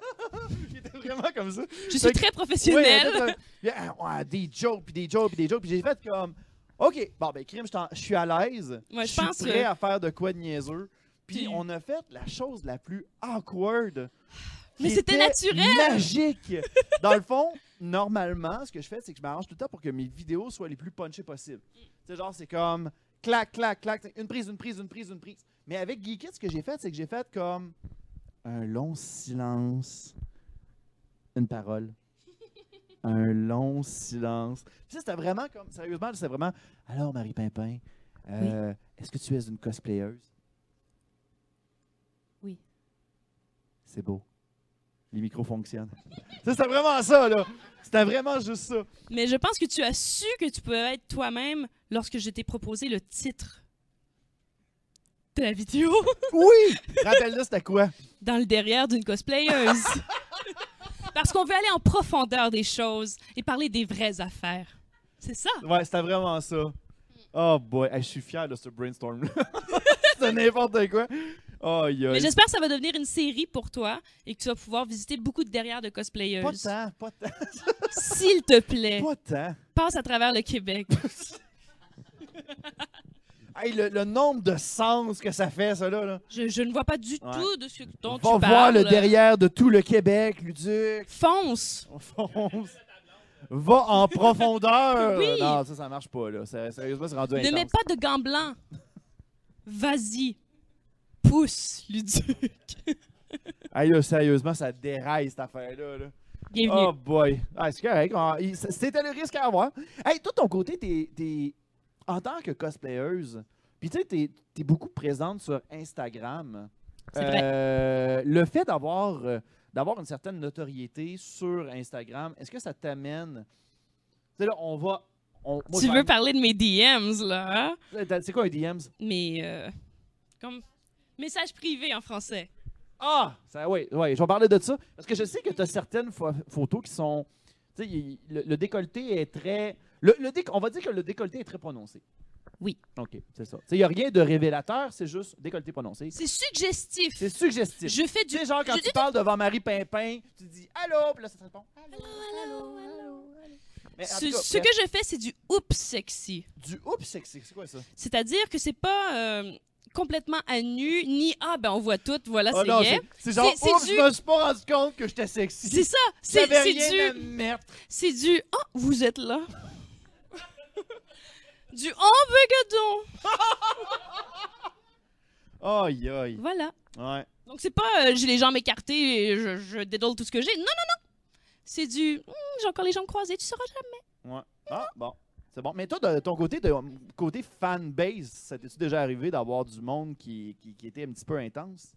[SPEAKER 1] qui était vraiment comme ça.
[SPEAKER 4] Je
[SPEAKER 1] Fait
[SPEAKER 4] suis
[SPEAKER 1] que-
[SPEAKER 4] très
[SPEAKER 1] Ouais, elle
[SPEAKER 4] professionnelle.
[SPEAKER 1] était comme- Puis, ah, ouais, des jokes, puis des jokes, puis des jokes. Puis j'ai fait comme. OK, bon, ben, crime, je t'en- je suis à l'aise.
[SPEAKER 4] Ouais, je
[SPEAKER 1] je suis
[SPEAKER 4] pense,
[SPEAKER 1] prêt
[SPEAKER 4] euh,
[SPEAKER 1] à faire de quoi de niaiseux. Puis
[SPEAKER 4] puis-
[SPEAKER 1] on a fait la chose la plus awkward.
[SPEAKER 4] Mais
[SPEAKER 1] qui
[SPEAKER 4] c'était
[SPEAKER 1] était
[SPEAKER 4] naturel!
[SPEAKER 1] Magique! Dans le fond, normalement, ce que je fais, c'est que je m'arrange tout le temps pour que mes vidéos soient les plus punchées possibles. Tu sais, genre, c'est comme clac, clac, clac, t'sais, une prise, une prise, une prise, une prise. Mais avec Geek It, ce que j'ai fait, c'est que j'ai fait comme un long silence, une parole. Un long silence. Puis ça, c'était vraiment comme, sérieusement, c'était vraiment Alors, Marie Pimpin, euh, est-ce que tu es une cosplayeuse
[SPEAKER 4] Oui.
[SPEAKER 1] C'est beau. Les micros fonctionnent. Ça, c'était vraiment ça, là. C'était vraiment juste ça.
[SPEAKER 4] Mais je pense que tu as su que tu pouvais être toi-même lorsque je t'ai proposé le titre de la vidéo
[SPEAKER 1] Oui! Rappelle-le, c'était quoi?
[SPEAKER 4] dans le derrière d'une cosplayeuse. Parce qu'on veut aller en profondeur des choses et parler des vraies affaires. C'est ça.
[SPEAKER 1] Ouais, c'était vraiment ça. Oh boy, Hey, je suis fier de ce brainstorm-là. c'était n'importe quoi. Oh, yo.
[SPEAKER 4] Mais j'espère que ça va devenir une série pour toi et que tu vas pouvoir visiter beaucoup de derrière de
[SPEAKER 1] Pas
[SPEAKER 4] cosplayeuses.
[SPEAKER 1] tant, pas tant,
[SPEAKER 4] S'il te plaît,
[SPEAKER 1] pas tant.
[SPEAKER 4] passe à travers le Québec.
[SPEAKER 1] Hey, le, le nombre de sens que ça fait, ça, là. là.
[SPEAKER 4] Je, je ne vois pas du
[SPEAKER 1] Ouais.
[SPEAKER 4] tout de ce
[SPEAKER 1] Va
[SPEAKER 4] dont tu parles. euh,
[SPEAKER 1] voir le derrière de tout le Québec, Luduc.
[SPEAKER 4] Fonce.
[SPEAKER 1] On fonce. Va en profondeur.
[SPEAKER 4] Oui.
[SPEAKER 1] Non, ça, ça marche pas, là. Sér- Sérieusement, c'est rendu
[SPEAKER 4] Ne mets
[SPEAKER 1] intense.
[SPEAKER 4] pas de gants blancs. Vas-y. Pousse, Luduc.
[SPEAKER 1] Hey, là, sérieusement, ça déraille, cette affaire-là, là.
[SPEAKER 4] Bienvenue.
[SPEAKER 1] Oh boy. Ah, c'est correct. Ah, il- c- C'était le risque à avoir. Hey, toi, de ton côté, t'es, t'es- en tant que cosplayeuse, puis tu sais, t'es, t'es beaucoup présente sur Instagram.
[SPEAKER 4] C'est vrai.
[SPEAKER 1] Euh, le fait d'avoir, euh, d'avoir une certaine notoriété sur Instagram, est-ce que ça t'amène... Tu sais, là, on va... on- moi,
[SPEAKER 4] tu
[SPEAKER 1] je
[SPEAKER 4] veux
[SPEAKER 1] vais-
[SPEAKER 4] parler de mes DMs, là, hein?
[SPEAKER 1] T'as- C'est quoi un DMs?
[SPEAKER 4] Mais, euh, comme... Message privé en français.
[SPEAKER 1] Ah! Ça, oui, oui, je vais parler de ça. Parce que je sais que tu as certaines pho- photos qui sont. Tu sais, il- le, le décolleté est très. Le, le déc- on va dire que le décolleté est très prononcé.
[SPEAKER 4] Oui.
[SPEAKER 1] OK, c'est ça. Tu sais, Il n'y a rien de révélateur, c'est juste décolleté prononcé.
[SPEAKER 4] C'est suggestif.
[SPEAKER 1] C'est suggestif.
[SPEAKER 4] Je fais
[SPEAKER 1] Tu
[SPEAKER 4] du...
[SPEAKER 1] sais, genre, quand
[SPEAKER 4] je-
[SPEAKER 1] tu parles devant Marie Pimpin, tu dis Allô, puis là, ça te répond.
[SPEAKER 4] Allô, allô.
[SPEAKER 1] Mais en
[SPEAKER 4] Ce,
[SPEAKER 1] tout cas,
[SPEAKER 4] ce que je fais, c'est du oups sexy. Ah,
[SPEAKER 1] bref, Du oups sexy, c'est quoi ça?
[SPEAKER 4] C'est-à-dire que c'est pas euh, complètement à nu, ni ah, ben on voit tout, voilà,
[SPEAKER 1] Ah
[SPEAKER 4] c'est
[SPEAKER 1] non,
[SPEAKER 4] gay.
[SPEAKER 1] c'est genre,
[SPEAKER 4] C'est- c'est
[SPEAKER 1] oups,
[SPEAKER 4] du-
[SPEAKER 1] je me suis pas rendu compte que j'étais sexy.
[SPEAKER 4] C'est ça, c'est
[SPEAKER 1] J'avais
[SPEAKER 4] c'est
[SPEAKER 1] rien à
[SPEAKER 4] du,
[SPEAKER 1] mettre.
[SPEAKER 4] c'est du ah, vous êtes là. du oh, begadon.
[SPEAKER 1] Aïe, aïe.
[SPEAKER 4] Voilà.
[SPEAKER 1] Ouais.
[SPEAKER 4] Donc c'est pas euh, j'ai les jambes écartées et je, je dédole tout ce que j'ai. Non, non, non. C'est du Hmm, j'ai encore les jambes croisées, tu sauras jamais.
[SPEAKER 1] Ouais. Ah, bon. C'est bon. Mais toi, de ton côté, de côté fanbase, ça t'est-tu déjà arrivé d'avoir du monde qui, qui, qui était un petit peu intense?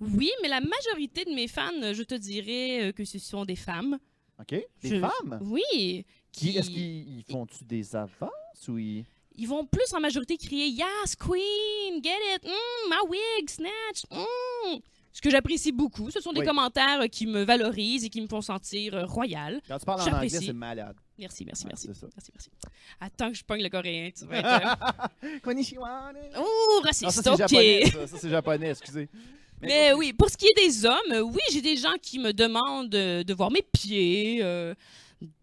[SPEAKER 4] Oui, mais la majorité de mes fans, euh, je te dirais euh, que ce sont des femmes.
[SPEAKER 1] OK? Des
[SPEAKER 4] Je-
[SPEAKER 1] femmes?
[SPEAKER 4] Oui.
[SPEAKER 1] Qui,
[SPEAKER 4] qui-
[SPEAKER 1] est-ce qu'ils ils font-tu des avances ou ils...
[SPEAKER 4] Ils vont plus en majorité crier Yes, Queen, get it, mm, ma wig, snatch. mm. Ce que j'apprécie beaucoup, ce sont des
[SPEAKER 1] Oui.
[SPEAKER 4] commentaires euh, qui me valorisent et qui me font sentir euh, royale.
[SPEAKER 1] Quand tu parles en anglais,
[SPEAKER 4] J'apprécie.
[SPEAKER 1] c'est malade.
[SPEAKER 4] Merci, merci,
[SPEAKER 1] Ouais,
[SPEAKER 4] merci.
[SPEAKER 1] c'est ça.
[SPEAKER 4] Merci, merci. Attends que je pogne le coréen, tu vas être.
[SPEAKER 1] Konnichiwa! là.
[SPEAKER 4] euh, Ouh,
[SPEAKER 1] Ah,
[SPEAKER 4] raciste,
[SPEAKER 1] ça, c'est
[SPEAKER 4] ok.
[SPEAKER 1] japonais, ça. Ça, c'est japonais, excusez.
[SPEAKER 4] Mais, oui, pour ce qui est des hommes, euh, oui, j'ai des gens qui me demandent euh, de voir mes pieds euh,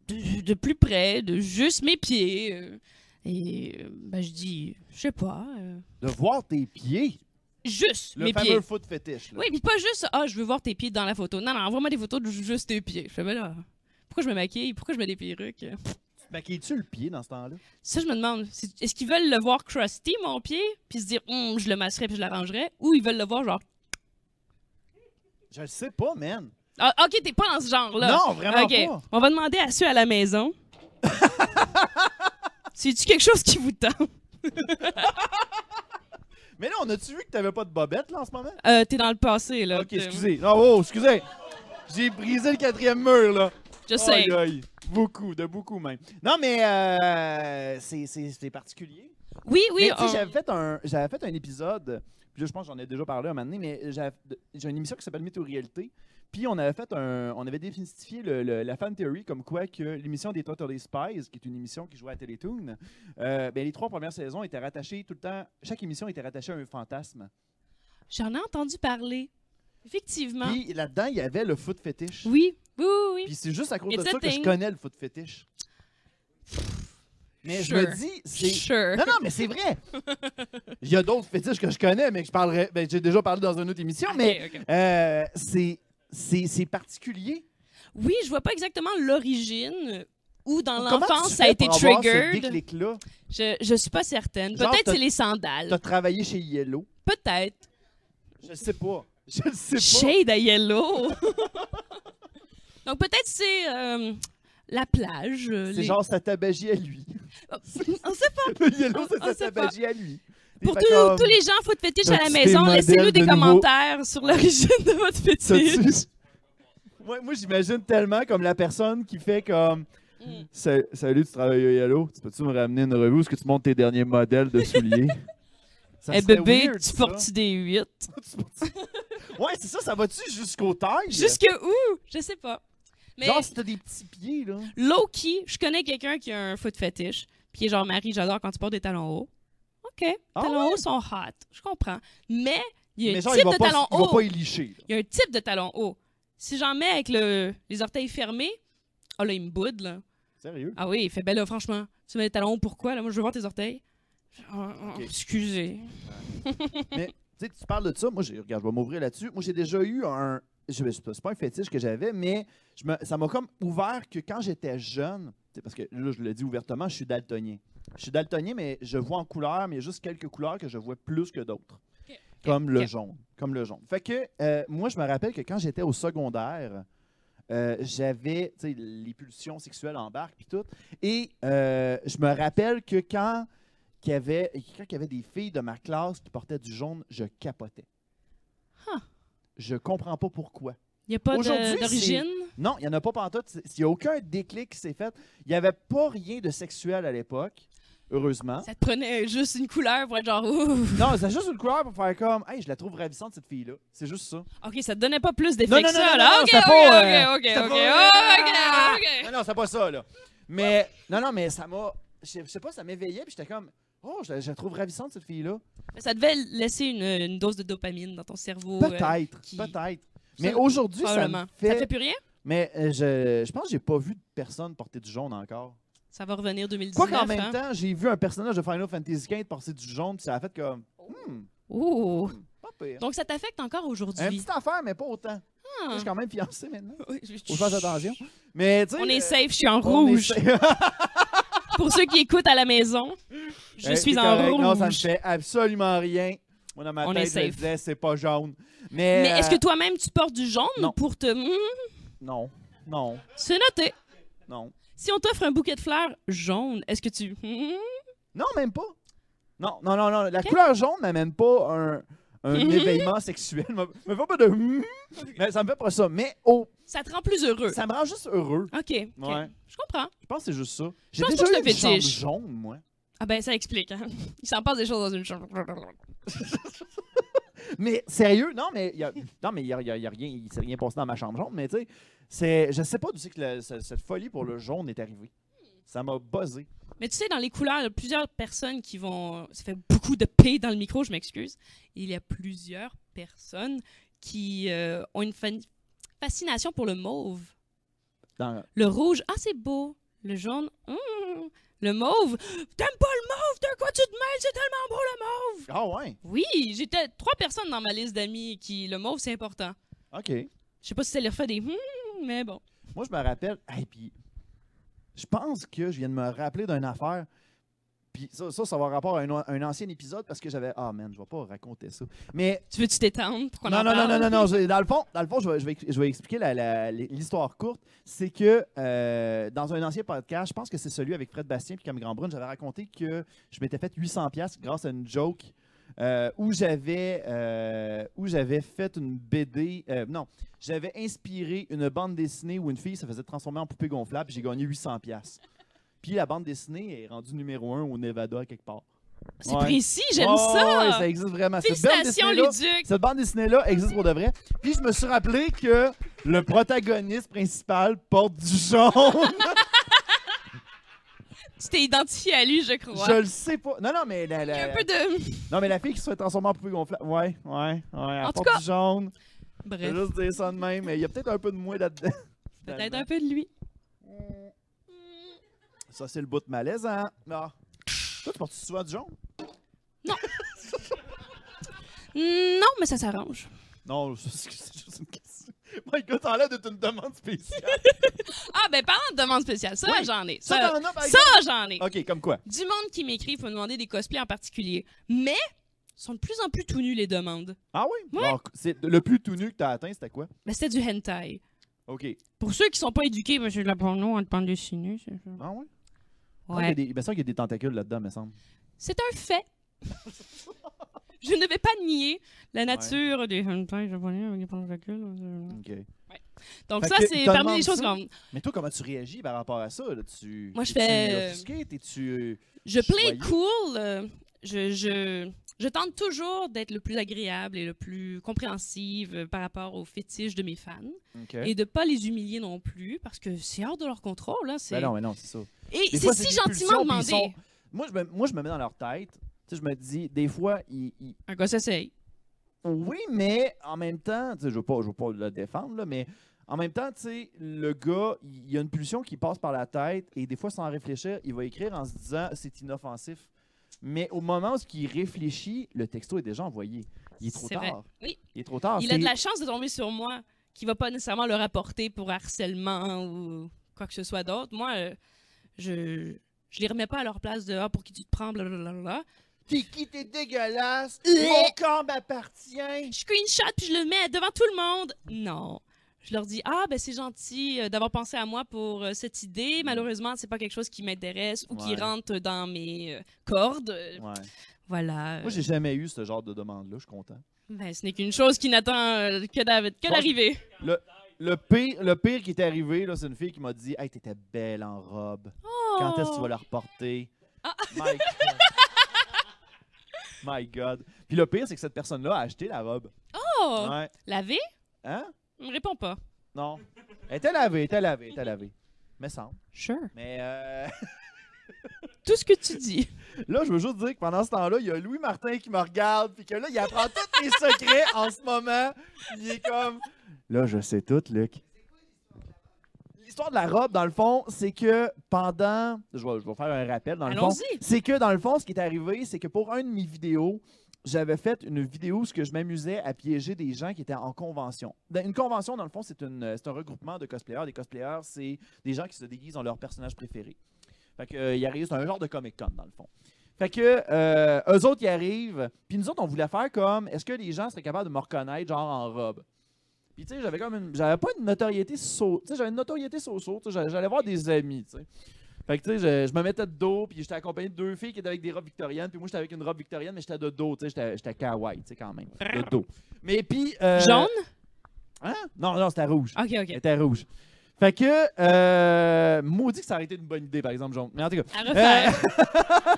[SPEAKER 4] de, de plus près, de juste mes pieds. euh. et euh, ben, je dis, je sais pas, euh,
[SPEAKER 1] De voir tes pieds.
[SPEAKER 4] juste
[SPEAKER 1] Le
[SPEAKER 4] mes
[SPEAKER 1] fameux
[SPEAKER 4] pieds.
[SPEAKER 1] foot fétiche. Là.
[SPEAKER 4] Oui, puis pas juste ah, je veux voir tes pieds dans la photo. Non, non, envoie-moi des photos de juste tes pieds. Je fais ben là. Pourquoi je me maquille Pourquoi je mets des perruques
[SPEAKER 1] Ben, tu le pied dans ce temps-là?
[SPEAKER 4] Ça, je me demande. c'est- Est-ce qu'ils veulent le voir crusty mon pied, puis se dire Hum, je le masserai puis je l'arrangerai, ou ils veulent le voir genre
[SPEAKER 1] Je le sais pas, man.
[SPEAKER 4] ah, ok t'es pas dans ce genre là.
[SPEAKER 1] Non, vraiment
[SPEAKER 4] Ok.
[SPEAKER 1] pas.
[SPEAKER 4] On va demander à ceux à la maison. C'est-tu quelque chose qui vous tente?
[SPEAKER 1] Mais là, on a-tu vu que t'avais pas de bobette, là, en ce moment?
[SPEAKER 4] Euh, T'es dans le passé, là.
[SPEAKER 1] Ok,
[SPEAKER 4] T'es-
[SPEAKER 1] excusez. Non, oh, excusez. J'ai brisé le quatrième mur, Oh, là.
[SPEAKER 4] Je sais.
[SPEAKER 1] Aïe, aïe. Beaucoup, de beaucoup même. Non, mais euh, c'est- c'est c'est particulier.
[SPEAKER 4] oui,
[SPEAKER 1] Mais tu
[SPEAKER 4] oui.
[SPEAKER 1] sais,
[SPEAKER 4] on-
[SPEAKER 1] j'avais fait un j'avais fait un épisode puis là, je pense que j'en ai déjà parlé un moment donné mais j'avais- j'ai une émission qui s'appelle Mytho Réalité puis on avait fait un on avait démystifié le- le- la fan theory comme quoi que l'émission des Totally Spies qui est une émission qui jouait à Télétoon euh, ben, les trois premières saisons étaient rattachées tout le temps chaque émission était rattachée à un fantasme
[SPEAKER 4] J'en ai entendu parler. Effectivement.
[SPEAKER 1] puis là-dedans il y avait le foot fétiche
[SPEAKER 4] Oui, oui, oui. oui.
[SPEAKER 1] puis c'est juste à cause de
[SPEAKER 4] It's a
[SPEAKER 1] ça que je
[SPEAKER 4] thing.
[SPEAKER 1] connais le foot fétiche mais je me
[SPEAKER 4] Sure.
[SPEAKER 1] dis c'est
[SPEAKER 4] Sure.
[SPEAKER 1] Non, non, mais c'est vrai. Il y a d'autres fétiches que je connais, mais que je parlerai. Ben, j'ai déjà parlé dans une autre émission, mais
[SPEAKER 4] Ok, ok.
[SPEAKER 1] euh, c'est, c'est, c'est particulier.
[SPEAKER 4] Oui, je vois pas exactement l'origine ou dans
[SPEAKER 1] Comment
[SPEAKER 4] l'enfance
[SPEAKER 1] tu
[SPEAKER 4] ça a
[SPEAKER 1] fais
[SPEAKER 4] été
[SPEAKER 1] pour avoir Ce
[SPEAKER 4] triggered.
[SPEAKER 1] déclic-là,
[SPEAKER 4] Je, je suis pas certaine.
[SPEAKER 1] Genre,
[SPEAKER 4] Peut-être
[SPEAKER 1] t'as-
[SPEAKER 4] c'est les sandales.
[SPEAKER 1] t'as travaillé chez Yellow.
[SPEAKER 4] Peut-être.
[SPEAKER 1] Je le sais pas. Je le sais pas.
[SPEAKER 4] Shade à yellow. Donc peut-être c'est euh, la plage. euh,
[SPEAKER 1] C'est
[SPEAKER 4] les- Oh,
[SPEAKER 1] genre sa tabagie à lui.
[SPEAKER 4] On sait pas.
[SPEAKER 1] Le Yellow, c'est
[SPEAKER 4] On- on
[SPEAKER 1] sa
[SPEAKER 4] sait
[SPEAKER 1] tabagie à lui.
[SPEAKER 4] Pour
[SPEAKER 1] Fait
[SPEAKER 4] tous-
[SPEAKER 1] comme,
[SPEAKER 4] tous les gens foot fétiche à la
[SPEAKER 1] t'as-tu des
[SPEAKER 4] maison,
[SPEAKER 1] modèles
[SPEAKER 4] laissez-nous des
[SPEAKER 1] de nouveau-
[SPEAKER 4] commentaires sur l'origine de votre fétiche.
[SPEAKER 1] t'as-tu- Ouais, moi, j'imagine tellement comme la personne qui fait comme.
[SPEAKER 4] Mm.
[SPEAKER 1] Sa- Salut, tu travailles à Yellow. Tu peux-tu me ramener une revue où est-ce que tu montes tes derniers modèles de souliers? Ça
[SPEAKER 4] Eh
[SPEAKER 1] serait
[SPEAKER 4] bébé,
[SPEAKER 1] weird,
[SPEAKER 4] tu
[SPEAKER 1] ça.
[SPEAKER 4] portes des 8?
[SPEAKER 1] Ouais, c'est ça, ça va-tu jusqu'aux tailles?
[SPEAKER 4] Jusque où? Je sais pas. Mais
[SPEAKER 1] Genre, si t'as des petits pieds, là.
[SPEAKER 4] low-key, je connais quelqu'un qui a un foot fétiche. Puis il est genre, Marie, j'adore quand tu portes des talons hauts. OK, les
[SPEAKER 1] Ah
[SPEAKER 4] talons hauts sont hot. Je comprends. Mais il y a
[SPEAKER 1] Mais
[SPEAKER 4] un
[SPEAKER 1] genre, il
[SPEAKER 4] type
[SPEAKER 1] va,
[SPEAKER 4] de
[SPEAKER 1] pas,
[SPEAKER 4] talons
[SPEAKER 1] il va
[SPEAKER 4] hauts.
[SPEAKER 1] pas y licher. là.
[SPEAKER 4] Il y a un type de talons hauts. Si j'en mets avec le- les orteils fermés, oh là, il me boude, là.
[SPEAKER 1] Sérieux?
[SPEAKER 4] Ah oui, il fait ben là, franchement, tu mets les talons hauts, pourquoi? Là, moi, je veux voir tes orteils. Oh, oh,
[SPEAKER 1] Ok.
[SPEAKER 4] Excusez.
[SPEAKER 1] Tu sais, tu parles de ça. Moi, j'ai- regarde, je vais m'ouvrir là-dessus. Moi, j'ai déjà eu un. je- C'est pas un fétiche que j'avais, mais je me- ça m'a comme ouvert que quand j'étais jeune, tu sais, parce que là, je le dis ouvertement, je suis daltonien. Je suis daltonien, mais je vois en couleur, mais il y a juste quelques couleurs que je vois plus que d'autres.
[SPEAKER 4] Ok.
[SPEAKER 1] Comme le
[SPEAKER 4] Ok.
[SPEAKER 1] jaune. Comme le jaune. Fait que euh, moi, je me rappelle que quand j'étais au secondaire, euh, j'avais tu sais, les pulsions sexuelles en barque puis tout. Et euh, je me rappelle que quand qu'il y, avait, quand il y avait des filles de ma classe qui portaient du jaune, je capotais.
[SPEAKER 4] Huh.
[SPEAKER 1] Je comprends pas pourquoi.
[SPEAKER 4] Il n'y a pas de-
[SPEAKER 1] Aujourd'hui, c'est-
[SPEAKER 4] d'origine.
[SPEAKER 1] Non, il n'y en a pas pantoute. C'est- Il n'y a aucun déclic qui s'est fait. Il n'y avait pas rien de sexuel à l'époque, heureusement.
[SPEAKER 4] Ça te prenait juste une couleur pour être genre, Ouh.
[SPEAKER 1] Non, c'est juste une couleur pour faire comme, hey, je la trouve ravissante, cette fille-là. C'est juste ça.
[SPEAKER 4] OK, ça te donnait pas plus d'effet
[SPEAKER 1] Non, non,
[SPEAKER 4] que
[SPEAKER 1] non,
[SPEAKER 4] ça,
[SPEAKER 1] non,
[SPEAKER 4] là.
[SPEAKER 1] non,
[SPEAKER 4] OK,
[SPEAKER 1] c'était
[SPEAKER 4] OK,
[SPEAKER 1] pas,
[SPEAKER 4] OK,
[SPEAKER 1] euh,
[SPEAKER 4] OK,
[SPEAKER 1] c'était
[SPEAKER 4] OK,
[SPEAKER 1] pas-
[SPEAKER 4] OK,
[SPEAKER 1] Non,
[SPEAKER 4] OK.
[SPEAKER 1] non, c'est pas ça, là. Mais, non, non, mais ça m'a. Je je sais pas, ça m'éveillait, puis j'étais comme, oh, je, la- je la trouve ravissante, cette fille-là.
[SPEAKER 4] Ça devait laisser une, une dose de dopamine dans ton cerveau. euh,
[SPEAKER 1] Peut-être,
[SPEAKER 4] qui-
[SPEAKER 1] peut-être. Mais
[SPEAKER 4] Ça-
[SPEAKER 1] aujourd'hui, ça me
[SPEAKER 4] probablement.
[SPEAKER 1] fait.
[SPEAKER 4] Ça te fait plus rien?
[SPEAKER 1] Mais euh, je, je pense que j'ai pas vu de personne porter du jaune encore.
[SPEAKER 4] Ça va revenir 2019,
[SPEAKER 1] Quoi qu'en même
[SPEAKER 4] hein?
[SPEAKER 1] temps, j'ai vu un personnage de Final Fantasy XV porter du jaune, puis ça a fait comme, hmm,
[SPEAKER 4] Oh!
[SPEAKER 1] Pas pire.
[SPEAKER 4] Donc, ça t'affecte encore
[SPEAKER 1] Un
[SPEAKER 4] aujourd'hui.
[SPEAKER 1] petite affaire, mais pas autant.
[SPEAKER 4] Ah.
[SPEAKER 1] Je suis quand même fiancé maintenant.
[SPEAKER 4] Oui, je-
[SPEAKER 1] Faut faire attention. Mais tu sais.
[SPEAKER 4] On est
[SPEAKER 1] euh,
[SPEAKER 4] safe, je suis en
[SPEAKER 1] on est
[SPEAKER 4] rouge.
[SPEAKER 1] safe.
[SPEAKER 4] Pour ceux qui écoutent à la maison, je
[SPEAKER 1] Euh,
[SPEAKER 4] suis
[SPEAKER 1] c'est
[SPEAKER 4] en
[SPEAKER 1] correct.
[SPEAKER 4] rouge.
[SPEAKER 1] Non, ça me fait absolument rien. Moi, dans ma
[SPEAKER 4] On
[SPEAKER 1] tête,
[SPEAKER 4] est
[SPEAKER 1] je me
[SPEAKER 4] safe.
[SPEAKER 1] disais, c'est pas jaune. Mais,
[SPEAKER 4] Mais est-ce que
[SPEAKER 1] euh,
[SPEAKER 4] toi-même, tu portes du jaune
[SPEAKER 1] non.
[SPEAKER 4] pour te... Hmm,
[SPEAKER 1] Non, non,
[SPEAKER 4] c'est noté.
[SPEAKER 1] non.
[SPEAKER 4] Si on t'offre un bouquet de fleurs jaune, est-ce que tu... Hmm,
[SPEAKER 1] Non, même pas. Non, non, non, non. La couleur jaune n'amène pas un, un
[SPEAKER 4] Mhm.
[SPEAKER 1] éveillement sexuel. Me, me fait pas de. hum. Mais ça me fait pas ça. Mais oh,
[SPEAKER 4] ça te rend plus heureux.
[SPEAKER 1] ça me rend juste heureux.
[SPEAKER 4] OK. ok.
[SPEAKER 1] Ouais.
[SPEAKER 4] Je comprends.
[SPEAKER 1] Je pense que c'est juste ça. J'ai
[SPEAKER 4] pense
[SPEAKER 1] déjà
[SPEAKER 4] pas que
[SPEAKER 1] eu une
[SPEAKER 4] c'est un
[SPEAKER 1] chambre
[SPEAKER 4] fétiche.
[SPEAKER 1] jaune, moi.
[SPEAKER 4] Ah ben, ça explique. hein. Il s'en passe des choses dans une chambre.
[SPEAKER 1] Mais sérieux, non, mais il y a, non, mais il y a, il y a- il y a rien, il s'est rien passé dans ma chambre jaune. Mais tu sais, c'est, je sais pas d'où c'est que le- ce- cette folie pour le jaune est arrivée. Ça m'a buzzé.
[SPEAKER 4] Mais tu sais, dans les couleurs, il y a plusieurs personnes qui vont... Ça fait beaucoup de P dans le micro, je m'excuse. Il y a plusieurs personnes qui euh, ont une fan- fascination pour le mauve.
[SPEAKER 1] Dans-
[SPEAKER 4] Le rouge, ah, c'est beau. Le jaune, hum. Le mauve, t'aimes pas le mauve, de quoi tu te mêles, c'est tellement beau le mauve.
[SPEAKER 1] Ah ouais,
[SPEAKER 4] Oui, j'étais trois personnes dans ma liste d'amis qui, le mauve, c'est important.
[SPEAKER 1] ok.
[SPEAKER 4] Je sais pas si ça leur fait des hum, mais bon.
[SPEAKER 1] Moi, je me rappelle. Hey, puis, je pense que je viens de me rappeler d'une affaire. Puis ça, ça, ça va avoir rapport à un, an- un ancien épisode parce que j'avais. Ah, man, je vais pas raconter ça. Mais.
[SPEAKER 4] Tu veux-tu t'étendre pour qu'on
[SPEAKER 1] Non,
[SPEAKER 4] en
[SPEAKER 1] non,
[SPEAKER 4] parle?
[SPEAKER 1] non, non, non, non, je- Dans le fond, dans le fond je, vais, je vais- je vais expliquer la- la- l'histoire courte. C'est que euh, dans un ancien podcast, je pense que c'est celui avec Fred Bastien puis Camille Grandbrun, j'avais raconté que je m'étais fait 800$ piastres grâce à une joke euh, où j'avais euh, où j'avais fait une BD. euh, non, j'avais inspiré une bande dessinée où une fille se faisait transformer en poupée gonflable puis j'ai gagné 800$. piastres. Puis la bande dessinée est rendue numéro 1 au Nevada quelque part.
[SPEAKER 4] C'est
[SPEAKER 1] Ouais.
[SPEAKER 4] précis, j'aime
[SPEAKER 1] Ouais, ouais,
[SPEAKER 4] ça.
[SPEAKER 1] ça existe vraiment. Cette bande
[SPEAKER 4] Félicitations,
[SPEAKER 1] dessinée-là,
[SPEAKER 4] Luduc.
[SPEAKER 1] cette bande dessinée-là existe pour de vrai. Puis je me suis rappelé que le protagoniste principal porte du jaune.
[SPEAKER 4] Tu t'es identifié à lui, je crois.
[SPEAKER 1] Je le sais pas. Non, non, mais la,
[SPEAKER 4] Il y
[SPEAKER 1] la...
[SPEAKER 4] a un peu de...
[SPEAKER 1] Non, mais la fille qui se fait transformer en poupée gonflable. Ouais, ouais, ouais. Elle
[SPEAKER 4] En tout
[SPEAKER 1] porte
[SPEAKER 4] cas-
[SPEAKER 1] du jaune. Je
[SPEAKER 4] Bref,
[SPEAKER 1] vais juste dire ça de même. Mais il y a peut-être un peu de moi là-dedans.
[SPEAKER 4] peut-être un peu de lui. Euh,
[SPEAKER 1] Ça, c'est le bout de malaise, hein? Non. Toi, tu portes souvent du jaune?
[SPEAKER 4] mm, Non, mais ça s'arrange.
[SPEAKER 1] Non, c'est c'est juste une question. My God, t'as l'air d'être une demande spéciale.
[SPEAKER 4] Ah, ben parlant de demande spéciale, ça,
[SPEAKER 1] Oui.
[SPEAKER 4] j'en ai.
[SPEAKER 1] Ça,
[SPEAKER 4] Ça,
[SPEAKER 1] t'en as, par
[SPEAKER 4] ça,
[SPEAKER 1] exemple?
[SPEAKER 4] j'en ai.
[SPEAKER 1] OK, comme quoi?
[SPEAKER 4] Du monde qui m'écrit pour me demander des cosplays en particulier. Mais, sont de plus en plus tout nus, les demandes.
[SPEAKER 1] Ah oui?
[SPEAKER 4] Ouais.
[SPEAKER 1] Alors, c'est le plus tout nu que t'as atteint, c'était quoi?
[SPEAKER 4] Mais c'était du hentai.
[SPEAKER 1] OK.
[SPEAKER 4] Pour ceux qui sont pas éduqués, ben, c'est de la porno, on te parle de sinus. c'est ça.
[SPEAKER 1] Ah oui? Il, y a
[SPEAKER 4] Ouais.
[SPEAKER 1] des... il me semble qu'il y a des tentacules là-dedans, me semble.
[SPEAKER 4] C'est un fait. Je ne vais pas nier la nature des hentai japonais avec des tentacules. c'est-
[SPEAKER 1] OK.
[SPEAKER 4] Donc
[SPEAKER 1] Fait
[SPEAKER 4] ça,
[SPEAKER 1] que
[SPEAKER 4] c'est
[SPEAKER 1] t'as
[SPEAKER 4] parmi les
[SPEAKER 1] demandé
[SPEAKER 4] choses
[SPEAKER 1] ça?
[SPEAKER 4] qu'on...
[SPEAKER 1] Mais toi, comment tu réagis par rapport à ça? Là? Tu...
[SPEAKER 4] Moi, je
[SPEAKER 1] t'es-tu
[SPEAKER 4] fais- euh,
[SPEAKER 1] offusqué? T'es-tu. euh,
[SPEAKER 4] Je play
[SPEAKER 1] Soyez-
[SPEAKER 4] cool. euh, je, je, je tente toujours d'être le plus agréable et le plus compréhensive euh, par rapport aux fétiches de mes fans.
[SPEAKER 1] OK.
[SPEAKER 4] Et de pas les humilier non plus, parce que c'est hors de leur contrôle. Hein, c'est...
[SPEAKER 1] Ben non, mais non, c'est ça.
[SPEAKER 4] et
[SPEAKER 1] Des
[SPEAKER 4] c'est
[SPEAKER 1] fois,
[SPEAKER 4] si
[SPEAKER 1] des
[SPEAKER 4] gentiment
[SPEAKER 1] pulsions,
[SPEAKER 4] demandé.
[SPEAKER 1] puis ils sont- Moi, je me... Moi, je me mets dans leur tête. Tu sais, je me dis, des fois, ils. ils-
[SPEAKER 4] Un gosse essaye.
[SPEAKER 1] Oui, mais en même temps, tu sais, je veux pas, je veux pas le défendre, là, mais en même temps, tu sais, le gars, il y a une pulsion qui passe par la tête et des fois, sans réfléchir, il va écrire en se disant c'est inoffensif. Mais au moment où il réfléchit, le texto est déjà envoyé. Il est trop
[SPEAKER 4] C'est vrai.
[SPEAKER 1] tard.
[SPEAKER 4] Oui.
[SPEAKER 1] Il est trop tard.
[SPEAKER 4] Il a de
[SPEAKER 1] Ah, C'est-
[SPEAKER 4] la chance de tomber sur moi, qui va pas nécessairement le rapporter pour harcèlement ou quoi que ce soit d'autre. Moi, euh, je je les remets pas à leur place de ah, pour qui tu te prends, blablabla.
[SPEAKER 1] Tiki, t'es dégueulasse.
[SPEAKER 4] Euh.
[SPEAKER 1] Mon corps m'appartient.
[SPEAKER 4] Je screenshot puis je le mets devant tout le monde. Non. Je leur dis ah ben c'est gentil euh, d'avoir pensé à moi pour euh, cette idée. Malheureusement c'est pas quelque chose qui m'intéresse ou
[SPEAKER 1] Mm.
[SPEAKER 4] qui
[SPEAKER 1] Ouais.
[SPEAKER 4] rentre dans mes euh, cordes. Euh,
[SPEAKER 1] Ouais.
[SPEAKER 4] Voilà. Euh,
[SPEAKER 1] Moi, j'ai jamais eu ce genre de demande-là. Je suis content.
[SPEAKER 4] Ben, ce n'est qu'une chose qui n'attend euh, que d'arri- que
[SPEAKER 1] Bon,
[SPEAKER 4] d'arriver.
[SPEAKER 1] Le pire, le pire qui est arrivé, là, c'est une fille qui m'a dit Hey, t'étais belle en robe. Quand est-ce que tu vas la reporter
[SPEAKER 4] Ah.
[SPEAKER 1] My God. My God. Puis le pire, c'est que cette personne-là a acheté la robe.
[SPEAKER 4] Oh!
[SPEAKER 1] Ouais.
[SPEAKER 4] Laver?
[SPEAKER 1] Hein?
[SPEAKER 4] Me réponds pas.
[SPEAKER 1] Non. Elle était lavée, elle était lavée, elle était lavée. Me semble.
[SPEAKER 4] Sure.
[SPEAKER 1] Mais euh,
[SPEAKER 4] Tout ce que tu dis.
[SPEAKER 1] là, je veux juste dire que pendant ce temps-là, il y a Louis Martin qui me regarde, puis que là, il apprend tous mes secrets en ce moment. Il est comme. Là, je sais tout, Luc. L'histoire de la robe, dans le fond, c'est que pendant. Je vais, je vais faire un rappel, dans le fond.
[SPEAKER 4] Allons-y.
[SPEAKER 1] C'est que, dans le fond, ce qui est arrivé, c'est que pour un de mes vidéos, j'avais fait une vidéo où ce que je m'amusais à piéger des gens qui étaient en convention. Dans- Une convention, dans le fond, c'est une- euh, c'est un regroupement de cosplayers. Des cosplayers, c'est des gens qui se déguisent en leur personnage préféré. Fait que, euh, ils arrivent, c'est un genre de Comic-Con, dans le fond. Fait que, euh, eux autres, ils arrivent, puis nous autres, on voulait faire comme, est-ce que les gens seraient capables de me reconnaître, genre en robe? Puis, tu sais, j'avais comme une. J'avais pas une notoriété so. Tu sais, j'avais une notoriété so-so. tu sais, J'allais j'allais voir des amis, tu sais. Fait que, tu sais, je, je me mettais de dos, puis j'étais accompagné de deux filles qui étaient avec des robes victoriennes, puis moi, j'étais avec une robe victorienne, mais j'étais de dos, tu sais. j'étais- J'étais kawaii, tu sais, quand même. De dos. Mais puis. euh,
[SPEAKER 4] Jaune?
[SPEAKER 1] Hein? Non, non, c'était rouge.
[SPEAKER 4] Ok, ok.
[SPEAKER 1] Elle était rouge. Fait que. Euh, maudit que ça aurait été une bonne idée, par exemple, jaune. Mais en tout cas.
[SPEAKER 4] À refaire.
[SPEAKER 1] Euh,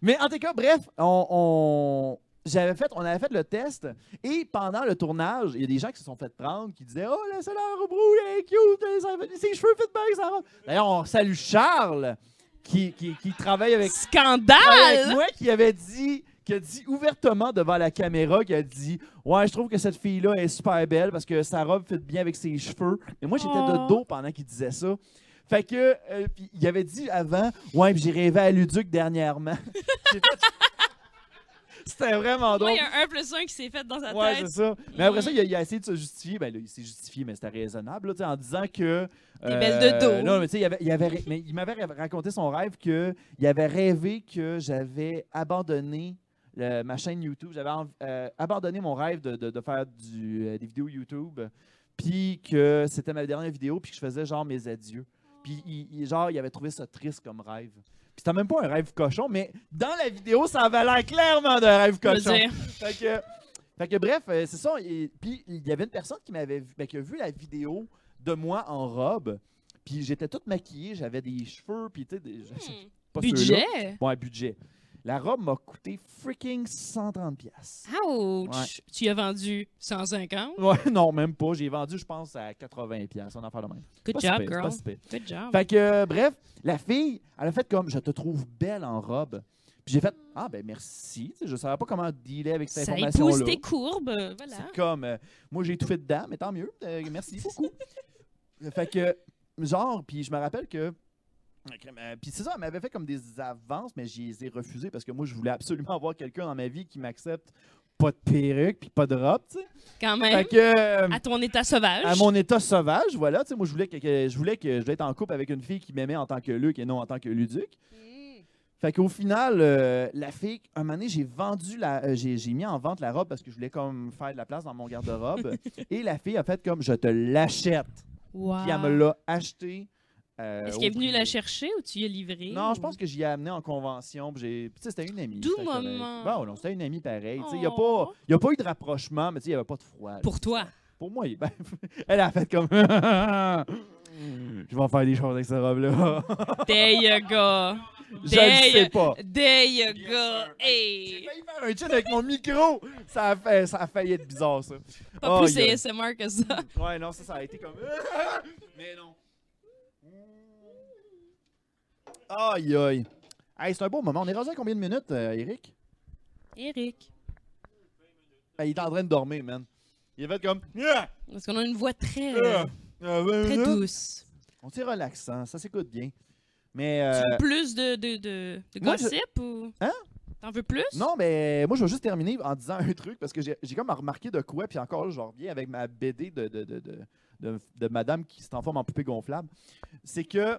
[SPEAKER 1] Mais en tout cas, bref, on, on- J'avais fait, on avait fait le test et pendant le tournage, il y a des gens qui se sont fait prendre qui disaient Oh, la seule robe rouge, elle est cute, elle est- ses cheveux fit bien avec sa robe. D'ailleurs, on salue Charles qui, qui, qui travaille avec, travaille avec
[SPEAKER 4] Scandale!
[SPEAKER 1] moi, qui avait dit, qui a dit ouvertement devant la caméra, qui a dit Ouais, je trouve que cette fille-là est super belle parce que sa robe fit bien avec ses cheveux. Mais moi, j'étais
[SPEAKER 4] Oh.
[SPEAKER 1] de dos pendant qu'il disait ça. Fait que, euh, puis il avait dit avant, ouais, puis j'ai rêvé à Luduc dernièrement. J'ai fait- C'était vraiment drôle.
[SPEAKER 4] Ouais, il y a un 1 plus 1 qui s'est fait dans sa
[SPEAKER 1] Ouais,
[SPEAKER 4] tête.
[SPEAKER 1] c'est ça. Mais après ça, il a, il a essayé de se justifier. Ben là, il s'est justifié, mais c'était raisonnable, là, tu sais, en disant que. euh,
[SPEAKER 4] T'es belle de dos.
[SPEAKER 1] Non, mais tu sais, il, avait- il avait ré- mais il m'avait ra- raconté son rêve que il avait rêvé que j'avais abandonné le- ma chaîne YouTube. J'avais env- euh, abandonné mon rêve de, de- de faire du, euh, des vidéos YouTube. Puis que c'était ma dernière vidéo, puis que je faisais genre mes adieux. Puis il- il- genre, il avait trouvé ça triste comme rêve. Puis c'était même pas un rêve cochon, mais dans la vidéo, ça avait l'air clairement d'un rêve
[SPEAKER 4] Je veux
[SPEAKER 1] cochon.
[SPEAKER 4] dire.
[SPEAKER 1] Fait que, fait que bref, euh, c'est ça. et- Puis il y avait une personne qui m'avait vu, ben, qui a vu la vidéo de moi en robe. Puis j'étais toute maquillée, j'avais des cheveux, puis tu sais, des-
[SPEAKER 4] Hmm.
[SPEAKER 1] pas ceux-là.
[SPEAKER 4] Budget?
[SPEAKER 1] Ouais, budget. La robe m'a coûté freaking 130 pièces.
[SPEAKER 4] Ouch!
[SPEAKER 1] Ouais.
[SPEAKER 4] Tu y as vendu 150?
[SPEAKER 1] Ouais, non, même pas. J'ai vendu, je pense, à 80 pièces. On en fait le même.
[SPEAKER 4] Good
[SPEAKER 1] Pas si
[SPEAKER 4] job,
[SPEAKER 1] pire, c'est
[SPEAKER 4] girl.
[SPEAKER 1] pas si pire.
[SPEAKER 4] Good job.
[SPEAKER 1] Fait que, euh, bref, la fille, elle a fait comme je te trouve belle en robe. Puis j'ai fait ah ben merci. Tu sais, je savais pas comment dealer avec cette
[SPEAKER 4] ça
[SPEAKER 1] information là.
[SPEAKER 4] épouse tes courbes, euh, voilà.
[SPEAKER 1] C'est comme, euh, moi j'ai tout fait dedans, mais tant mieux. euh, merci beaucoup. fait que, genre, puis je me rappelle que. euh, Puis c'est ça, elle m'avait fait comme des avances, mais je les ai refusées parce que moi je voulais absolument avoir quelqu'un dans ma vie qui m'accepte pas de perruque puis pas de robe, tu sais.
[SPEAKER 4] Quand
[SPEAKER 1] Fait
[SPEAKER 4] même,
[SPEAKER 1] que. euh,
[SPEAKER 4] Hein? à ton état sauvage.
[SPEAKER 1] à mon état sauvage, voilà, tu sais, moi je voulais que, que- je voulais que je devais être en couple avec une fille qui m'aimait en tant que Luc et non en tant que Luduc. Fait qu'au final, euh, la fille, un moment donné, j'ai vendu la. euh, j'ai, j'ai mis en vente la robe parce que je voulais comme faire de la place dans mon garde-robe. et la fille a fait comme je te l'achète.
[SPEAKER 4] Wow.
[SPEAKER 1] Puis elle me l'a acheté. euh,
[SPEAKER 4] Ah. Est-ce
[SPEAKER 1] au
[SPEAKER 4] qu'elle est venue
[SPEAKER 1] prix.
[SPEAKER 4] la chercher ou tu y as livré?
[SPEAKER 1] Non, je
[SPEAKER 4] ou-
[SPEAKER 1] pense que j'y ai amené en convention. puis J'ai... puis Tu sais, c'était une amie.
[SPEAKER 4] Doux
[SPEAKER 1] c'était correct.
[SPEAKER 4] moment.
[SPEAKER 1] Bon, non, c'était une amie pareille. Tu sais, Il n'y a,
[SPEAKER 4] Oh.
[SPEAKER 1] pas- il y a pas eu de rapprochement, mais tu sais, il n'y avait pas de froid. là.
[SPEAKER 4] Pour toi.
[SPEAKER 1] Pour moi, il- ben, elle a fait comme. je vais faire des choses avec cette robe-là.
[SPEAKER 4] There you go.
[SPEAKER 1] je ne
[SPEAKER 4] There
[SPEAKER 1] sais
[SPEAKER 4] you-
[SPEAKER 1] pas.
[SPEAKER 4] There you
[SPEAKER 1] Yes,
[SPEAKER 4] go.
[SPEAKER 1] sir. J'ai
[SPEAKER 4] Hey.
[SPEAKER 1] failli faire un chin avec mon micro. Ça a, fait- ça a failli être bizarre, ça.
[SPEAKER 4] Pas
[SPEAKER 1] Oh,
[SPEAKER 4] plus
[SPEAKER 1] yeah.
[SPEAKER 4] ASMR que ça.
[SPEAKER 1] Ouais, non, ça, ça a été comme. Mais non. Aïe, aïe. Hey, c'est un beau moment. On est rendu à combien de minutes, euh, Eric?
[SPEAKER 4] Eric.
[SPEAKER 1] Ben, il est en train de dormir, man. Il a fait comme. Yeah!
[SPEAKER 4] Parce qu'on a une voix très,
[SPEAKER 1] Yeah! Euh, ben,
[SPEAKER 4] très
[SPEAKER 1] là.
[SPEAKER 4] douce.
[SPEAKER 1] On s'est relaxant, ça s'écoute bien. Mais.
[SPEAKER 4] Tu
[SPEAKER 1] euh,
[SPEAKER 4] veux plus de, de, de, de
[SPEAKER 1] moi, je-
[SPEAKER 4] gossip ou.
[SPEAKER 1] Hein?
[SPEAKER 4] T'en veux plus?
[SPEAKER 1] Non, mais moi, je vais juste terminer en disant un truc parce que j'ai j'ai comme remarqué de quoi, puis encore là, je reviens avec ma BD de, de, de, de, de- de madame qui se transforme en poupée gonflable. C'est que.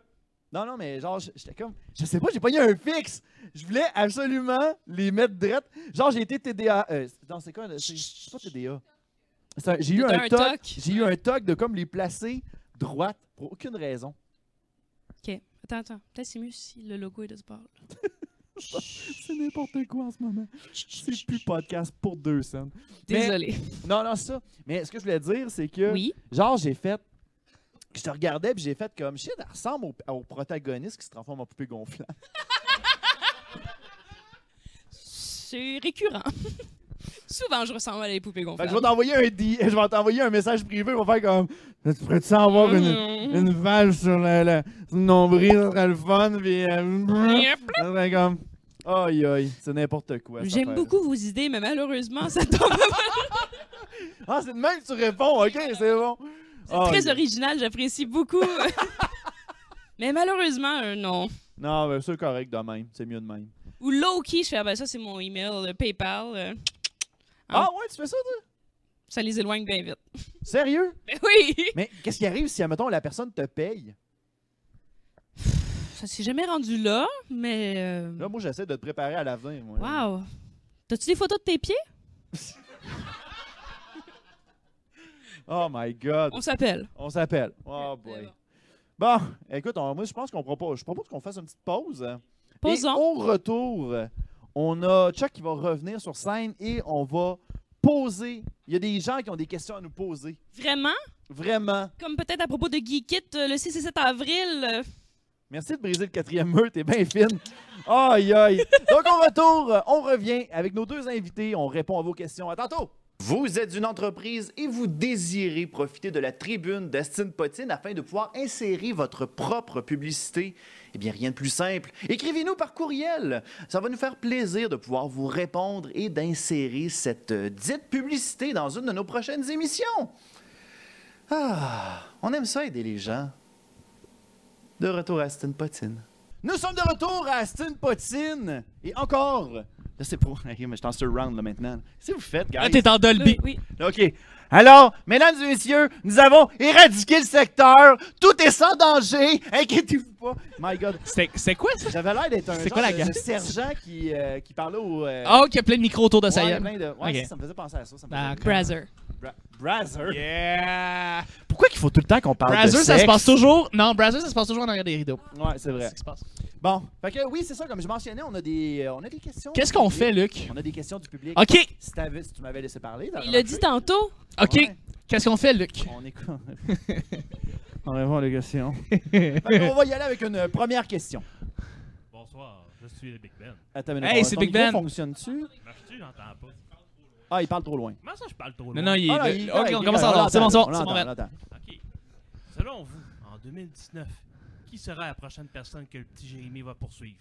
[SPEAKER 1] Non, non, mais genre, j- j'étais comme. Je sais pas, j'ai pogné un fixe. Je voulais absolument les mettre drette. Genre, j'ai été TDA. Euh, non, c'est quoi? C'est c'est pas TDA. C'est un- J'ai eu
[SPEAKER 4] T'as
[SPEAKER 1] un
[SPEAKER 4] un
[SPEAKER 1] toc.
[SPEAKER 4] toc.
[SPEAKER 1] J'ai eu un toc de comme les placer droite pour aucune raison.
[SPEAKER 4] Ok. Attends, attends. Peut-être c'est mieux si le logo est de ce bord.
[SPEAKER 1] C'est n'importe quoi en ce moment. C'est plus podcast pour deux cents. Mais-
[SPEAKER 4] Désolé.
[SPEAKER 1] Non, non, c'est ça. Mais ce que je voulais dire, c'est que.
[SPEAKER 4] Oui.
[SPEAKER 1] Genre, j'ai fait. Je te regardais, puis j'ai fait comme shit, elle ressemble au, au protagoniste qui se transforme en poupée gonflable.
[SPEAKER 4] C'est récurrent. Souvent, je ressemble à des poupées
[SPEAKER 1] Fait que
[SPEAKER 4] gonflables.
[SPEAKER 1] je vais t'envoyer un D- je vais t'envoyer un message privé, on va faire comme. Tu pourrais-tu avoir une,
[SPEAKER 4] Mhm.
[SPEAKER 1] une valve sur le, le- sur le nombril, ça serait le fun, puis. euh,
[SPEAKER 4] Yep.
[SPEAKER 1] ça serait comme. Aïe, aïe, c'est n'importe quoi. cette
[SPEAKER 4] J'aime
[SPEAKER 1] affaire-là.
[SPEAKER 4] beaucoup vos idées, mais malheureusement, ça tombe.
[SPEAKER 1] Ah, c'est de même que tu réponds, ok, c'est bon. Aïe.
[SPEAKER 4] Très original, j'apprécie beaucoup. mais malheureusement, euh, non.
[SPEAKER 1] Non, mais c'est correct de même, c'est mieux de même.
[SPEAKER 4] Ou low-key, je fais, ah ben ça, c'est mon email, euh, PayPal. euh,
[SPEAKER 1] Ah ouais, tu fais ça, toi?
[SPEAKER 4] Ça les éloigne bien vite.
[SPEAKER 1] Sérieux?
[SPEAKER 4] Ben oui!
[SPEAKER 1] Mais qu'est-ce qui arrive si, admettons, la personne te paye?
[SPEAKER 4] Ça s'est jamais rendu là, mais. euh,
[SPEAKER 1] Là, moi, j'essaie de te préparer à l'avenir. moi.
[SPEAKER 4] Wow! T'as-tu des photos de tes pieds?
[SPEAKER 1] Oh my God.
[SPEAKER 4] On s'appelle.
[SPEAKER 1] On s'appelle. Oh boy. Bon, écoute, on- moi, je pense qu'on propose, je propose qu'on fasse une petite pause. Et
[SPEAKER 4] Posons.
[SPEAKER 1] au retour, on a Chuck qui va revenir sur scène et on va poser. Il y a des gens qui ont des questions à nous poser.
[SPEAKER 4] Vraiment?
[SPEAKER 1] Vraiment.
[SPEAKER 4] Comme peut-être à propos de Geekit euh, le 6 et 7 avril. euh,
[SPEAKER 1] Merci de briser le quatrième mur, t'es bien fine. Aïe aïe. Donc on retourne, on revient avec nos deux invités, on répond à vos questions. À tantôt. Vous êtes une entreprise et vous désirez profiter de la tribune d'Astine Potine afin de pouvoir insérer votre propre publicité. Eh bien, rien de plus simple. Écrivez-nous par courriel. Ça va nous faire plaisir de pouvoir vous répondre et d'insérer cette euh, dite publicité dans une de nos prochaines émissions. Ah, on aime ça aider les gens. De retour à Aston Potine. Nous sommes de retour à Aston Potine. Et encore. Là, c'est pour. Ok, mais je t'en sur round là maintenant. Qu'est-ce que vous faites, guys?
[SPEAKER 2] Ah, t'es en Dolby.
[SPEAKER 4] le- euh, oui.
[SPEAKER 1] OK. Alors, mesdames et messieurs, nous avons éradiqué le secteur. Tout est sans danger. Inquiétez-vous pas. My God.
[SPEAKER 2] C'était c'était quoi ça?
[SPEAKER 1] J'avais l'air d'être un
[SPEAKER 2] C'est
[SPEAKER 1] genre
[SPEAKER 2] quoi la
[SPEAKER 1] de-
[SPEAKER 2] gang?
[SPEAKER 1] de sergent qui, euh, qui parlait au... euh,
[SPEAKER 2] Oh, qu'il y a plein de micros autour de sa
[SPEAKER 1] ouais,
[SPEAKER 2] gueule.
[SPEAKER 1] plein de- ouais,
[SPEAKER 2] Ok.
[SPEAKER 1] ça, ça me faisait penser à ça. ça me
[SPEAKER 2] D'accord.
[SPEAKER 1] faisait-
[SPEAKER 4] Brazzer.
[SPEAKER 1] Bra- Brazzer?
[SPEAKER 2] Yeah!
[SPEAKER 1] Pourquoi qu'il faut tout le temps qu'on parle
[SPEAKER 2] Brazzer,
[SPEAKER 1] de
[SPEAKER 2] ça
[SPEAKER 1] sexe?
[SPEAKER 2] se passe toujours. Non, Brazzer, ça se passe toujours en arrière des rideaux.
[SPEAKER 1] Ouais, c'est
[SPEAKER 2] C'est
[SPEAKER 1] vrai.
[SPEAKER 2] ce qui se passe.
[SPEAKER 1] Bon, fait que oui, c'est ça. Comme je mentionnais, on a des, euh, on a des questions.
[SPEAKER 2] Qu'est-ce
[SPEAKER 1] du
[SPEAKER 2] qu'on
[SPEAKER 1] public.
[SPEAKER 2] fait, Luc?
[SPEAKER 1] On a des questions du public.
[SPEAKER 2] Ok,
[SPEAKER 1] Si, t'avais- si tu m'avais laissé parler... t'aurais
[SPEAKER 4] Il l'a dit
[SPEAKER 1] remarqué.
[SPEAKER 4] tantôt.
[SPEAKER 2] ok.
[SPEAKER 1] Ouais.
[SPEAKER 2] Qu'est-ce qu'on fait, Luc?
[SPEAKER 1] On écoute. On répond les questions. on va y aller avec une euh, première question.
[SPEAKER 5] Bonsoir, je suis le Big Ben.
[SPEAKER 1] Attends, une
[SPEAKER 2] Hey,
[SPEAKER 1] minute,
[SPEAKER 2] c'est
[SPEAKER 1] ton
[SPEAKER 2] Big
[SPEAKER 1] micro
[SPEAKER 2] Ben.
[SPEAKER 1] fonctionne-tu?
[SPEAKER 5] Marche-tu, j'entends pas.
[SPEAKER 1] Ah, il parle trop loin.
[SPEAKER 5] Comment ça, je parle trop
[SPEAKER 2] Non,
[SPEAKER 5] loin?
[SPEAKER 2] non, il est.
[SPEAKER 1] Ah, non, il-
[SPEAKER 2] ok,
[SPEAKER 1] il-
[SPEAKER 2] on
[SPEAKER 1] il-
[SPEAKER 2] commence à
[SPEAKER 1] l'entend,
[SPEAKER 2] C'est bon, c'est
[SPEAKER 1] on
[SPEAKER 2] bon, c'est
[SPEAKER 1] l'entend,
[SPEAKER 2] bon.
[SPEAKER 1] on
[SPEAKER 2] Red.
[SPEAKER 1] l'entend.
[SPEAKER 5] OK. Selon vous, en 2019, qui sera la prochaine personne que le petit Jérémy va poursuivre?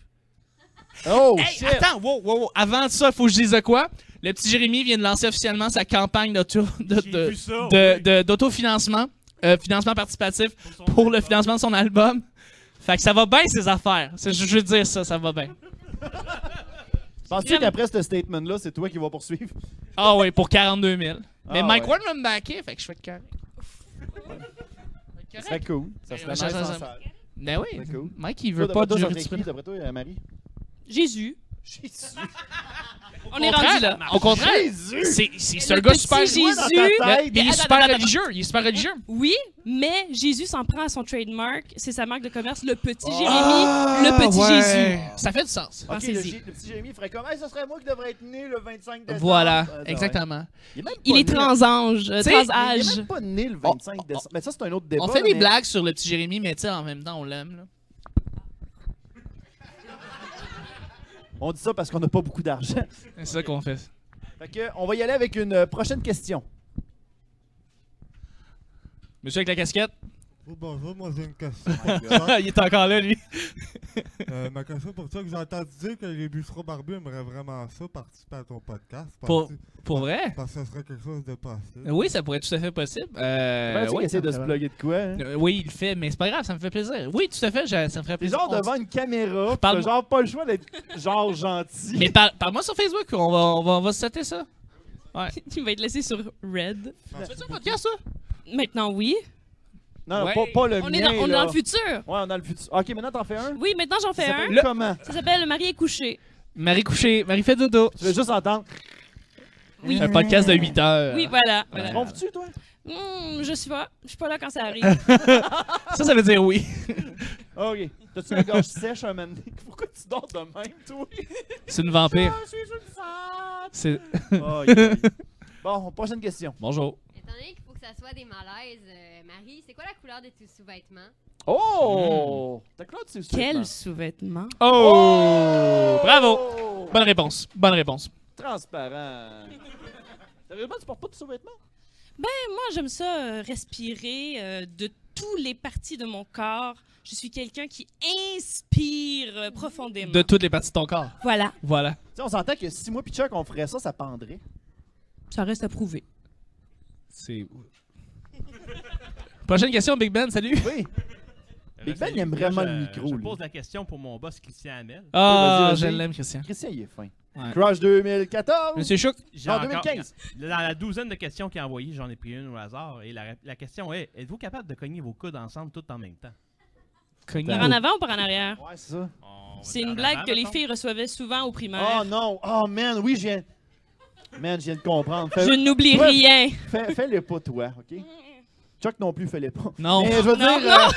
[SPEAKER 1] Oh,
[SPEAKER 2] Hey,
[SPEAKER 1] shit!
[SPEAKER 2] attends, wow, wow, wow. Avant de ça, faut que je dise de quoi? Le petit Jérémy vient de lancer officiellement sa campagne d'auto- de-
[SPEAKER 5] J'ai
[SPEAKER 2] de-
[SPEAKER 5] vu ça,
[SPEAKER 2] de-
[SPEAKER 5] oui,
[SPEAKER 2] de- d'autofinancement, euh, financement participatif
[SPEAKER 5] son
[SPEAKER 2] pour le
[SPEAKER 5] album.
[SPEAKER 2] financement de son album. Fait que ça va bien, ses affaires. C'est- Je je veux dire ça, ça va bien.
[SPEAKER 1] Penses-tu qu'après ce statement-là, c'est toi qui vas poursuivre?
[SPEAKER 2] Ah oui, pour 42 000. Mais
[SPEAKER 1] Ah
[SPEAKER 2] Mike
[SPEAKER 1] ouais.
[SPEAKER 2] Ward m'a me backé, fait que je fais de correct.
[SPEAKER 1] Ça serait cool. Ça
[SPEAKER 2] Eh,
[SPEAKER 1] serait
[SPEAKER 2] ouais,
[SPEAKER 1] nice
[SPEAKER 2] ça- ça-
[SPEAKER 1] en
[SPEAKER 2] ça-
[SPEAKER 1] salle.
[SPEAKER 2] Ben oui,
[SPEAKER 1] C'est cool.
[SPEAKER 2] Mike il
[SPEAKER 1] Toi,
[SPEAKER 2] veut
[SPEAKER 1] d'après
[SPEAKER 2] pas de
[SPEAKER 1] toi, ça
[SPEAKER 2] jury
[SPEAKER 1] serait qui, d'après toi, euh, Marie?
[SPEAKER 4] Jésus.
[SPEAKER 1] Jésus!
[SPEAKER 4] On est rendu là.
[SPEAKER 2] Au contraire,
[SPEAKER 1] Jésus!
[SPEAKER 2] c'est c'est- c'est
[SPEAKER 4] Le
[SPEAKER 2] un gars
[SPEAKER 4] petit
[SPEAKER 2] super
[SPEAKER 4] Jésus.
[SPEAKER 2] Mais- mais il est
[SPEAKER 4] Attends,
[SPEAKER 2] super
[SPEAKER 4] attends,
[SPEAKER 2] religieux, il est super religieux.
[SPEAKER 4] Oui, mais Jésus s'en prend à son trademark. C'est sa marque de commerce, le petit Jérémy,
[SPEAKER 2] Ah,
[SPEAKER 4] le petit
[SPEAKER 2] ouais.
[SPEAKER 4] Jésus.
[SPEAKER 2] Ça fait du sens.
[SPEAKER 1] Ok, le,
[SPEAKER 4] Pensez-y.
[SPEAKER 1] J- le petit Jérémy ferait comme hey, « ce serait moi qui devrais être né le 25 décembre! »
[SPEAKER 2] Voilà,
[SPEAKER 1] Ah, ouais.
[SPEAKER 2] exactement.
[SPEAKER 1] Il est, même pas
[SPEAKER 4] Il est
[SPEAKER 1] né-
[SPEAKER 4] transange, euh,
[SPEAKER 2] Tu sais,
[SPEAKER 1] Il est
[SPEAKER 4] transâge.
[SPEAKER 1] même pas né le 25
[SPEAKER 2] On- on-
[SPEAKER 1] décembre. Mais ça, c'est un autre débat.
[SPEAKER 2] Oh, on fait des
[SPEAKER 1] mais-
[SPEAKER 2] blagues sur le petit Jérémy, mais tu sais, en même temps, on l'aime. là.
[SPEAKER 1] On dit ça parce qu'on n'a pas beaucoup d'argent.
[SPEAKER 2] C'est ça qu'on fait.
[SPEAKER 1] Fait que, on va y aller avec une euh, prochaine question.
[SPEAKER 2] Monsieur avec la casquette,
[SPEAKER 6] Oh, bonjour, moi j'ai une question.
[SPEAKER 2] Oh
[SPEAKER 6] pour toi.
[SPEAKER 2] il est encore là, lui.
[SPEAKER 6] Euh, ma question pour toi, que j'ai entendu dire que les bûcherons barbus aimeraient vraiment ça, participer à ton podcast.
[SPEAKER 2] Pour-
[SPEAKER 6] Penses-tu-
[SPEAKER 2] Pour vrai?
[SPEAKER 6] Parce que ça serait quelque chose de possible.
[SPEAKER 2] Oui, ça pourrait être tout à fait possible.
[SPEAKER 1] Comment
[SPEAKER 2] Euh,
[SPEAKER 1] tu
[SPEAKER 2] oui,
[SPEAKER 1] essaie de se plugger de quoi? hein?
[SPEAKER 2] Euh, oui, il le fait, mais c'est pas grave, ça me fait plaisir. Oui, tout à fait, j'ai- ça me ferait
[SPEAKER 1] T'es
[SPEAKER 2] plaisir.
[SPEAKER 1] genre
[SPEAKER 2] On-
[SPEAKER 1] devant une caméra, pis
[SPEAKER 2] Parle-
[SPEAKER 1] t'as genre pas le choix d'être genre gentil.
[SPEAKER 2] Mais par- parle-moi sur Facebook, on va, on va, on va se sauter ça.
[SPEAKER 4] Il va être laissé sur Red.
[SPEAKER 2] Tu veux un podcast, ça?
[SPEAKER 4] Maintenant, oui.
[SPEAKER 1] Non, non,
[SPEAKER 2] Ouais.
[SPEAKER 1] pas, pas le
[SPEAKER 4] On
[SPEAKER 1] mien.
[SPEAKER 4] est dans, on est
[SPEAKER 1] là.
[SPEAKER 4] dans le futur.
[SPEAKER 1] Ouais, on a le futur. Ok, maintenant t'en fais un.
[SPEAKER 4] Oui, maintenant j'en
[SPEAKER 1] Ça
[SPEAKER 4] fais un.
[SPEAKER 1] s'appelle
[SPEAKER 2] Le-
[SPEAKER 1] comment?
[SPEAKER 4] Ça s'appelle Le mari est couché.
[SPEAKER 2] Marie couchée, Marie fait dodo.
[SPEAKER 1] Tu veux juste entendre.
[SPEAKER 4] Oui.
[SPEAKER 2] Un podcast de 8 heures.
[SPEAKER 4] Oui, voilà.
[SPEAKER 1] Tu
[SPEAKER 4] voilà.
[SPEAKER 1] Ronfes-tu, toi?
[SPEAKER 4] Hmm, je suis pas. Je suis pas là quand ça arrive.
[SPEAKER 2] Ça, ça veut dire oui.
[SPEAKER 1] Ah, Ok. T'as-tu la gorge sèche un moment donné? Pourquoi tu dors de même, toi?
[SPEAKER 2] C'est une
[SPEAKER 4] Ah,
[SPEAKER 2] vampire.
[SPEAKER 1] Je suis une femme!
[SPEAKER 2] C'est...
[SPEAKER 1] Aïe, aïe. Ah, Bon, prochaine question.
[SPEAKER 2] Bonjour.
[SPEAKER 7] Étant donné qu'il faut que ça soit des malaises, euh, Marie, c'est quoi la couleur de tes sous-vêtements?
[SPEAKER 1] Oh! T'as Claude, c'est
[SPEAKER 4] Quel sous-vêtement.
[SPEAKER 2] Oh! Bravo! Bonne réponse. Bonne réponse.
[SPEAKER 1] Transparent. Sérieusement, tu portes pas de sous-vêtements?
[SPEAKER 4] Moi, j'aime ça euh, respirer euh, de tous les parties de mon corps. Je suis quelqu'un qui inspire euh, profondément.
[SPEAKER 2] De toutes les parties de ton corps.
[SPEAKER 4] Voilà.
[SPEAKER 2] Voilà.
[SPEAKER 1] Tu sais, on s'entend que si moi pis Chuck, on ferait ça, ça pendrait.
[SPEAKER 4] Ça reste à prouver.
[SPEAKER 2] C'est. Prochaine question, Big Ben, salut.
[SPEAKER 1] Oui.
[SPEAKER 5] Euh,
[SPEAKER 1] Big Ben,
[SPEAKER 5] salut.
[SPEAKER 1] il aime
[SPEAKER 5] Là,
[SPEAKER 1] vraiment
[SPEAKER 5] je-
[SPEAKER 1] le micro,
[SPEAKER 5] Je
[SPEAKER 1] lui.
[SPEAKER 5] pose la question pour mon boss, Christian Hamel.
[SPEAKER 2] Ah,
[SPEAKER 1] vas-y,
[SPEAKER 2] je
[SPEAKER 1] vas-y.
[SPEAKER 2] l'aime, Christian.
[SPEAKER 1] Christian, il est fin.
[SPEAKER 2] Ouais.
[SPEAKER 1] Crush 2014.
[SPEAKER 2] Monsieur Chouk,
[SPEAKER 5] J'ai
[SPEAKER 1] En
[SPEAKER 5] encore-
[SPEAKER 1] 2015.
[SPEAKER 5] Dans la douzaine de questions qu'il a envoyées, j'en ai pris une au hasard. Et la, la question est êtes-vous capable de cogner vos coudes ensemble tout en même temps
[SPEAKER 2] cognez
[SPEAKER 4] Par en avant ou par en arrière?
[SPEAKER 1] Ouais, c'est ça.
[SPEAKER 5] On va
[SPEAKER 4] C'est
[SPEAKER 5] dire en
[SPEAKER 4] une blague
[SPEAKER 5] avant,
[SPEAKER 4] que les
[SPEAKER 5] mettons.
[SPEAKER 4] filles recevaient souvent au
[SPEAKER 2] Ben.
[SPEAKER 1] Oh
[SPEAKER 4] primaire.
[SPEAKER 1] non. Oh man, oui, je viens. Man, je viens de comprendre.
[SPEAKER 4] Je
[SPEAKER 1] Fais-
[SPEAKER 4] n'oublie
[SPEAKER 1] Ouais.
[SPEAKER 4] rien.
[SPEAKER 1] fais- Fais-le pas, toi, OK? Chuck non plus, fais-le pas.
[SPEAKER 2] Non.
[SPEAKER 1] Mais je veux
[SPEAKER 4] Non,
[SPEAKER 1] dire,
[SPEAKER 4] non.
[SPEAKER 1] euh,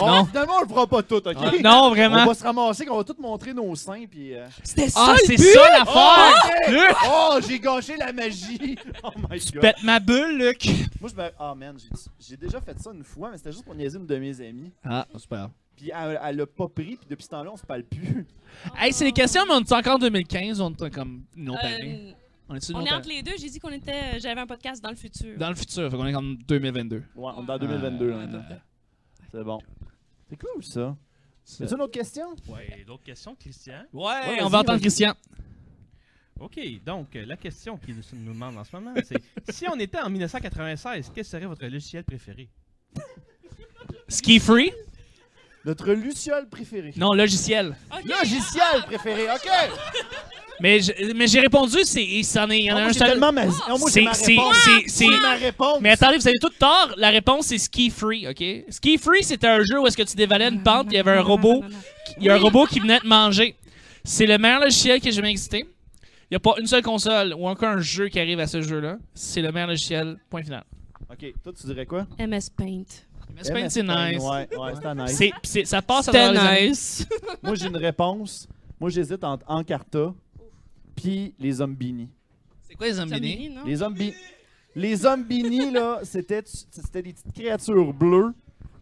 [SPEAKER 1] on-
[SPEAKER 2] Non.
[SPEAKER 1] finalement, on le fera pas tout, OK?
[SPEAKER 2] Ah, Non,
[SPEAKER 1] On
[SPEAKER 2] vraiment.
[SPEAKER 1] va se ramasser qu'on va tout montrer nos seins, puis... euh,
[SPEAKER 4] C'était
[SPEAKER 2] Ah,
[SPEAKER 4] ça le
[SPEAKER 2] c'est
[SPEAKER 4] but?
[SPEAKER 2] ça l'affaire!
[SPEAKER 1] Oh,
[SPEAKER 2] Luc!
[SPEAKER 1] oh, j'ai gâché la magie! Oh my
[SPEAKER 2] Tu
[SPEAKER 1] god!
[SPEAKER 2] pètes ma bulle, Luc!
[SPEAKER 1] Moi, je me. Oh man, j'ai- j'ai déjà fait ça une fois, mais c'était juste pour niaiser une de mes amies.
[SPEAKER 2] Ah, c'est pas grave.
[SPEAKER 1] Puis elle, elle l'a pas pris, puis depuis ce temps-là, on se parle plus.
[SPEAKER 2] Hey, c'est les questions, mais on est encore en 2015, on est comme une autre année.
[SPEAKER 4] Euh,
[SPEAKER 2] On est,
[SPEAKER 4] on est entre les deux. J'ai dit qu'on était, euh, j'avais un podcast dans le futur.
[SPEAKER 2] Dans le futur, fait qu'on est comme 2022.
[SPEAKER 1] Ouais, on est en 2022 là,
[SPEAKER 4] Ouais, à peu
[SPEAKER 2] Ah,
[SPEAKER 1] maintenant.
[SPEAKER 4] près.
[SPEAKER 1] C'est bon. C'est cool, ça.
[SPEAKER 2] C'est-
[SPEAKER 1] As-tu une autre question?
[SPEAKER 5] Ouais, d'autres questions, Christian
[SPEAKER 2] Ouais,
[SPEAKER 1] Ouais,
[SPEAKER 2] on
[SPEAKER 1] vas-y,
[SPEAKER 2] va entendre
[SPEAKER 1] vas-y.
[SPEAKER 2] Christian.
[SPEAKER 5] Ok, donc euh, la question qui nous, nous demande en ce moment, c'est si on était en 1996, quel serait votre logiciel préféré
[SPEAKER 2] Ski Free?
[SPEAKER 1] Notre luciole préférée.
[SPEAKER 2] Non, logiciel.
[SPEAKER 4] Ok.
[SPEAKER 1] Logiciel préféré, ok!
[SPEAKER 2] Mais je- mais j'ai répondu, c'est, il s'en est- il y en
[SPEAKER 1] Ah,
[SPEAKER 2] a
[SPEAKER 1] moi,
[SPEAKER 2] un
[SPEAKER 1] j'ai
[SPEAKER 2] seul.
[SPEAKER 1] tellement ma... Ah, moi, j'ai ma
[SPEAKER 2] C'est- c'est-
[SPEAKER 1] réponse.
[SPEAKER 2] c'est- c'est-
[SPEAKER 1] J'ai ma réponse.
[SPEAKER 2] Mais attendez, vous avez tout tort, la réponse c'est Ski Free, ok? Ski Free, c'était un jeu où est-ce que tu dévalais une pente, puis il y avait un robot, qui- il y a un robot qui venait te manger. C'est le meilleur logiciel qui a jamais existé. Il n'y a pas une seule console ou encore un jeu qui arrive à ce jeu-là. C'est le meilleur logiciel, point final.
[SPEAKER 1] Ok, toi, tu dirais quoi? Eh,
[SPEAKER 4] MS Paint.
[SPEAKER 2] Mais c'est pas une- c'est
[SPEAKER 1] MS-Paint,
[SPEAKER 2] nice.
[SPEAKER 1] Ouais, ouais, c'était nice.
[SPEAKER 2] C'est- pis c'est- ça passe à
[SPEAKER 4] C'était
[SPEAKER 2] travers les années.
[SPEAKER 4] nice.
[SPEAKER 1] Moi, j'ai une réponse. Moi, j'hésite entre Encarta puis les Zombini.
[SPEAKER 2] C'est quoi les zombies?
[SPEAKER 4] non?
[SPEAKER 1] Les Zombini. Les Zombini, là, c'était c'était des petites créatures bleues.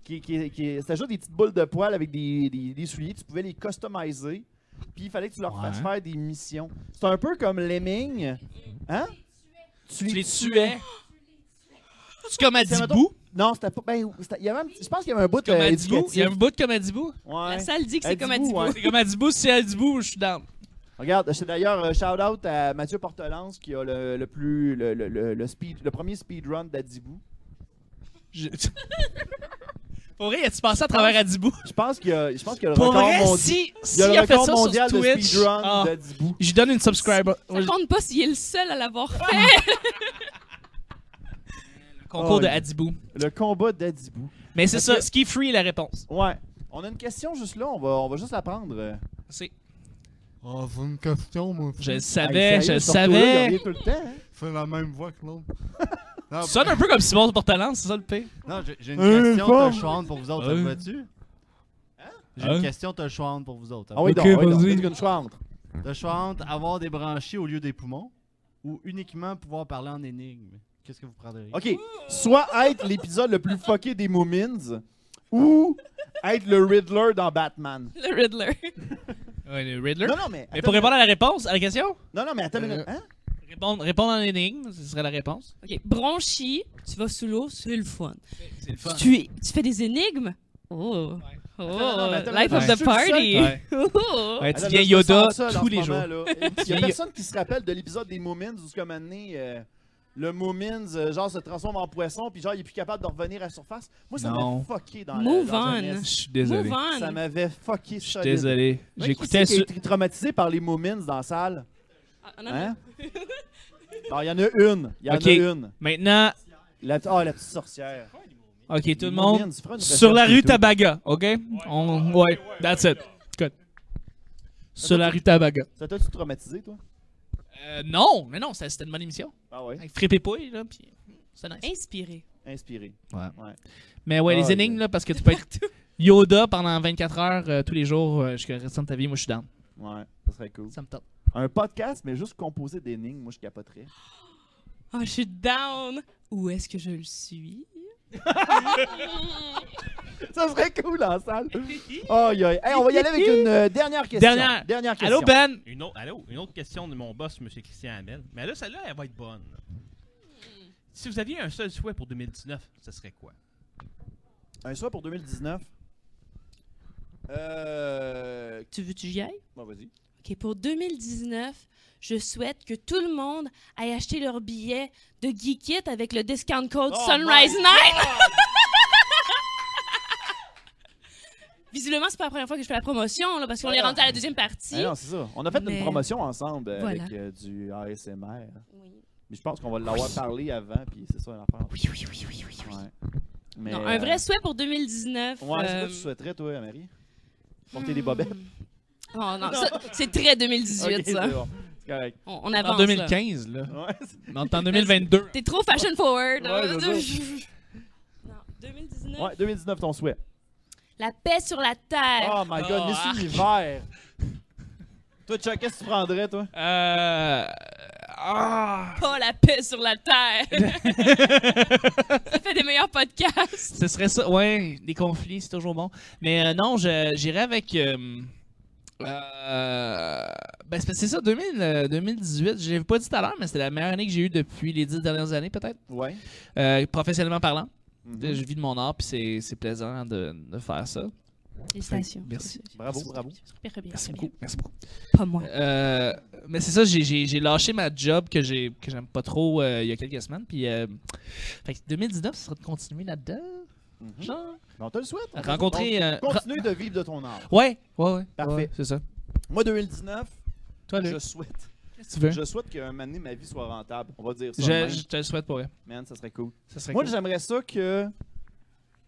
[SPEAKER 1] Qui, qui, qui- c'était juste des petites boules de poils avec des, des, des souliers. Tu pouvais les customiser. Puis il fallait que tu leur fasses
[SPEAKER 2] Ouais.
[SPEAKER 1] faire des missions. C'est un peu comme Lemming. Hein? Tu
[SPEAKER 2] Tu
[SPEAKER 1] les
[SPEAKER 2] les tuais. C'est comme à
[SPEAKER 1] C'est, mettons,
[SPEAKER 2] Dibou.
[SPEAKER 1] Non, c'était pas. Ben, c'était- il y avait un petit- je pense qu'il y avait un bout de.
[SPEAKER 2] Comme
[SPEAKER 1] euh,
[SPEAKER 2] à Dibou.
[SPEAKER 1] éducatif.
[SPEAKER 2] Il y a un bout de comme à Dibou.
[SPEAKER 1] Ouais.
[SPEAKER 4] La salle dit que c'est
[SPEAKER 1] Elle
[SPEAKER 4] comme
[SPEAKER 1] dit
[SPEAKER 4] à
[SPEAKER 1] vous,
[SPEAKER 4] Dibou.
[SPEAKER 1] ouais.
[SPEAKER 2] C'est comme à Dibou, si c'est à Dibou, je suis down.
[SPEAKER 1] Regarde, c'est d'ailleurs un shout-out à Mathieu Portelance qui a le, le plus le, le, le, le speed, le premier speedrun d'Adibou.
[SPEAKER 2] Je- Pour vrai, as-tu passé à travers Adibou?
[SPEAKER 1] Je pense qu'il y a, je pense qu'il y a le
[SPEAKER 2] Pour
[SPEAKER 1] record
[SPEAKER 2] vrai,
[SPEAKER 1] mondial.
[SPEAKER 2] si,
[SPEAKER 1] Il y a
[SPEAKER 2] s'il
[SPEAKER 1] le
[SPEAKER 2] a fait
[SPEAKER 1] record
[SPEAKER 2] ça sur
[SPEAKER 1] mondial de
[SPEAKER 2] Twitch,
[SPEAKER 1] speedrun
[SPEAKER 2] ah,
[SPEAKER 1] d'Adibou.
[SPEAKER 2] je lui donne une subscriber.
[SPEAKER 4] Ça compte pas s'il est le seul à l'avoir fait.
[SPEAKER 2] Le concours de
[SPEAKER 1] Oh,
[SPEAKER 2] Adibou.
[SPEAKER 1] Le combat d'Adibou.
[SPEAKER 2] Mais c'est
[SPEAKER 1] Est-ce
[SPEAKER 2] ça,
[SPEAKER 1] que-
[SPEAKER 2] ski free est la réponse.
[SPEAKER 1] Ouais. On a une question juste là, on va, on va juste la prendre.
[SPEAKER 2] C'est-
[SPEAKER 6] Oh, c'est une question, moi.
[SPEAKER 2] Je le
[SPEAKER 6] aussi.
[SPEAKER 2] savais,
[SPEAKER 1] Hey,
[SPEAKER 2] je le
[SPEAKER 1] sérieux, ce retour-là, il
[SPEAKER 2] savais.
[SPEAKER 1] revient tout le temps. hein.
[SPEAKER 6] C'est la même voix que l'autre. Non,
[SPEAKER 2] Tu sonnes un peu comme Simon Portalance, c'est ça le P?
[SPEAKER 3] Non, j'ai j'ai une
[SPEAKER 1] Euh,
[SPEAKER 3] question
[SPEAKER 1] femme.
[SPEAKER 3] touchante pour vous autres,
[SPEAKER 2] Euh.
[SPEAKER 3] ça vous va-tu? J'ai
[SPEAKER 2] Hein?
[SPEAKER 3] une question touchante pour vous autres. hein?
[SPEAKER 1] Ah oui,
[SPEAKER 2] Ok,
[SPEAKER 1] donc, oui, donc,
[SPEAKER 2] vas-y.
[SPEAKER 1] faites une chante.
[SPEAKER 3] Touchante, avoir des branchies au lieu des poumons ou uniquement pouvoir parler en énigme. Qu'est-ce que vous prendrez?
[SPEAKER 1] Ok. Soit être l'épisode le plus fucké des Moomins ou être le Riddler dans Batman.
[SPEAKER 4] Le Riddler.
[SPEAKER 2] Ouais, le Riddler.
[SPEAKER 1] Non, non, mais.
[SPEAKER 2] Mais Euh,
[SPEAKER 1] attends
[SPEAKER 2] pour
[SPEAKER 1] une
[SPEAKER 2] répondre à la réponse, à la question,
[SPEAKER 1] minute. Non, non, mais attends une minute. Hein?
[SPEAKER 2] répondre, répondre en énigme, ce serait la réponse.
[SPEAKER 4] OK. Bronchie, tu vas sous l'eau, c'est le fun.
[SPEAKER 2] C'est le fun.
[SPEAKER 4] Tu, es- tu fais des énigmes? Oh. Oh,
[SPEAKER 1] Attends, non, mais attends,
[SPEAKER 4] life
[SPEAKER 1] attends,
[SPEAKER 4] of
[SPEAKER 1] je
[SPEAKER 4] the
[SPEAKER 1] suis le seul.
[SPEAKER 4] party.
[SPEAKER 2] Ouais.
[SPEAKER 1] Attends,
[SPEAKER 2] Ouais,
[SPEAKER 4] Oh.
[SPEAKER 2] tu viens
[SPEAKER 1] Ah, là, je me
[SPEAKER 2] Yoda
[SPEAKER 1] sens seul en
[SPEAKER 2] tous
[SPEAKER 1] ce
[SPEAKER 2] les jours.
[SPEAKER 1] moment, là. Il y a
[SPEAKER 2] viens-
[SPEAKER 1] personne qui se rappelle de l'épisode des Moomins où ce que un moment donné, euh, le Moomins euh, genre se transforme en poisson puis genre il est plus capable de revenir à la surface. Moi ça
[SPEAKER 2] Non.
[SPEAKER 1] m'a fucké dans le
[SPEAKER 4] Move
[SPEAKER 1] dans la
[SPEAKER 4] on.
[SPEAKER 1] jeunesse.
[SPEAKER 2] Je suis
[SPEAKER 4] Move
[SPEAKER 2] désolé.
[SPEAKER 1] Ça
[SPEAKER 4] on.
[SPEAKER 1] m'avait fucké
[SPEAKER 2] Je suis
[SPEAKER 1] solide.
[SPEAKER 2] désolé.
[SPEAKER 1] Moi,
[SPEAKER 2] J'écoutais
[SPEAKER 1] qui c'est
[SPEAKER 2] ce.
[SPEAKER 1] qui a été traumatisé par les Moomins dans la salle.
[SPEAKER 4] Ah, non,
[SPEAKER 1] Hein Non, il y en a une, il y en
[SPEAKER 2] Ok.
[SPEAKER 1] a une.
[SPEAKER 2] Maintenant,
[SPEAKER 1] La oh, la petite sorcière.
[SPEAKER 2] ok, tout
[SPEAKER 1] Les
[SPEAKER 2] le monde.
[SPEAKER 1] Moomins, tu feras une
[SPEAKER 2] Sur
[SPEAKER 1] recherche
[SPEAKER 2] la rue
[SPEAKER 1] YouTube.
[SPEAKER 2] Tabaga, ok? On- Ouais, that's it. Good. Sur la rue Tabaga.
[SPEAKER 1] Ça t'a-tu traumatisé toi
[SPEAKER 2] Euh, non, mais non, ça- c'était une bonne émission.
[SPEAKER 1] Ah ouais,
[SPEAKER 2] Avec Frippe et Pouille, là, puis c'est nice.
[SPEAKER 4] Inspiré.
[SPEAKER 1] inspiré.
[SPEAKER 2] Mais ouais,
[SPEAKER 1] Ah,
[SPEAKER 2] les énigmes,
[SPEAKER 1] yeah.
[SPEAKER 2] là, parce que tu peux être Yoda pendant 24 heures euh, tous les jours euh, jusqu'à restant de ta vie. Moi, je suis down.
[SPEAKER 1] Ouais, ça serait cool.
[SPEAKER 2] Ça me tente.
[SPEAKER 1] Un podcast mais juste composé d'énigmes, moi je capoterais.
[SPEAKER 4] Oh, je suis down. Où est-ce que je le suis?
[SPEAKER 1] Ça serait cool en salle. Aïe, aïe. Hey, on va y aller avec une euh, dernière question.
[SPEAKER 2] Dernière.
[SPEAKER 1] question.
[SPEAKER 2] Allô, Ben?
[SPEAKER 5] Une autre, allô, une autre question de mon boss, M. Christian Hamel. Mais là, celle-là, elle va être bonne. Si vous aviez un seul souhait pour 2019, ce serait quoi?
[SPEAKER 1] Un soir pour 2019. Euh.
[SPEAKER 4] Tu veux que j'y aille?
[SPEAKER 1] Bon, vas-y.
[SPEAKER 4] OK, pour 2019, je souhaite que tout le monde aille acheter leur billet de Geekit avec le discount code
[SPEAKER 1] Oh
[SPEAKER 4] Sunrise
[SPEAKER 1] my
[SPEAKER 4] 9. Visiblement, c'est pas la première fois que je fais la promotion, là, parce qu'on est
[SPEAKER 1] Voilà.
[SPEAKER 4] rendu à la deuxième partie.
[SPEAKER 1] Ah non, c'est ça. On a fait
[SPEAKER 4] Mais-
[SPEAKER 1] une promotion ensemble euh,
[SPEAKER 4] Voilà.
[SPEAKER 1] avec euh, du ASMR. Mais
[SPEAKER 4] Oui.
[SPEAKER 1] je pense qu'on va l'avoir parlé avant, puis c'est ça l'affaire. Oui, oui, oui, oui, oui. Mais,
[SPEAKER 4] Non, un vrai
[SPEAKER 1] euh,
[SPEAKER 4] souhait pour 2019.
[SPEAKER 1] Ouais, c'est
[SPEAKER 4] euh,
[SPEAKER 1] quoi que tu souhaiterais, toi, Marie? Porter des bobettes?
[SPEAKER 4] Oh non, ça, c'est très 2018,
[SPEAKER 1] Ok,
[SPEAKER 4] ça.
[SPEAKER 1] c'est bon. C'est correct.
[SPEAKER 4] On, on
[SPEAKER 2] On est
[SPEAKER 4] avance.
[SPEAKER 2] En
[SPEAKER 4] là.
[SPEAKER 2] 2015, là.
[SPEAKER 1] Ouais, c'est-
[SPEAKER 2] On est en 2022.
[SPEAKER 4] T'es trop fashion forward.
[SPEAKER 1] Ouais,
[SPEAKER 4] hein.
[SPEAKER 1] c'est
[SPEAKER 4] non, 2019.
[SPEAKER 1] ouais, 2019, ton souhait.
[SPEAKER 4] La paix sur la terre.
[SPEAKER 1] Oh my god,
[SPEAKER 2] Oh,
[SPEAKER 1] Miss
[SPEAKER 2] arc.
[SPEAKER 1] Univers! toi, Chuck, qu'est-ce que tu prendrais, toi?
[SPEAKER 2] Euh. Ah!
[SPEAKER 4] Pas la paix sur la terre. ça fait des meilleurs podcasts.
[SPEAKER 2] Ce serait ça. Ouais, des conflits, c'est toujours bon. Mais euh, non, je- j'irais avec. euh, euh, ben, c'est parce que c'est ça, 2000, euh, 2018. Je l'ai pas dit tout à l'heure, mais c'est la meilleure année que j'ai eue depuis les dix dernières années, peut-être.
[SPEAKER 1] Ouais.
[SPEAKER 2] Euh, professionnellement parlant.
[SPEAKER 1] Mhm.
[SPEAKER 2] Je vis de mon art, puis c'est- c'est plaisant de, de faire ça.
[SPEAKER 4] Félicitations.
[SPEAKER 2] Merci.
[SPEAKER 1] Bravo, bravo.
[SPEAKER 4] Très bien,
[SPEAKER 2] Merci
[SPEAKER 4] très bien.
[SPEAKER 2] beaucoup. Merci beaucoup.
[SPEAKER 4] Pas moi.
[SPEAKER 2] Euh, mais c'est ça, j'ai- j'ai j'ai lâché ma job que j'ai que j'aime pas trop euh, il y a quelques semaines. Puis, euh, fait que 2019, ce serait de continuer là-dedans.
[SPEAKER 1] Mhm.
[SPEAKER 2] Genre,
[SPEAKER 1] Mais on te le souhaite. on te le souhaite.
[SPEAKER 2] rencontrer. euh,
[SPEAKER 1] Donc, Continue de vivre de ton art.
[SPEAKER 2] ra- ouais, ouais, ouais.
[SPEAKER 1] Parfait.
[SPEAKER 2] ouais, c'est ça.
[SPEAKER 1] Moi, 2019,
[SPEAKER 2] Toi,
[SPEAKER 1] je
[SPEAKER 2] Luc,
[SPEAKER 1] souhaite.
[SPEAKER 2] qu'est-ce que tu veux. Je,
[SPEAKER 1] Je souhaite qu'un moment donné, ma vie soit rentable. On va dire ça. de même.
[SPEAKER 2] je te le souhaite pour vrai.
[SPEAKER 1] Man, ça serait cool.
[SPEAKER 2] Ça serait
[SPEAKER 1] Moi,
[SPEAKER 2] cool.
[SPEAKER 1] j'aimerais ça que.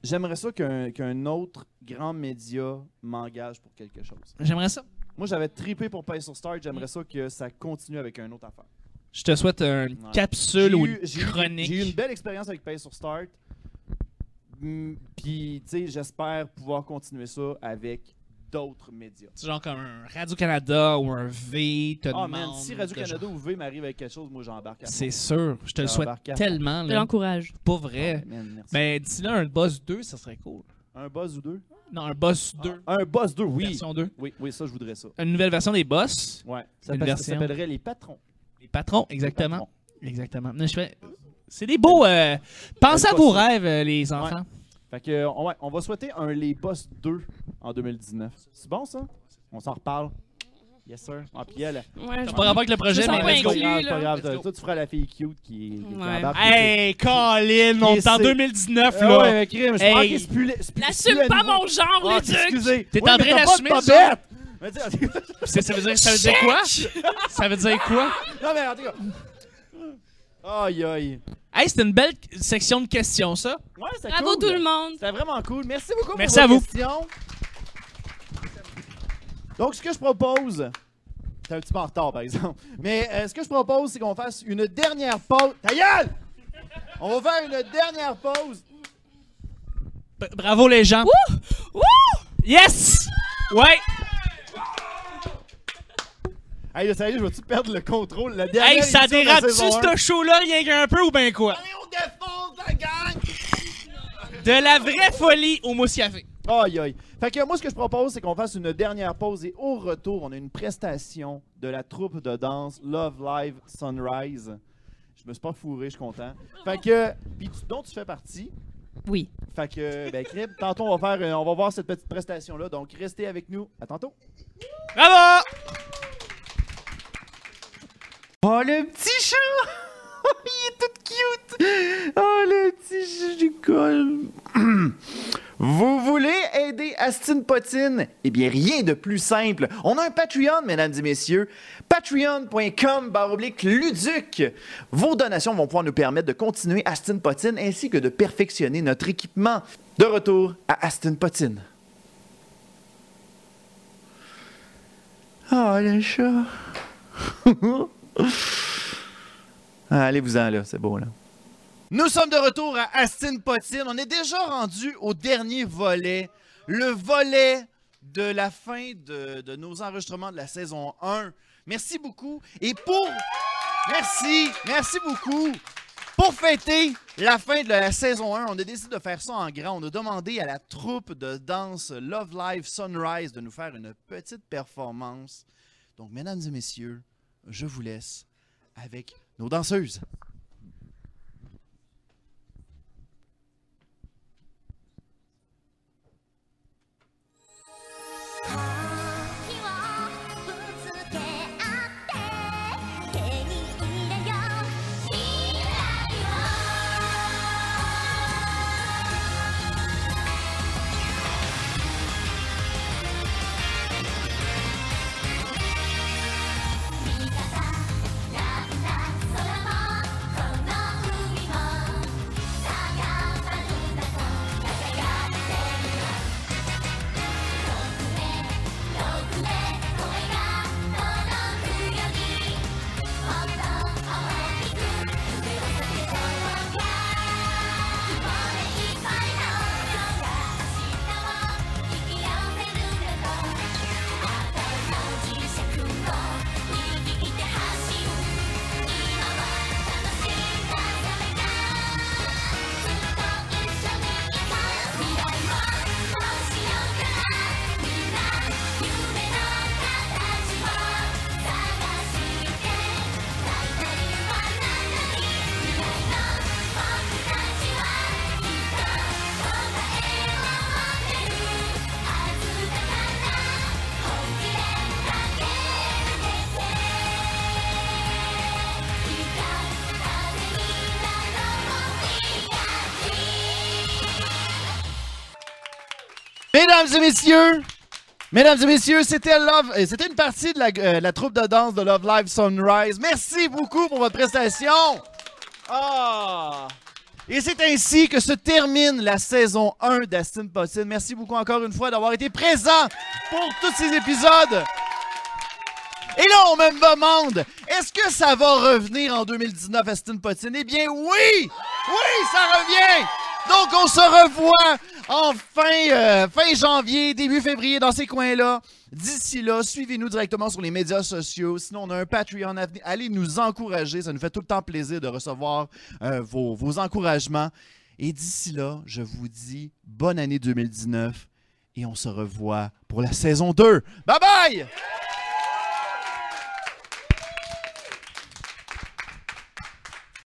[SPEAKER 1] J'aimerais ça qu'un qu'un autre grand média m'engage pour quelque chose.
[SPEAKER 2] J'aimerais ça.
[SPEAKER 1] Moi, j'avais tripé pour Pay sur Start. J'aimerais ça que ça continue avec un autre affaire.
[SPEAKER 2] Je te souhaite une
[SPEAKER 1] Ouais.
[SPEAKER 2] capsule
[SPEAKER 1] J'ai
[SPEAKER 2] ou
[SPEAKER 1] eu-
[SPEAKER 2] une
[SPEAKER 1] j'ai eu-
[SPEAKER 2] chronique.
[SPEAKER 1] J'ai eu une belle expérience avec Pay sur Start. Mm, Puis, tu sais, j'espère pouvoir continuer ça avec d'autres médias.
[SPEAKER 2] C'est genre comme un Radio-Canada ou un V. Te
[SPEAKER 1] Ah,
[SPEAKER 2] demande
[SPEAKER 1] man, si
[SPEAKER 2] de
[SPEAKER 1] Radio-Canada ou V m'arrive avec quelque chose, moi, j'embarque.
[SPEAKER 2] genre-
[SPEAKER 1] à
[SPEAKER 2] C'est sûr. Je te le
[SPEAKER 1] Ça
[SPEAKER 2] souhaite
[SPEAKER 1] embarque à-
[SPEAKER 2] tellement. ben,
[SPEAKER 4] Je
[SPEAKER 2] Là,
[SPEAKER 4] l'encourage.
[SPEAKER 2] pas
[SPEAKER 1] fond.
[SPEAKER 2] vrai.
[SPEAKER 1] Man, merci.
[SPEAKER 2] Mais d'ici là, un boss 2, ça serait cool.
[SPEAKER 1] Un boss ou deux?
[SPEAKER 2] Non, un boss 2.
[SPEAKER 1] Un boss deux, Ah, oui.
[SPEAKER 2] Version 2.
[SPEAKER 1] Oui, oui, ça, je voudrais ça.
[SPEAKER 2] Une nouvelle version des boss.
[SPEAKER 1] Ouais. Ça s'appelle-
[SPEAKER 2] Une
[SPEAKER 1] ça
[SPEAKER 2] version.
[SPEAKER 1] s'appellerait Les Patrons.
[SPEAKER 2] Les patrons,
[SPEAKER 1] Les
[SPEAKER 2] exactement.
[SPEAKER 1] Patrons.
[SPEAKER 2] Exactement. Non, je fais- C'est des beaux. euh, Pensez à
[SPEAKER 1] boss
[SPEAKER 2] vos
[SPEAKER 1] deux.
[SPEAKER 2] rêves, euh, les enfants.
[SPEAKER 1] Fait que, euh, ouais, on va souhaiter un Les Boss 2 en 2019. C'est bon, ça? On s'en reparle. Yes, sir. Ah, puis elle,
[SPEAKER 4] Ouais,
[SPEAKER 2] C'est Pas rapport avec le projet,
[SPEAKER 4] Je me
[SPEAKER 2] mais
[SPEAKER 4] sens pas
[SPEAKER 2] let's go.
[SPEAKER 1] pas
[SPEAKER 4] inclus,
[SPEAKER 1] grave, Ah, pas
[SPEAKER 4] là.
[SPEAKER 1] grave.
[SPEAKER 2] Let's go.
[SPEAKER 1] Toi, tu feras la fille cute qui, qui
[SPEAKER 4] Ouais.
[SPEAKER 1] embarque.
[SPEAKER 2] Hey, Colin, on est en
[SPEAKER 1] c'est-
[SPEAKER 2] 2019,
[SPEAKER 1] Ah ouais,
[SPEAKER 2] là.
[SPEAKER 1] mais crime, je
[SPEAKER 2] Hey.
[SPEAKER 1] pense qu'il se pue- se pue- se pue
[SPEAKER 4] N'assume
[SPEAKER 1] à
[SPEAKER 4] pas
[SPEAKER 1] nouveau.
[SPEAKER 4] mon
[SPEAKER 2] Oh,
[SPEAKER 4] genre,
[SPEAKER 1] Ah,
[SPEAKER 4] les trucs.
[SPEAKER 1] excusez.
[SPEAKER 2] T'es
[SPEAKER 1] Oui,
[SPEAKER 2] en
[SPEAKER 1] mais
[SPEAKER 2] train
[SPEAKER 1] t'as pas de
[SPEAKER 2] d'assumer ça.
[SPEAKER 1] bobette. Mais dis-
[SPEAKER 2] Ça ça veut dire, ça veut dire quoi? Ça veut dire quoi?
[SPEAKER 1] Non, mais en tout cas. Aïe, aïe.
[SPEAKER 2] Hey, c'est une belle section de questions, ça.
[SPEAKER 1] Ouais, c'était
[SPEAKER 4] Bravo
[SPEAKER 1] cool.
[SPEAKER 4] tout le monde.
[SPEAKER 1] C'était vraiment cool. Merci beaucoup
[SPEAKER 2] Merci
[SPEAKER 1] pour
[SPEAKER 2] à
[SPEAKER 1] vos
[SPEAKER 2] vous.
[SPEAKER 1] questions. Donc, ce que je propose... T'es un petit peu en retard, par exemple. Mais euh, ce que je propose, c'est qu'on fasse une dernière pause. Ta gueule! On va faire une dernière pause.
[SPEAKER 2] B- Bravo, les gens. Yes! Ouais!
[SPEAKER 1] Hey, là, sérieux, je vais-tu perdre le contrôle? La dernière
[SPEAKER 2] Hey, ça
[SPEAKER 1] édition de la
[SPEAKER 2] dérape-tu,
[SPEAKER 1] saison un?
[SPEAKER 2] ce show-là, rien qu'un peu ou ben quoi?
[SPEAKER 1] Allez, on défonce la gang!
[SPEAKER 2] De la vraie folie au mousse café.
[SPEAKER 1] Aïe, aïe. Fait que moi, ce que je propose, c'est qu'on fasse une dernière pause et au retour, on a une prestation de la troupe de danse Love Live Sunrise. Je me suis pas fourré, je suis content. Fait que, puis tu- dont tu fais partie.
[SPEAKER 4] Oui.
[SPEAKER 1] Fait que, ben, Crib, tantôt, on va faire, euh, on va voir cette petite prestation-là. Donc, restez avec nous. À tantôt.
[SPEAKER 2] Bravo!
[SPEAKER 8] Oh le petit chat Il est tout cute Oh le petit chat du col Vous voulez aider Astine Potine Eh bien, rien de plus simple. On a un Patreon, mesdames et messieurs. Patreon.com baroblique Luduc. Vos donations vont pouvoir nous permettre de continuer Astine Potine ainsi que de perfectionner notre équipement. De retour à Astine Potine. Oh le chat Ah, Allez-vous-en, là, c'est beau, là.
[SPEAKER 1] Nous sommes de retour à Astin Potine. On est déjà rendu au dernier volet, le volet de la fin de, de nos enregistrements de la saison 1. Merci beaucoup. Et pour. Merci, merci beaucoup. Pour fêter la fin de la saison 1, on a décidé de faire ça en grand. On a demandé à la troupe de danse Love Live Sunrise de nous faire une petite performance. Donc, mesdames et messieurs, je vous laisse avec nos danseuses.
[SPEAKER 9] 「気をぶつけ合って」「手に入れよう未来を」「
[SPEAKER 1] Mesdames et messieurs, mesdames et messieurs, c'était Love, euh, c'était une partie de la, euh, la troupe de danse de Love Live Sunrise. Merci beaucoup pour votre prestation. Ah! Et c'est ainsi que se termine la saison 1 d'Astin Potine. Merci beaucoup encore une fois d'avoir été présent pour tous ces épisodes. Et là, on me demande, est-ce que ça va revenir en 2019, Astin Potine? Eh bien, oui! Oui, ça revient! Donc, on se revoit en fin, euh, fin janvier, début février, dans ces coins-là. D'ici là, suivez-nous directement sur les médias sociaux. Sinon, on a un Patreon à venir. Allez nous encourager. Ça nous fait tout le temps plaisir de recevoir euh, vos, vos encouragements. Et d'ici là, je vous dis bonne année 2019 et on se revoit pour la saison 2. Bye bye!